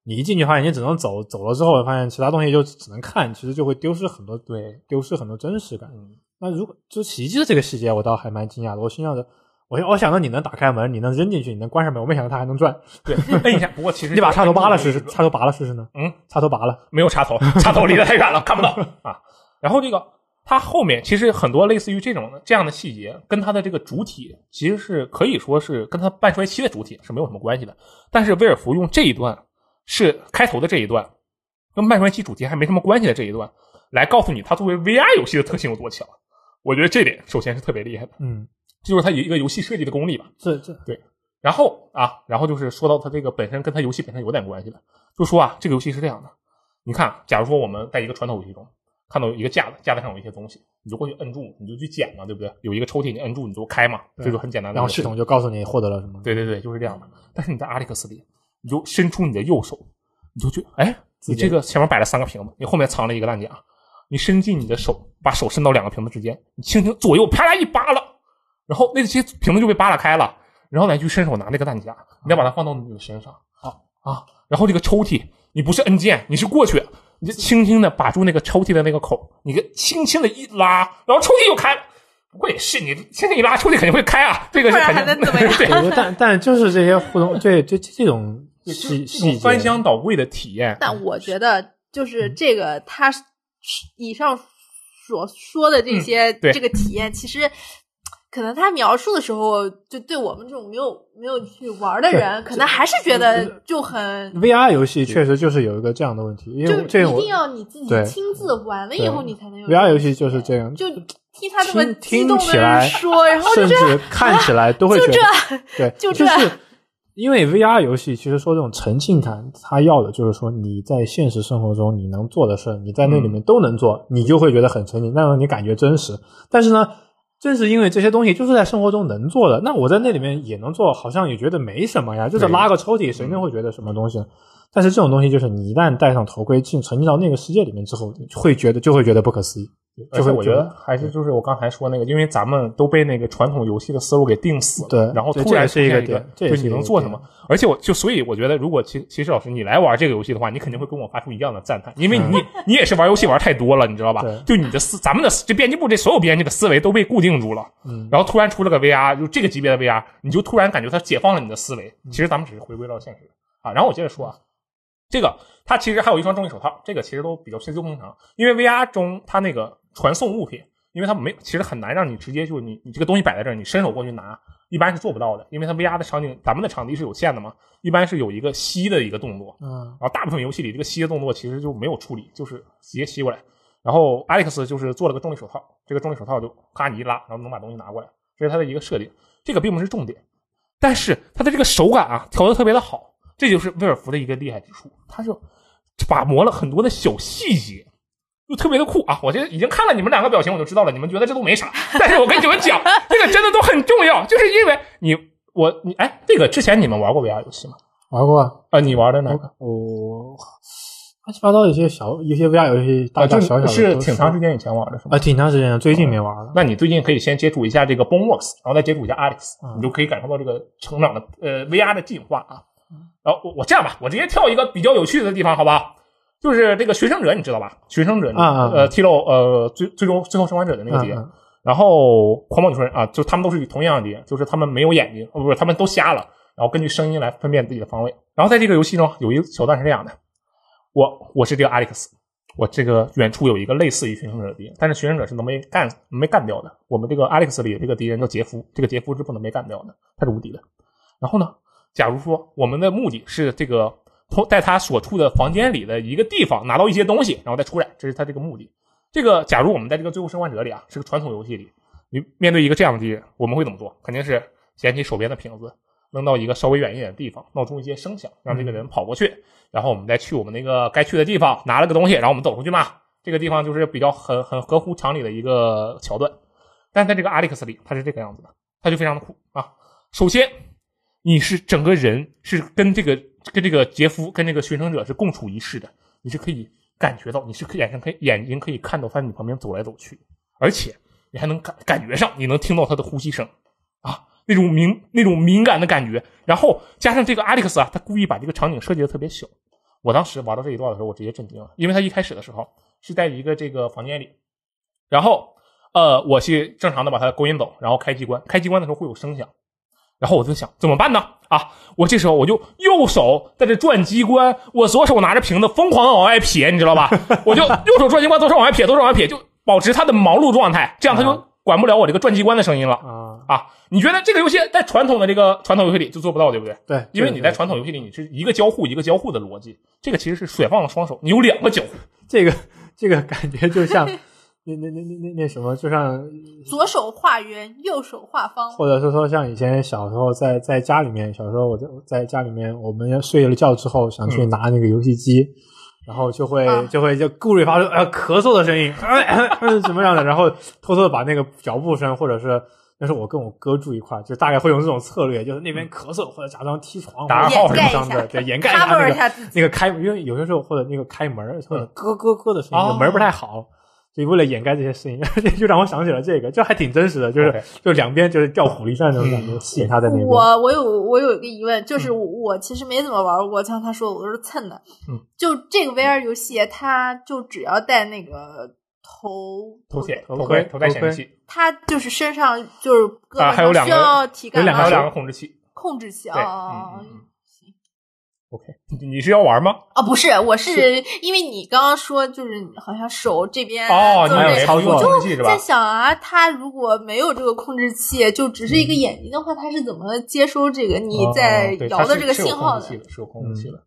S2: 你一进去发现你只能走，走了之后发现其他东西就只能看，其实就会丢失很多对，丢失很多真实感。
S1: 嗯
S2: 那如果就洗衣机的这个细节，我倒还蛮惊讶的。我心想着，我我想到你能打开门，你能扔进去，你能关上门，我没想到它还能转。
S1: 对，摁一下。不过其实
S2: 你把插头拔了试试，
S1: 这个
S2: 插头拔了试试呢？
S1: 嗯，
S2: 插头拔了，
S1: 没有插头，插头离得太远了，看不到啊。然后这个它后面其实很多类似于这种的这样的细节，跟它的这个主体其实是可以说是跟它半衰期的主体是没有什么关系的。但是威尔福用这一段是开头的这一段，跟半衰期主题还没什么关系的这一段，来告诉你它作为 VR 游戏的特性有多强。我觉得这点首先是特别厉害的，
S2: 嗯，
S1: 这就是它有一个游戏设计的功力吧。
S2: 这这
S1: 然后啊，然后就是说到它这个本身跟它游戏本身有点关系的，就说啊，这个游戏是这样的，你看啊，假如说我们在一个传统游戏中看到有一个架子，架子上有一些东西，你就过去摁住，你就去捡嘛，对不对？有一个抽屉，你摁住你就开嘛，
S2: 对
S1: 这就很简单的一
S2: 然后
S1: 个
S2: 系
S1: 事情。
S2: 统就告诉你获得了什 么。
S1: 对对对，就是这样的。但是你在阿历克斯里，你就伸出你的右手，你就去，哎，你这个前面摆了三个瓶子，你后面藏了一个弹夹，你伸进你的手，把手伸到两个瓶子之间，你轻轻左右啪啦一扒拉，然后那些瓶子就被扒拉开了，然后呢你去伸手拿那个弹夹，你再把它放到你的身上，
S2: 好
S1: 啊，然后这个抽屉你不是摁键，你是过去。你就轻轻的把住那个抽屉的那个口，你给轻轻的一拉，然后抽屉就开了。不过也是，你轻轻一拉，抽屉肯定会开啊，这个是
S3: 不然
S1: 肯
S3: 还
S1: 定。
S3: 能 怎么样？
S2: 对，我但但就是这些互动，对对这这种
S1: 是
S2: 细
S1: 这种
S2: 细节，
S1: 翻箱倒柜的体验。
S2: 嗯
S3: 但我觉得就是这个，他是以上所说的
S2: 嗯
S3: 这些、
S1: 对
S3: 这个体验，其实可能他描述的时候，就对我们这种没有没有去玩的人，可能还是
S2: 嗯
S3: 觉得就很。
S2: VR 游戏确实就是有一个这样的问题，因
S3: 就
S2: 为这
S3: 一
S2: 我
S3: 定要你自己
S2: 对
S3: 亲自玩了以后，
S2: 对
S3: 你才能有
S2: VR 游
S3: 戏。
S2: 戏就是这样，
S3: 就听他这么
S2: 听
S3: 激
S2: 听
S3: 动的
S2: 起来
S3: 人说，然后就
S2: 甚
S3: 这
S2: 至看起来都会觉
S3: 就
S2: 得， 对，
S3: 就这
S2: 是因为 VR 游戏其实说这种沉浸感，它要的就是说你在现实生活中你能做的事儿，你在
S1: 嗯
S2: 那里面都能做，你就会觉得很沉浸，那让你感觉真实。但是呢，正是因为这些东西就是在生活中能做的，那我在那里面也能做，好像也觉得没什么呀，就是
S1: 对嗯
S2: 拉个抽屉，谁能会觉得什么东西？但是这种东西就是你一旦戴上头盔进沉浸到那个世界里面之后，会觉得就会觉得不可思议，
S1: 而
S2: 就嗯
S1: 且
S2: 会
S1: 我觉得还是就是我刚才说那个，因为咱们都被那个传统游戏的思路给定死了，
S2: 对
S1: 然后
S2: 这
S1: 突然
S2: 这也是
S1: 出现
S2: 一个
S1: 一个
S2: 点，这也
S1: 就是你
S2: 一个
S1: 能做什
S2: 点
S1: 么？而且我就所以我觉得，如果其其实老师你来玩这个游戏的话，你肯定会跟我发出一样的赞叹，因为你、你也是玩游戏玩太多了，你知道吧？就
S2: 嗯对
S1: 你的思，咱们的思这编辑部这所有编辑的思维都被固定住了，
S2: 嗯
S1: 然后突然出了个 VR，就这个级别的 VR，你就突然感觉它解放了你的思维。其实咱们只是回归到现实啊。然后我接着说啊，这个它其实还有一双重力手套，这个其实都比较稀松平常，因为 VR 中它那个传送物品，因为它没其实很难让你直接就你你这个东西摆在这儿，你伸手过去拿，一般是做不到的，因为它 VR 的场景，咱们的场地是有限的嘛，一般是有一个吸的一个动作，
S2: 嗯，
S1: 啊然后大部分游戏里这个吸的动作其实就没有处理，就是直接吸过来。然后 Alex 就是做了个重力手套，这个重力手套就咔你一拉，然后能把东西拿过来，这是它的一个设定。这个并不是重点，但是它的这个手感啊调的特别的好，这就是威尔福的一个厉害之处，它就把磨了很多的小细节。就特别的酷啊！我这已经看了你们两个表情，我就知道了，你们觉得这都没啥。但是我跟你们讲，这个真的都很重要，就是因为你我你哎，这个之前你们玩过 VR 游戏吗？
S2: 玩过啊。
S1: 啊，你玩的哪个？
S2: 我哦乱七八糟的一些小一些 VR 游戏，大
S1: 啊，
S2: 大
S1: 就
S2: 小小的
S1: 是
S2: 都
S1: 挺长时间以前玩的，是吗？
S2: 啊，挺长时间了，最近没玩了。
S1: 那你最近可以先接触一下这个 Boneworks，然后再接触一下 Alex，、
S2: 嗯
S1: 你就可以感受到这个成长的呃 VR 的进化啊。然后我我这样吧，我直接跳一个比较有趣的地方，好吧？就是这个学生者，你知道吧？学生者，
S2: 啊啊啊
S1: 呃，踢漏呃最最终最后生还者的那个
S2: 嗯
S1: 节，
S2: 嗯
S1: 然后狂暴女超人啊，就他们都是同样的，就是他们没有眼睛，哦，不是，他们都瞎了。然后根据声音来分辨自己的方位。然后在这个游戏中有一个桥段是这样的：我我是这个 Alex，我这个远处有一个类似于寻生者的敌人，但是寻生者是能被干没干掉的。我们这个 Alex 里有这个敌人叫杰夫，这个杰夫是不能被干掉的，他是无敌的。然后呢，假如说我们的目的是这个从在他所处的房间里的一个地方拿到一些东西，然后再出来，这是他这个目的。这个假如我们在这个《最后生还者》里啊，是个传统游戏里，你面对一个这样的敌人，我们会怎么做？肯定是捡起手边的瓶子，扔到一个稍微远一点的地方，闹出一些声响，让这个人跑过去，然后我们再去我们那个该去的地方拿了个东西，然后我们走出去嘛。这个地方就是比较很很合乎常理的一个桥段，但是在这个 Alex 里，他是这个样子的，他就非常的酷啊。首先，你是整个人是跟这个跟这个杰夫跟这个寻生者是共处一室的，你是可以感觉到，你是可以眼上可以眼睛可以看到他在你旁边走来走去，而且你还能感感觉上，你能听到他的呼吸声啊，那种敏那种敏感的感觉。然后加上这个 Alex 啊，他故意把这个场景设计的特别小。我当时玩到这一段的时候，我直接震惊了，因为他一开始的时候是在一个这个房间里，然后呃，我去正常的把他勾引走，然后开机关，开机关的时候会有声响。然后我就想怎么办呢？啊，我这时候我就右手在这转机关，我左手拿着瓶子疯狂的往外撇，你知道吧？我就右手转机关，左手往外撇，左手往外撇，就保持他的忙碌状态，这样他就管不了我这个转机关的声音了
S2: 啊，
S1: 啊！你觉得这个游戏在传统的这个传统游戏里就做不到，对不对？
S2: 对，
S1: 因为你在传统游戏里，你是一个交互一个交互的逻辑，这个其实是甩放了双手，你有两个交互。
S2: 这个这个感觉就像 那那那那那那什么，就像
S3: 左手画圆，右手画 方。
S2: 或者是说像以前小时候在在家里面，小时候我在在家里面，我们睡了觉之后想
S1: 嗯
S2: 去拿那个游戏机，然后就会、
S3: 啊
S2: 就会就故意发出呃咳嗽的声音，呃呃呃什么样的，然后偷偷的把那个脚步声或者是。那是我跟我哥住一块儿，就大概会用这种策略，就是那边咳嗽或者假装踢
S1: 嗯
S2: 床，
S1: 打
S2: 或者
S1: 号
S2: 什
S1: 掩
S3: 盖
S2: 么样
S3: 一
S2: 的，
S3: 下
S2: 对，掩盖一下那
S3: cover
S2: 个
S3: 一下自己，
S2: 那个开，因为有些时候或者那个开门或者咯咯咯的声音，
S1: 嗯哦
S2: 门不太好，所以为了掩盖这些声音， 就让我想起了这个，就还挺真实的，就是
S1: OK 嗯
S2: 就两边就是调虎离山那种感觉，吸引他在那边。
S3: 我我有我有一个疑问，就是我,、我其实没怎么玩过，像他说我都是蹭的。
S1: 嗯，
S3: 就这个 VR 游戏，它就只要戴那个头
S1: 头显、
S2: 头
S1: 头
S2: 盔
S1: 盔、头戴
S2: 头
S1: 显
S2: 盔
S1: 示器，
S3: 它就是身上就是胳
S1: 啊
S3: 膊
S1: 还有两
S3: 上需
S1: 个
S3: 要体
S2: 有
S3: 感
S1: 啊还有
S2: 手
S1: 两个控制器。
S3: 控制器
S1: 对，
S3: 哦
S1: 嗯嗯。嗯
S3: 行
S1: OK，你你是要玩吗？
S3: 啊，不是，我是因为你刚刚说就是好像手这边
S1: 哦，
S3: 就
S1: 你
S3: 是
S1: 以为
S2: 有操作
S1: 用控制器是吧
S3: 在？想啊，他如果没有这个控制器，就只是一个眼睛的话，他是怎么接收这个你在
S1: 嗯哦对
S3: 摇
S1: 它
S3: 的
S1: 是
S3: 这个
S1: 是有
S3: 信号
S1: 控制
S3: 的
S1: 器？的，是有
S2: 嗯
S1: 控制器的。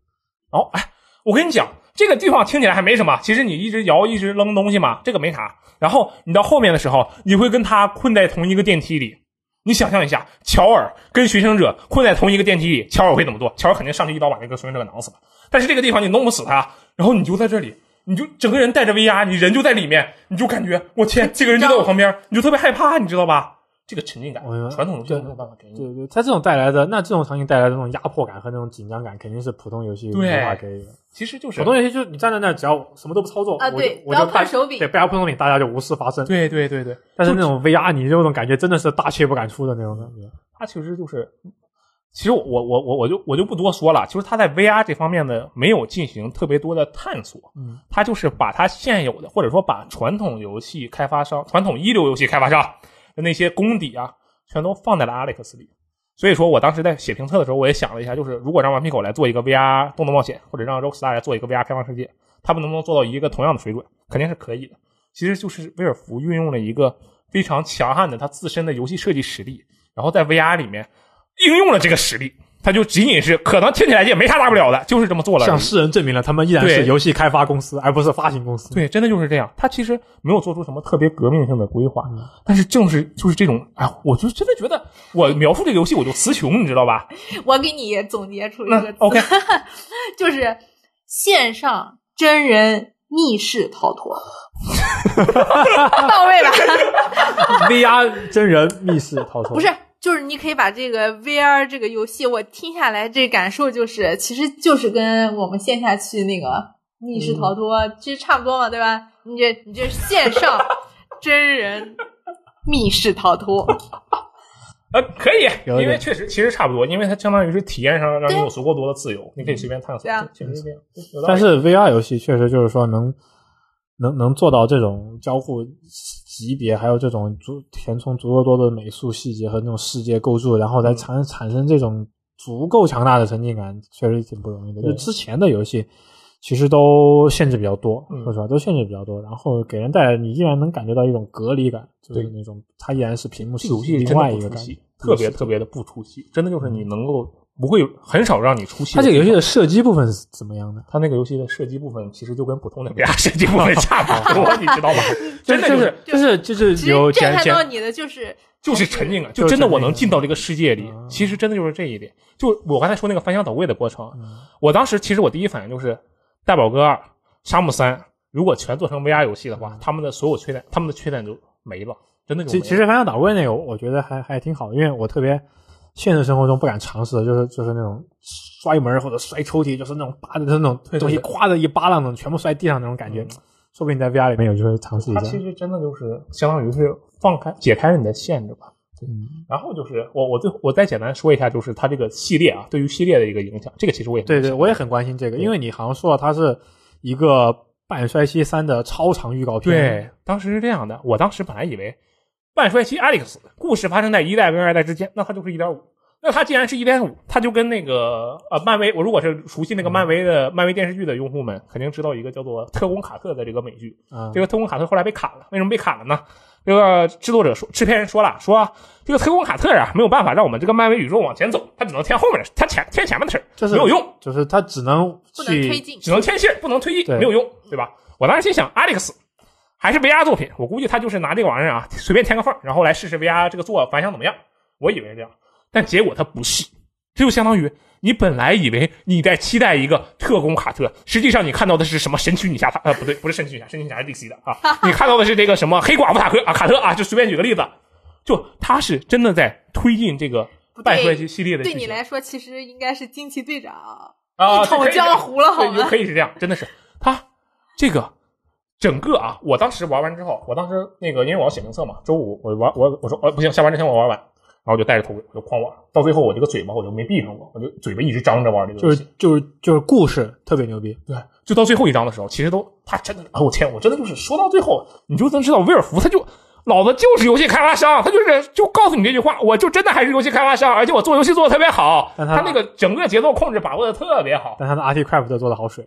S1: 哦，哎，我跟你讲，这个地方听起来还没什么，其实你一直摇，一直扔东西嘛，这个没啥。然后你到后面的时候，你会跟他困在同一个电梯里。你想象一下，乔尔跟寻生者困在同一个电梯里，乔尔会怎么做？乔尔肯定上去一刀把那个寻生者给囊死了。但是这个地方你弄不死他，然后你就在这里，你就整个人带着 VR，你人就在里面，你就感觉我天，这个人就在我旁边，你就特别害怕，你知道吧？这个沉浸感
S2: 我明白，
S1: 传统游戏没有办法给你。
S2: 对对，他这种带来的，那这种场景带来的那种压迫感和那种紧张感，肯定是普通游戏无
S1: 对
S2: 法给予的。
S1: 其实就是
S2: 普通游戏就是你站在那儿，只要什么都不操作，
S3: 啊
S2: 我就
S3: 对
S2: 我就
S3: 不要碰
S2: 大
S3: 手柄
S2: 对，不要碰手柄，大家就无事发生。
S1: 对对对对，
S2: 但是那种 VR，你这种感觉真的是大切不敢出的那种感觉。
S1: 它其实就是，其实我我我我我就我就不多说了，就是它在 VR 这方面的没有进行特别多的探索，
S2: 嗯，
S1: 它就是把它现有的或者说把传统游戏开发商、传统一流游戏开发商的那些功底啊，全都放在了 Alex 里。所以说我当时在写评测的时候，我也想了一下，就是如果让顽皮狗来做一个 VR 动作冒险，或者让 Rockstar 来做一个 VR 开放世界，他们能不能做到一个同样的水准？肯定是可以的。其实就是威尔福运用了一个非常强悍的他自身的游戏设计实力，然后在 VR 里面应用了这个实力，他就仅仅是可能听起来也没啥大不了的，就是这么做了而已。
S2: 向世人证明了他们依然是
S1: 对
S2: 游戏开发公司，而不是发行公司。
S1: 对，真的就是这样。他其实没有做出什么特别革命性的规划，但是正是就是这种，哎，我就真的觉得我描述这个游戏我就词穷，你知道 吧？
S3: 我给你总结出一
S1: 那
S3: 个词
S1: OK
S3: 就是线上真人密室逃 脱，到位吧？
S2: VR 真人密室逃脱
S3: 不是，就是你可以把这个 VR 这个游戏，我听下来这感受就是，其实就是跟我们线下去那个密室逃脱、其实差不多嘛，对吧？你这你这线上真人密室 逃脱，
S1: 呃，可以，
S2: 有一
S1: 因为
S2: 点
S1: 确实其实差不多，因为它相当于是体验上让你
S3: 对
S1: 有足够多的自由，你可以随便探索，
S3: 对啊
S1: 确实嗯是这样。有道
S2: 但
S1: 理
S2: 是 VR 游戏确实就是说能能能做到这种交互级别，还有这
S1: 嗯
S2: 种足填充足够多的美术细节和那种世界构筑，然后来产产生这种足够强大的沉浸感，确实挺不容易的。
S1: 对
S2: 就之前的游戏，其实都限制比较多，
S1: 嗯
S2: 说实话都限制比较多，然后给人带来你依然能感觉到一种隔离感，就是
S1: 对
S2: 那种它依然是屏幕
S1: 这
S2: 是
S1: 个游戏
S2: 另
S1: 真
S2: 外
S1: 的
S2: 一
S1: 不
S2: 个
S1: 出
S2: 感觉
S1: 戏，，特别特别的不出戏，真的就是你能够不会很少让你出戏。
S2: 它这个游戏的射击部分是怎么样的？
S1: 它那个游戏的射击部分其实就跟普通 的 VR 射击啊部分差不 多，你知道吗？真的就
S2: 就
S1: 是
S2: 就是就是
S3: 只
S2: 有
S3: 震
S2: 简
S3: 撼
S2: 简
S3: 到你的就是
S1: 就是沉浸感，就真的我能进到这个世界里
S2: 嗯。
S1: 其实真的就是这一点。就我刚才说那个翻箱倒柜的过程，我当时其实我第一反应就是《大宝哥二》《沙漠三》，如果全做成 VR 游戏的话，他们的所有缺点，他们的缺点就没了，真的就没
S2: 其
S1: 了
S2: 其实翻箱倒柜那个，我觉得还还挺好，因为我特别现实生活中不敢尝试的，就是就是那种摔门或者摔抽屉，就是那种扒的就是那种
S1: 对
S2: 东西，
S1: 对
S2: 咵的一扒拉，那种全部摔地上那种感觉。说不定你在 VR 里面有机会尝试一
S1: 它
S2: 下。嗯
S1: 其实真的就是相当于是放开解开了你的限制吧。
S2: 嗯，
S1: 然后就是我我最我再简单说一下，就是它这个系列啊，对于系列的一个影响，这个其实我也
S2: 对对，我也
S1: 也
S2: 很关心这个，
S1: 对
S2: 因为你好像说到它是一个《半衰期三》的超长预告片。
S1: 对，当时是这样的，我当时本来以为《半衰期 Alex》故事发生在一代跟二代之间，那它就是一点五。那它既然是一点五，它就跟那个呃漫威，我如果是熟悉那个漫威的、漫威电视剧的用户们，肯定知道一个叫做《特工卡特》的这个美剧，
S2: 啊，
S1: 这个特工卡特后来被砍了，为什么被砍了呢？这个制作者说，制片人说了，说这个特工卡特啊，没有办法让我们这个漫威宇宙往前走，他只能填后面的事，他前填前面的事儿，
S2: 就是
S1: 没有用，
S2: 就是它只能
S3: 不能推
S2: 去
S3: 进，
S1: 只能填线，不能推进，
S2: 对
S1: 没有用，对吧？我当时心想，Alex 还是 VR 作品，我估计他就是拿这个玩意儿啊，随便填个缝儿，然后来试试 VR 这个做反响怎么样。我以为是这样，但结果他不是，这就相当于你本来以为你在期待一个特工卡特，实际上你看到的是什么神奇女侠塔？呃，不对，不是神奇女侠，神奇女侠是 DC 的 啊，你看到的是这个什么黑寡妇塔克啊，卡特啊，就随便举个例子，就他是真的在推进这个
S3: 不对
S1: 半衰期系列的
S3: 对
S1: 剧
S3: 你
S1: 情
S3: 来说其实应该是惊奇队 长
S1: 啊，
S3: 一统
S1: 这可以
S3: 江湖了好
S1: 对，
S3: 吗
S1: 就可以是这样，真的是他这个整个啊，我当时玩完之后，我当时那个因为我要写评测嘛，周五我玩我我说呃不行，下班之前我玩完，然后我就戴着头盔我就狂玩，到最后我这个嘴巴我就没闭上过，我就嘴巴一直张着玩这个
S2: 就
S1: 游戏，
S2: 是就是就是故事特别牛逼。
S1: 对，就到最后一章的时候，其实都他真的，哎我天，我真的就是说到最后，你就能知道威尔福他就。老子就是游戏开发商，他就是就告诉你这句话，我就真的还是游戏开发商，而且我做游戏做的特别好，
S2: 但
S1: 他
S2: 他
S1: 那个整个节奏控制把握的特别好，
S2: 但它的 RT Craft 做的好水，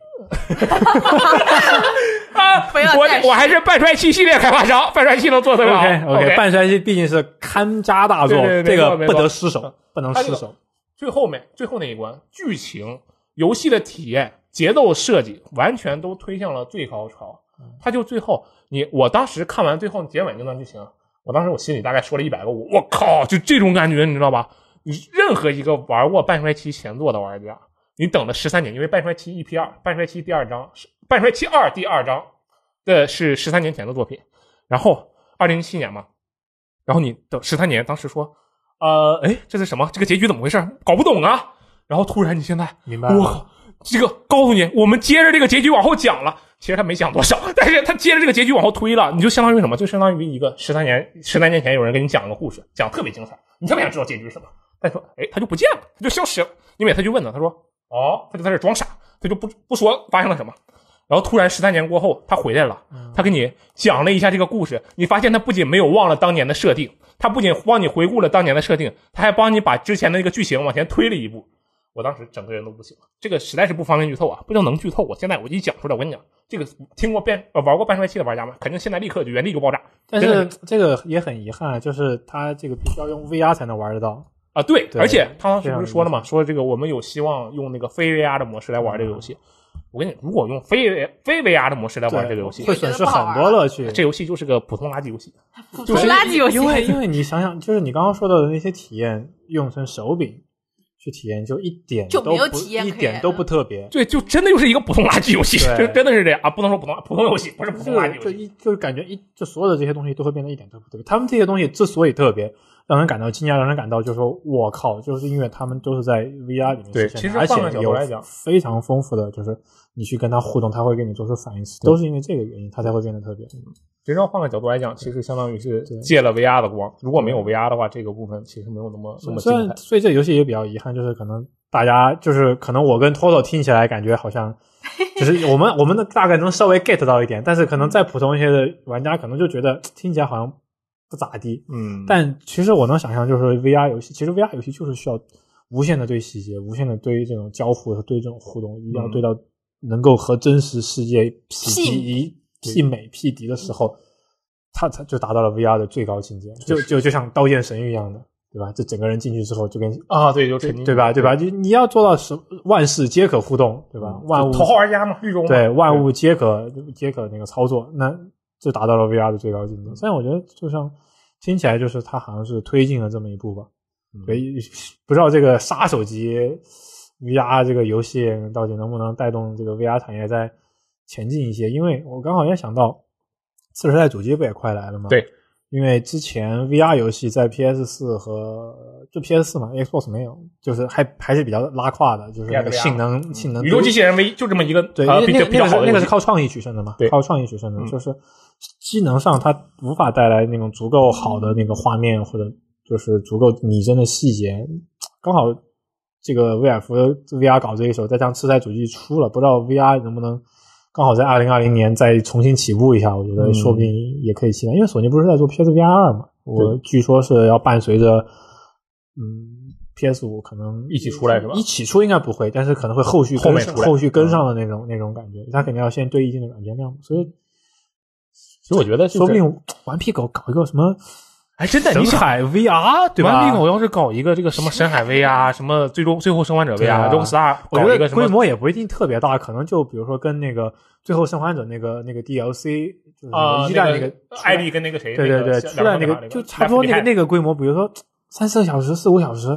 S1: 啊，
S3: 不要
S1: 我
S3: 再说
S1: 我还是半衰期系列开发商，半衰期能做特别好。
S2: OK OK，半衰期毕竟是看家大作，
S1: 对对对
S2: 这
S1: 没错
S2: 个
S1: 没
S2: 不
S1: 错
S2: 得失手，不能
S1: 它这
S2: 失
S1: 个
S2: 手。
S1: 最后面最后那一关，剧情、游戏的体验、节奏设计，完全都推向了最高潮。他就最后你，我当时看完最后结尾那段剧情，我当时我心里大概说了一百个我，我靠，就这种感觉，你知道吧？你任何一个玩过半衰期前作的玩家，你等了十三年，因为半衰期一 P 二，半衰期第二章是半衰期二第二章的是十三年前的作品，然后二零一七年嘛，然后你等十三年，当时说，呃，哎，这是什么？这个结局怎么回事？搞不懂啊。然后突然你现在，
S2: 明白了
S1: 我靠，这个告诉你，我们接着这个结局往后讲了。其实他没讲多少，但是他接着这个结局往后推了，你就相当于什么？就相当于一个十三年十三年前有人给你讲个故事，讲得特别精彩，你特别想知道结局是什么，但说，哎，他就不见了，他就消失了。你每次去问他，他说，哦，他就在这装傻，他就不不说发生了什么。然后突然十三年过后，他回来了，他给你讲了一下这个故事，你发现他不仅没有忘了当年的设定，他不仅帮你回顾了当年的设定，他还帮你把之前的那个剧情往前推了一步。我当时整个人都不行了，这个实在是不方便剧透啊，不知道能剧透。我现在我一讲出来，我跟你讲，这个听过半呃玩过半衰期的玩家们，肯定现在立刻就原地就爆炸
S2: 但
S1: 真
S2: 是
S1: 的
S2: 这个也很遗憾，就是它这个必须要用 VR 才能玩得到。
S1: 啊！对，
S2: 对
S1: 而且他当时不是说了嘛，说这个我们有希望用那个非 VR 的模式来玩这个游戏。我跟你，如果用非非 VR 的模式来玩这个游戏，
S2: 会损失很多乐趣。
S1: 这游戏就是个普通垃圾游戏。
S3: 普
S2: 就
S3: 通
S2: 是
S3: 啊垃圾游
S2: 因为
S3: 戏，
S2: 因为你想想，就是你刚刚说到的那些体验，用成手柄去体验，就一点
S3: 就
S2: 都
S3: 没有
S2: 不
S3: 体验
S2: 一
S3: 可
S2: 点
S3: 言
S2: 都
S3: 了
S2: 不特别。
S1: 对，就真的就是一个普通垃圾游戏，
S2: 对
S1: 就真的是这样啊！不能说普通普通游戏，不是普通垃圾游
S2: 就就
S1: 戏。
S2: 一就是感觉一就所有的这些东西都会变得一点都不特别。他们这些东西之所以特别，让人感到惊讶，让人感到就是说我靠，就是因为他们都是在 VR 里面
S1: 对
S2: 实
S1: 其
S2: 现
S1: 实
S2: 的，而
S1: 换个角
S2: 且
S1: 度
S2: 有
S1: 来讲
S2: 非常丰富的，就是你去跟他互动，他会给你做出反应，都是因为这个原因，它才会变得特别。
S1: 其实要换个角度来讲，其实相当于是
S2: 对
S1: 借了 VR 的光。如果没有 VR 的话，这个部分其实没有那么那么
S2: 虽
S1: 精彩
S2: 然。所以这个游戏也比较遗憾，就是可能大家就是可能我跟 Toto 听起来感觉 好像，就是我们我们的大概能稍微 get 到一点，但是
S1: 嗯
S2: 可能再普通一些的玩家可能就觉得听起来好像不咋地。
S1: 嗯，
S2: 但其实我能想象，就是 VR 游戏，其实 VR 游戏就是需要无限的对细节，无限的对于这种交互和对这种互动，一定要
S1: 嗯
S2: 对到能够和真实世界匹敌、
S1: 对
S2: 媲美、匹敌的时候，他他就达到了 VR 的最高境界，就就就像《刀剑神域》一样的，对吧？这整个人进去之后就跟
S1: 啊，对，嗯就
S2: 对
S1: 沉浸
S2: 对吧？对吧？你你要做到什万事皆可互动，对吧？万物
S1: 头号玩家嘛，绿洲嘛
S2: 啊对，万物皆可皆可那个操作，那就达到了 VR 的最高境界。虽然我觉得，就像听起来就是它好像是推进了这么一步吧，
S1: 嗯
S2: 所以不知道这个杀手级 VR 这个游戏到底能不能带动这个 VR 产业再前进一些？因为我刚好也想到，次时代主机不也快来了吗？
S1: 对，
S2: 因为之前 VR 游戏在 PS 四和就 PS 四嘛，Xbox 没有，就是还还是比较拉胯嗯的，就是那
S1: VR
S2: 个
S1: 的
S2: 性能性能
S1: 宇宙机器人唯一就这么一个
S2: 对，
S1: 呃
S2: 因为
S1: 比
S2: 那
S1: 较
S2: 个
S1: 比较好的游
S2: 那个是那个是
S1: 戏，
S2: 靠创意取胜的嘛，
S1: 对
S2: 靠创意取胜的，
S1: 嗯
S2: 就是机能上它无法带来那种足够好的那个画
S1: 嗯
S2: 面或者就是足够拟真的细节。刚好这个威尔福 VR 搞这一手，再加上次代主机出了，不知道 VR 能不能刚好在二零二零年再重新起步一下，我觉得
S1: 嗯
S2: 说不定也可以期待。因为索尼不是在做 PSVR 二嘛，我据说是要伴随着嗯 PS 五可能
S1: 一起出来是吧
S2: 一起出应该不会，但是可能会后续
S1: 后面
S2: 跟上
S1: 出来嗯
S2: 后续跟上的那种那种感觉，它肯定要先对一定的软件量，所以
S1: 其实我觉得就是
S2: 说不定顽皮狗搞一个什么
S1: 哎，真的，
S2: 神
S1: 你想
S2: 海 VR 对吧？
S1: 顽皮狗要是搞一个这个什么神海威啊，什么最终最后生还者威啊
S2: 对啊
S1: ，Rockstar
S2: 我
S1: 搞一
S2: 觉
S1: 个
S2: 得
S1: 什
S2: 规
S1: 么
S2: 模也不一定特别大，可能就比如说跟那个《最后生还者》那个那个 DLC 就是
S1: 啊，
S2: 一代
S1: 那
S2: 个
S1: 艾丽跟那个谁，
S2: 对对对，
S1: 出
S2: 出来那个就差不多那个那个规模，比如说三四个小时、四五小时。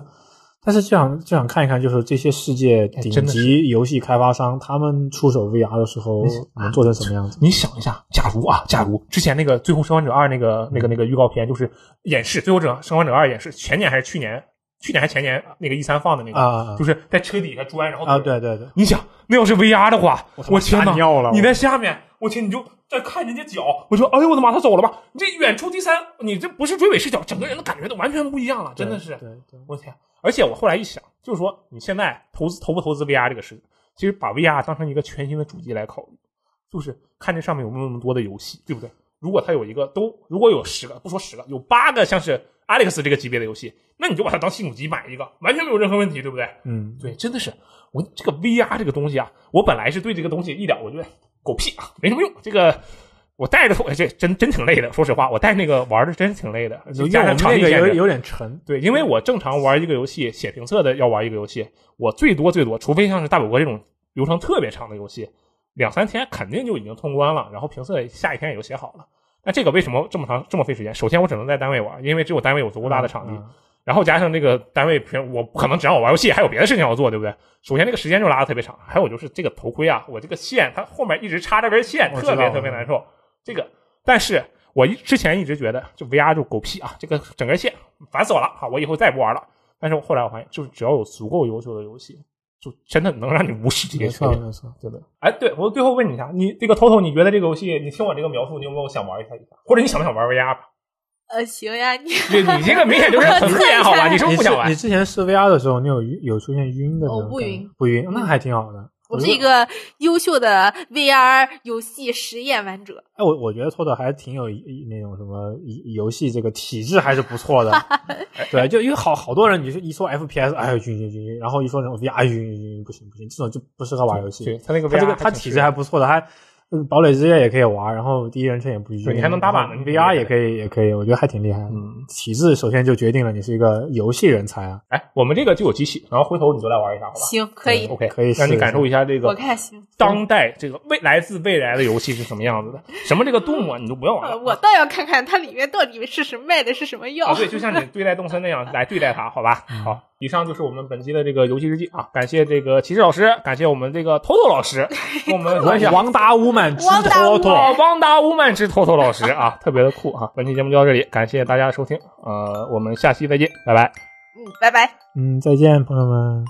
S2: 但是就想就想看一看，就是这些世界
S1: 哎
S2: 顶
S1: 真的
S2: 级游戏开发商，他们出手 VR 的时候能做成什么样子？
S1: 你想一下，假如啊，假如之前那个《最后生还者二》那个那个那个预告片，就是演示《最后者生还者二》演示，前年还是去年，去年还前年那个一三放的那个，
S2: 啊啊
S1: 就是在车底下钻，然后
S2: 啊！对对对，
S1: 你想，那要是 VR 的话，
S2: 我他妈
S1: 我天
S2: 吓
S1: 呐，
S2: 尿了
S1: 你
S2: 我
S1: 在下面，我天，你就在看人家脚，我说，哎呦我的妈，他走了吧？你这远处第三，你这不是追尾视角，整个人的感觉都完全不一样了，真的是，
S2: 对对，
S1: 我天！而且我后来一想，就是说你现在投资投不投资 VR 这个事，其实把 VR 当成一个全新的主机来考虑，就是看这上面有没有那么多的游戏，对不对？如果它有一个都，如果有十个，不说十个，有八个像是 Alex 这个级别的游戏，那你就把它当新主机买一个，完全没有任何问题，对不对？
S2: 嗯，
S1: 对，真的是我这个 VR 这个东西啊，我本来是对这个东西一点我觉得狗屁啊，没什么用。这个我带着头，哎这真真挺累的。说实话，我带那个玩的真挺累的，
S2: 因为
S1: 加
S2: 我
S1: 上
S2: 们
S1: 场
S2: 那
S1: 地
S2: 个
S1: 限
S2: 有
S1: 制。
S2: 有点沉，
S1: 对，因为我正常玩一个游戏写评测的，要玩一个游戏，我最多最多，除非像是大表哥这种流程特别长的游戏，两三天肯定就已经通关了，然后评测下一天也就写好了。那这个为什么这么长这么费时间？首先我只能在单位玩，因为只有单位有足够大的场地。
S2: 嗯
S1: 然后加上这个单位平，我不可能只让我玩游戏，还有别的事情要做，对不对？首先这个时间就拉的特别长，还有就是这个头盔啊，我这个线它后面一直插着根线，
S2: 我知道
S1: 特别特别难受。这个，但是我一之前一直觉得就 VR 就狗屁啊，这个整根线烦死我了啊，我以后再也不玩了。但是后来我发现，就是只要有足够优秀的游戏，就真的能让你无视这些
S2: 没
S1: 缺
S2: 错
S1: 点。
S2: 没错，对的。
S1: 哎，对我最后问你一下，你这个偷偷，你觉得这个游戏，你听我这个描述，你有没有想玩一下？或者你想不想玩 VR 吧？
S3: 呃，行呀， 你
S1: 你你这个明显就是很敷 衍，好吧？你是不是
S2: 你
S1: 不啊想玩
S2: 之你？之前试 VR 的时候，你有晕有出现晕的那种
S3: 哦
S2: 感觉？
S3: 不晕
S2: 不晕，那还挺好的。
S3: 我
S2: 觉
S3: 是
S2: 得
S3: 一个优秀的 VR 游戏实验玩者。
S2: 哎，我我觉得托特还挺有一一那种什么一游戏这个体质还是不错 的，对，就因为好好多人，你是一说 FPS，哎呦晕晕晕晕，然后一说那种 VR 晕晕晕，不行不行，这种就不适合玩游戏。
S1: 对他那个 VR，
S2: 他这个
S1: 还
S2: 他
S1: 挺
S2: 体
S1: 适
S2: 质
S1: 合
S2: 还不错的，还嗯堡垒之夜也可以玩，然后第一人称也不晕，
S1: 对你还能打靶呢
S2: 然后
S1: 你挺厉害
S2: VR
S1: 的
S2: 也可以也可以，我觉得还挺厉害的。
S1: 嗯，
S2: 体质首先就决定了你是一个游戏人才啊，
S1: 哎，我们这个就有机器，然后回头你就来玩一下，好吧嗯
S3: 行，可以，
S1: ？OK，
S2: 可以
S1: 让
S2: 试
S1: 你
S2: 一
S1: 感
S2: 下
S1: 受一下这
S3: 我
S1: 个
S3: 看行。
S1: 当代这个未来自未来的游戏是什么样子的。什么这个动物啊，你就不要玩
S3: 呃，
S1: 了。
S3: 我倒要看看它里面到底是什么卖的是什么药。
S1: 啊，对，就像你对待动森那样来对待它，好吧？好，以上就是我们本期的这个游戏日记啊，感谢这个骑士老师，感谢我们这个偷偷老师，跟我们玩一下
S2: 王王达乌曼之
S3: 王达
S2: 托
S3: 乌
S2: 托。
S1: 哦，汪达乌曼之托托老师啊，特别的酷啊！本期节目就到这里，感谢大家的收听，呃，我们下期再见，拜拜。
S3: 嗯，拜拜。
S2: 嗯，再见，朋友们。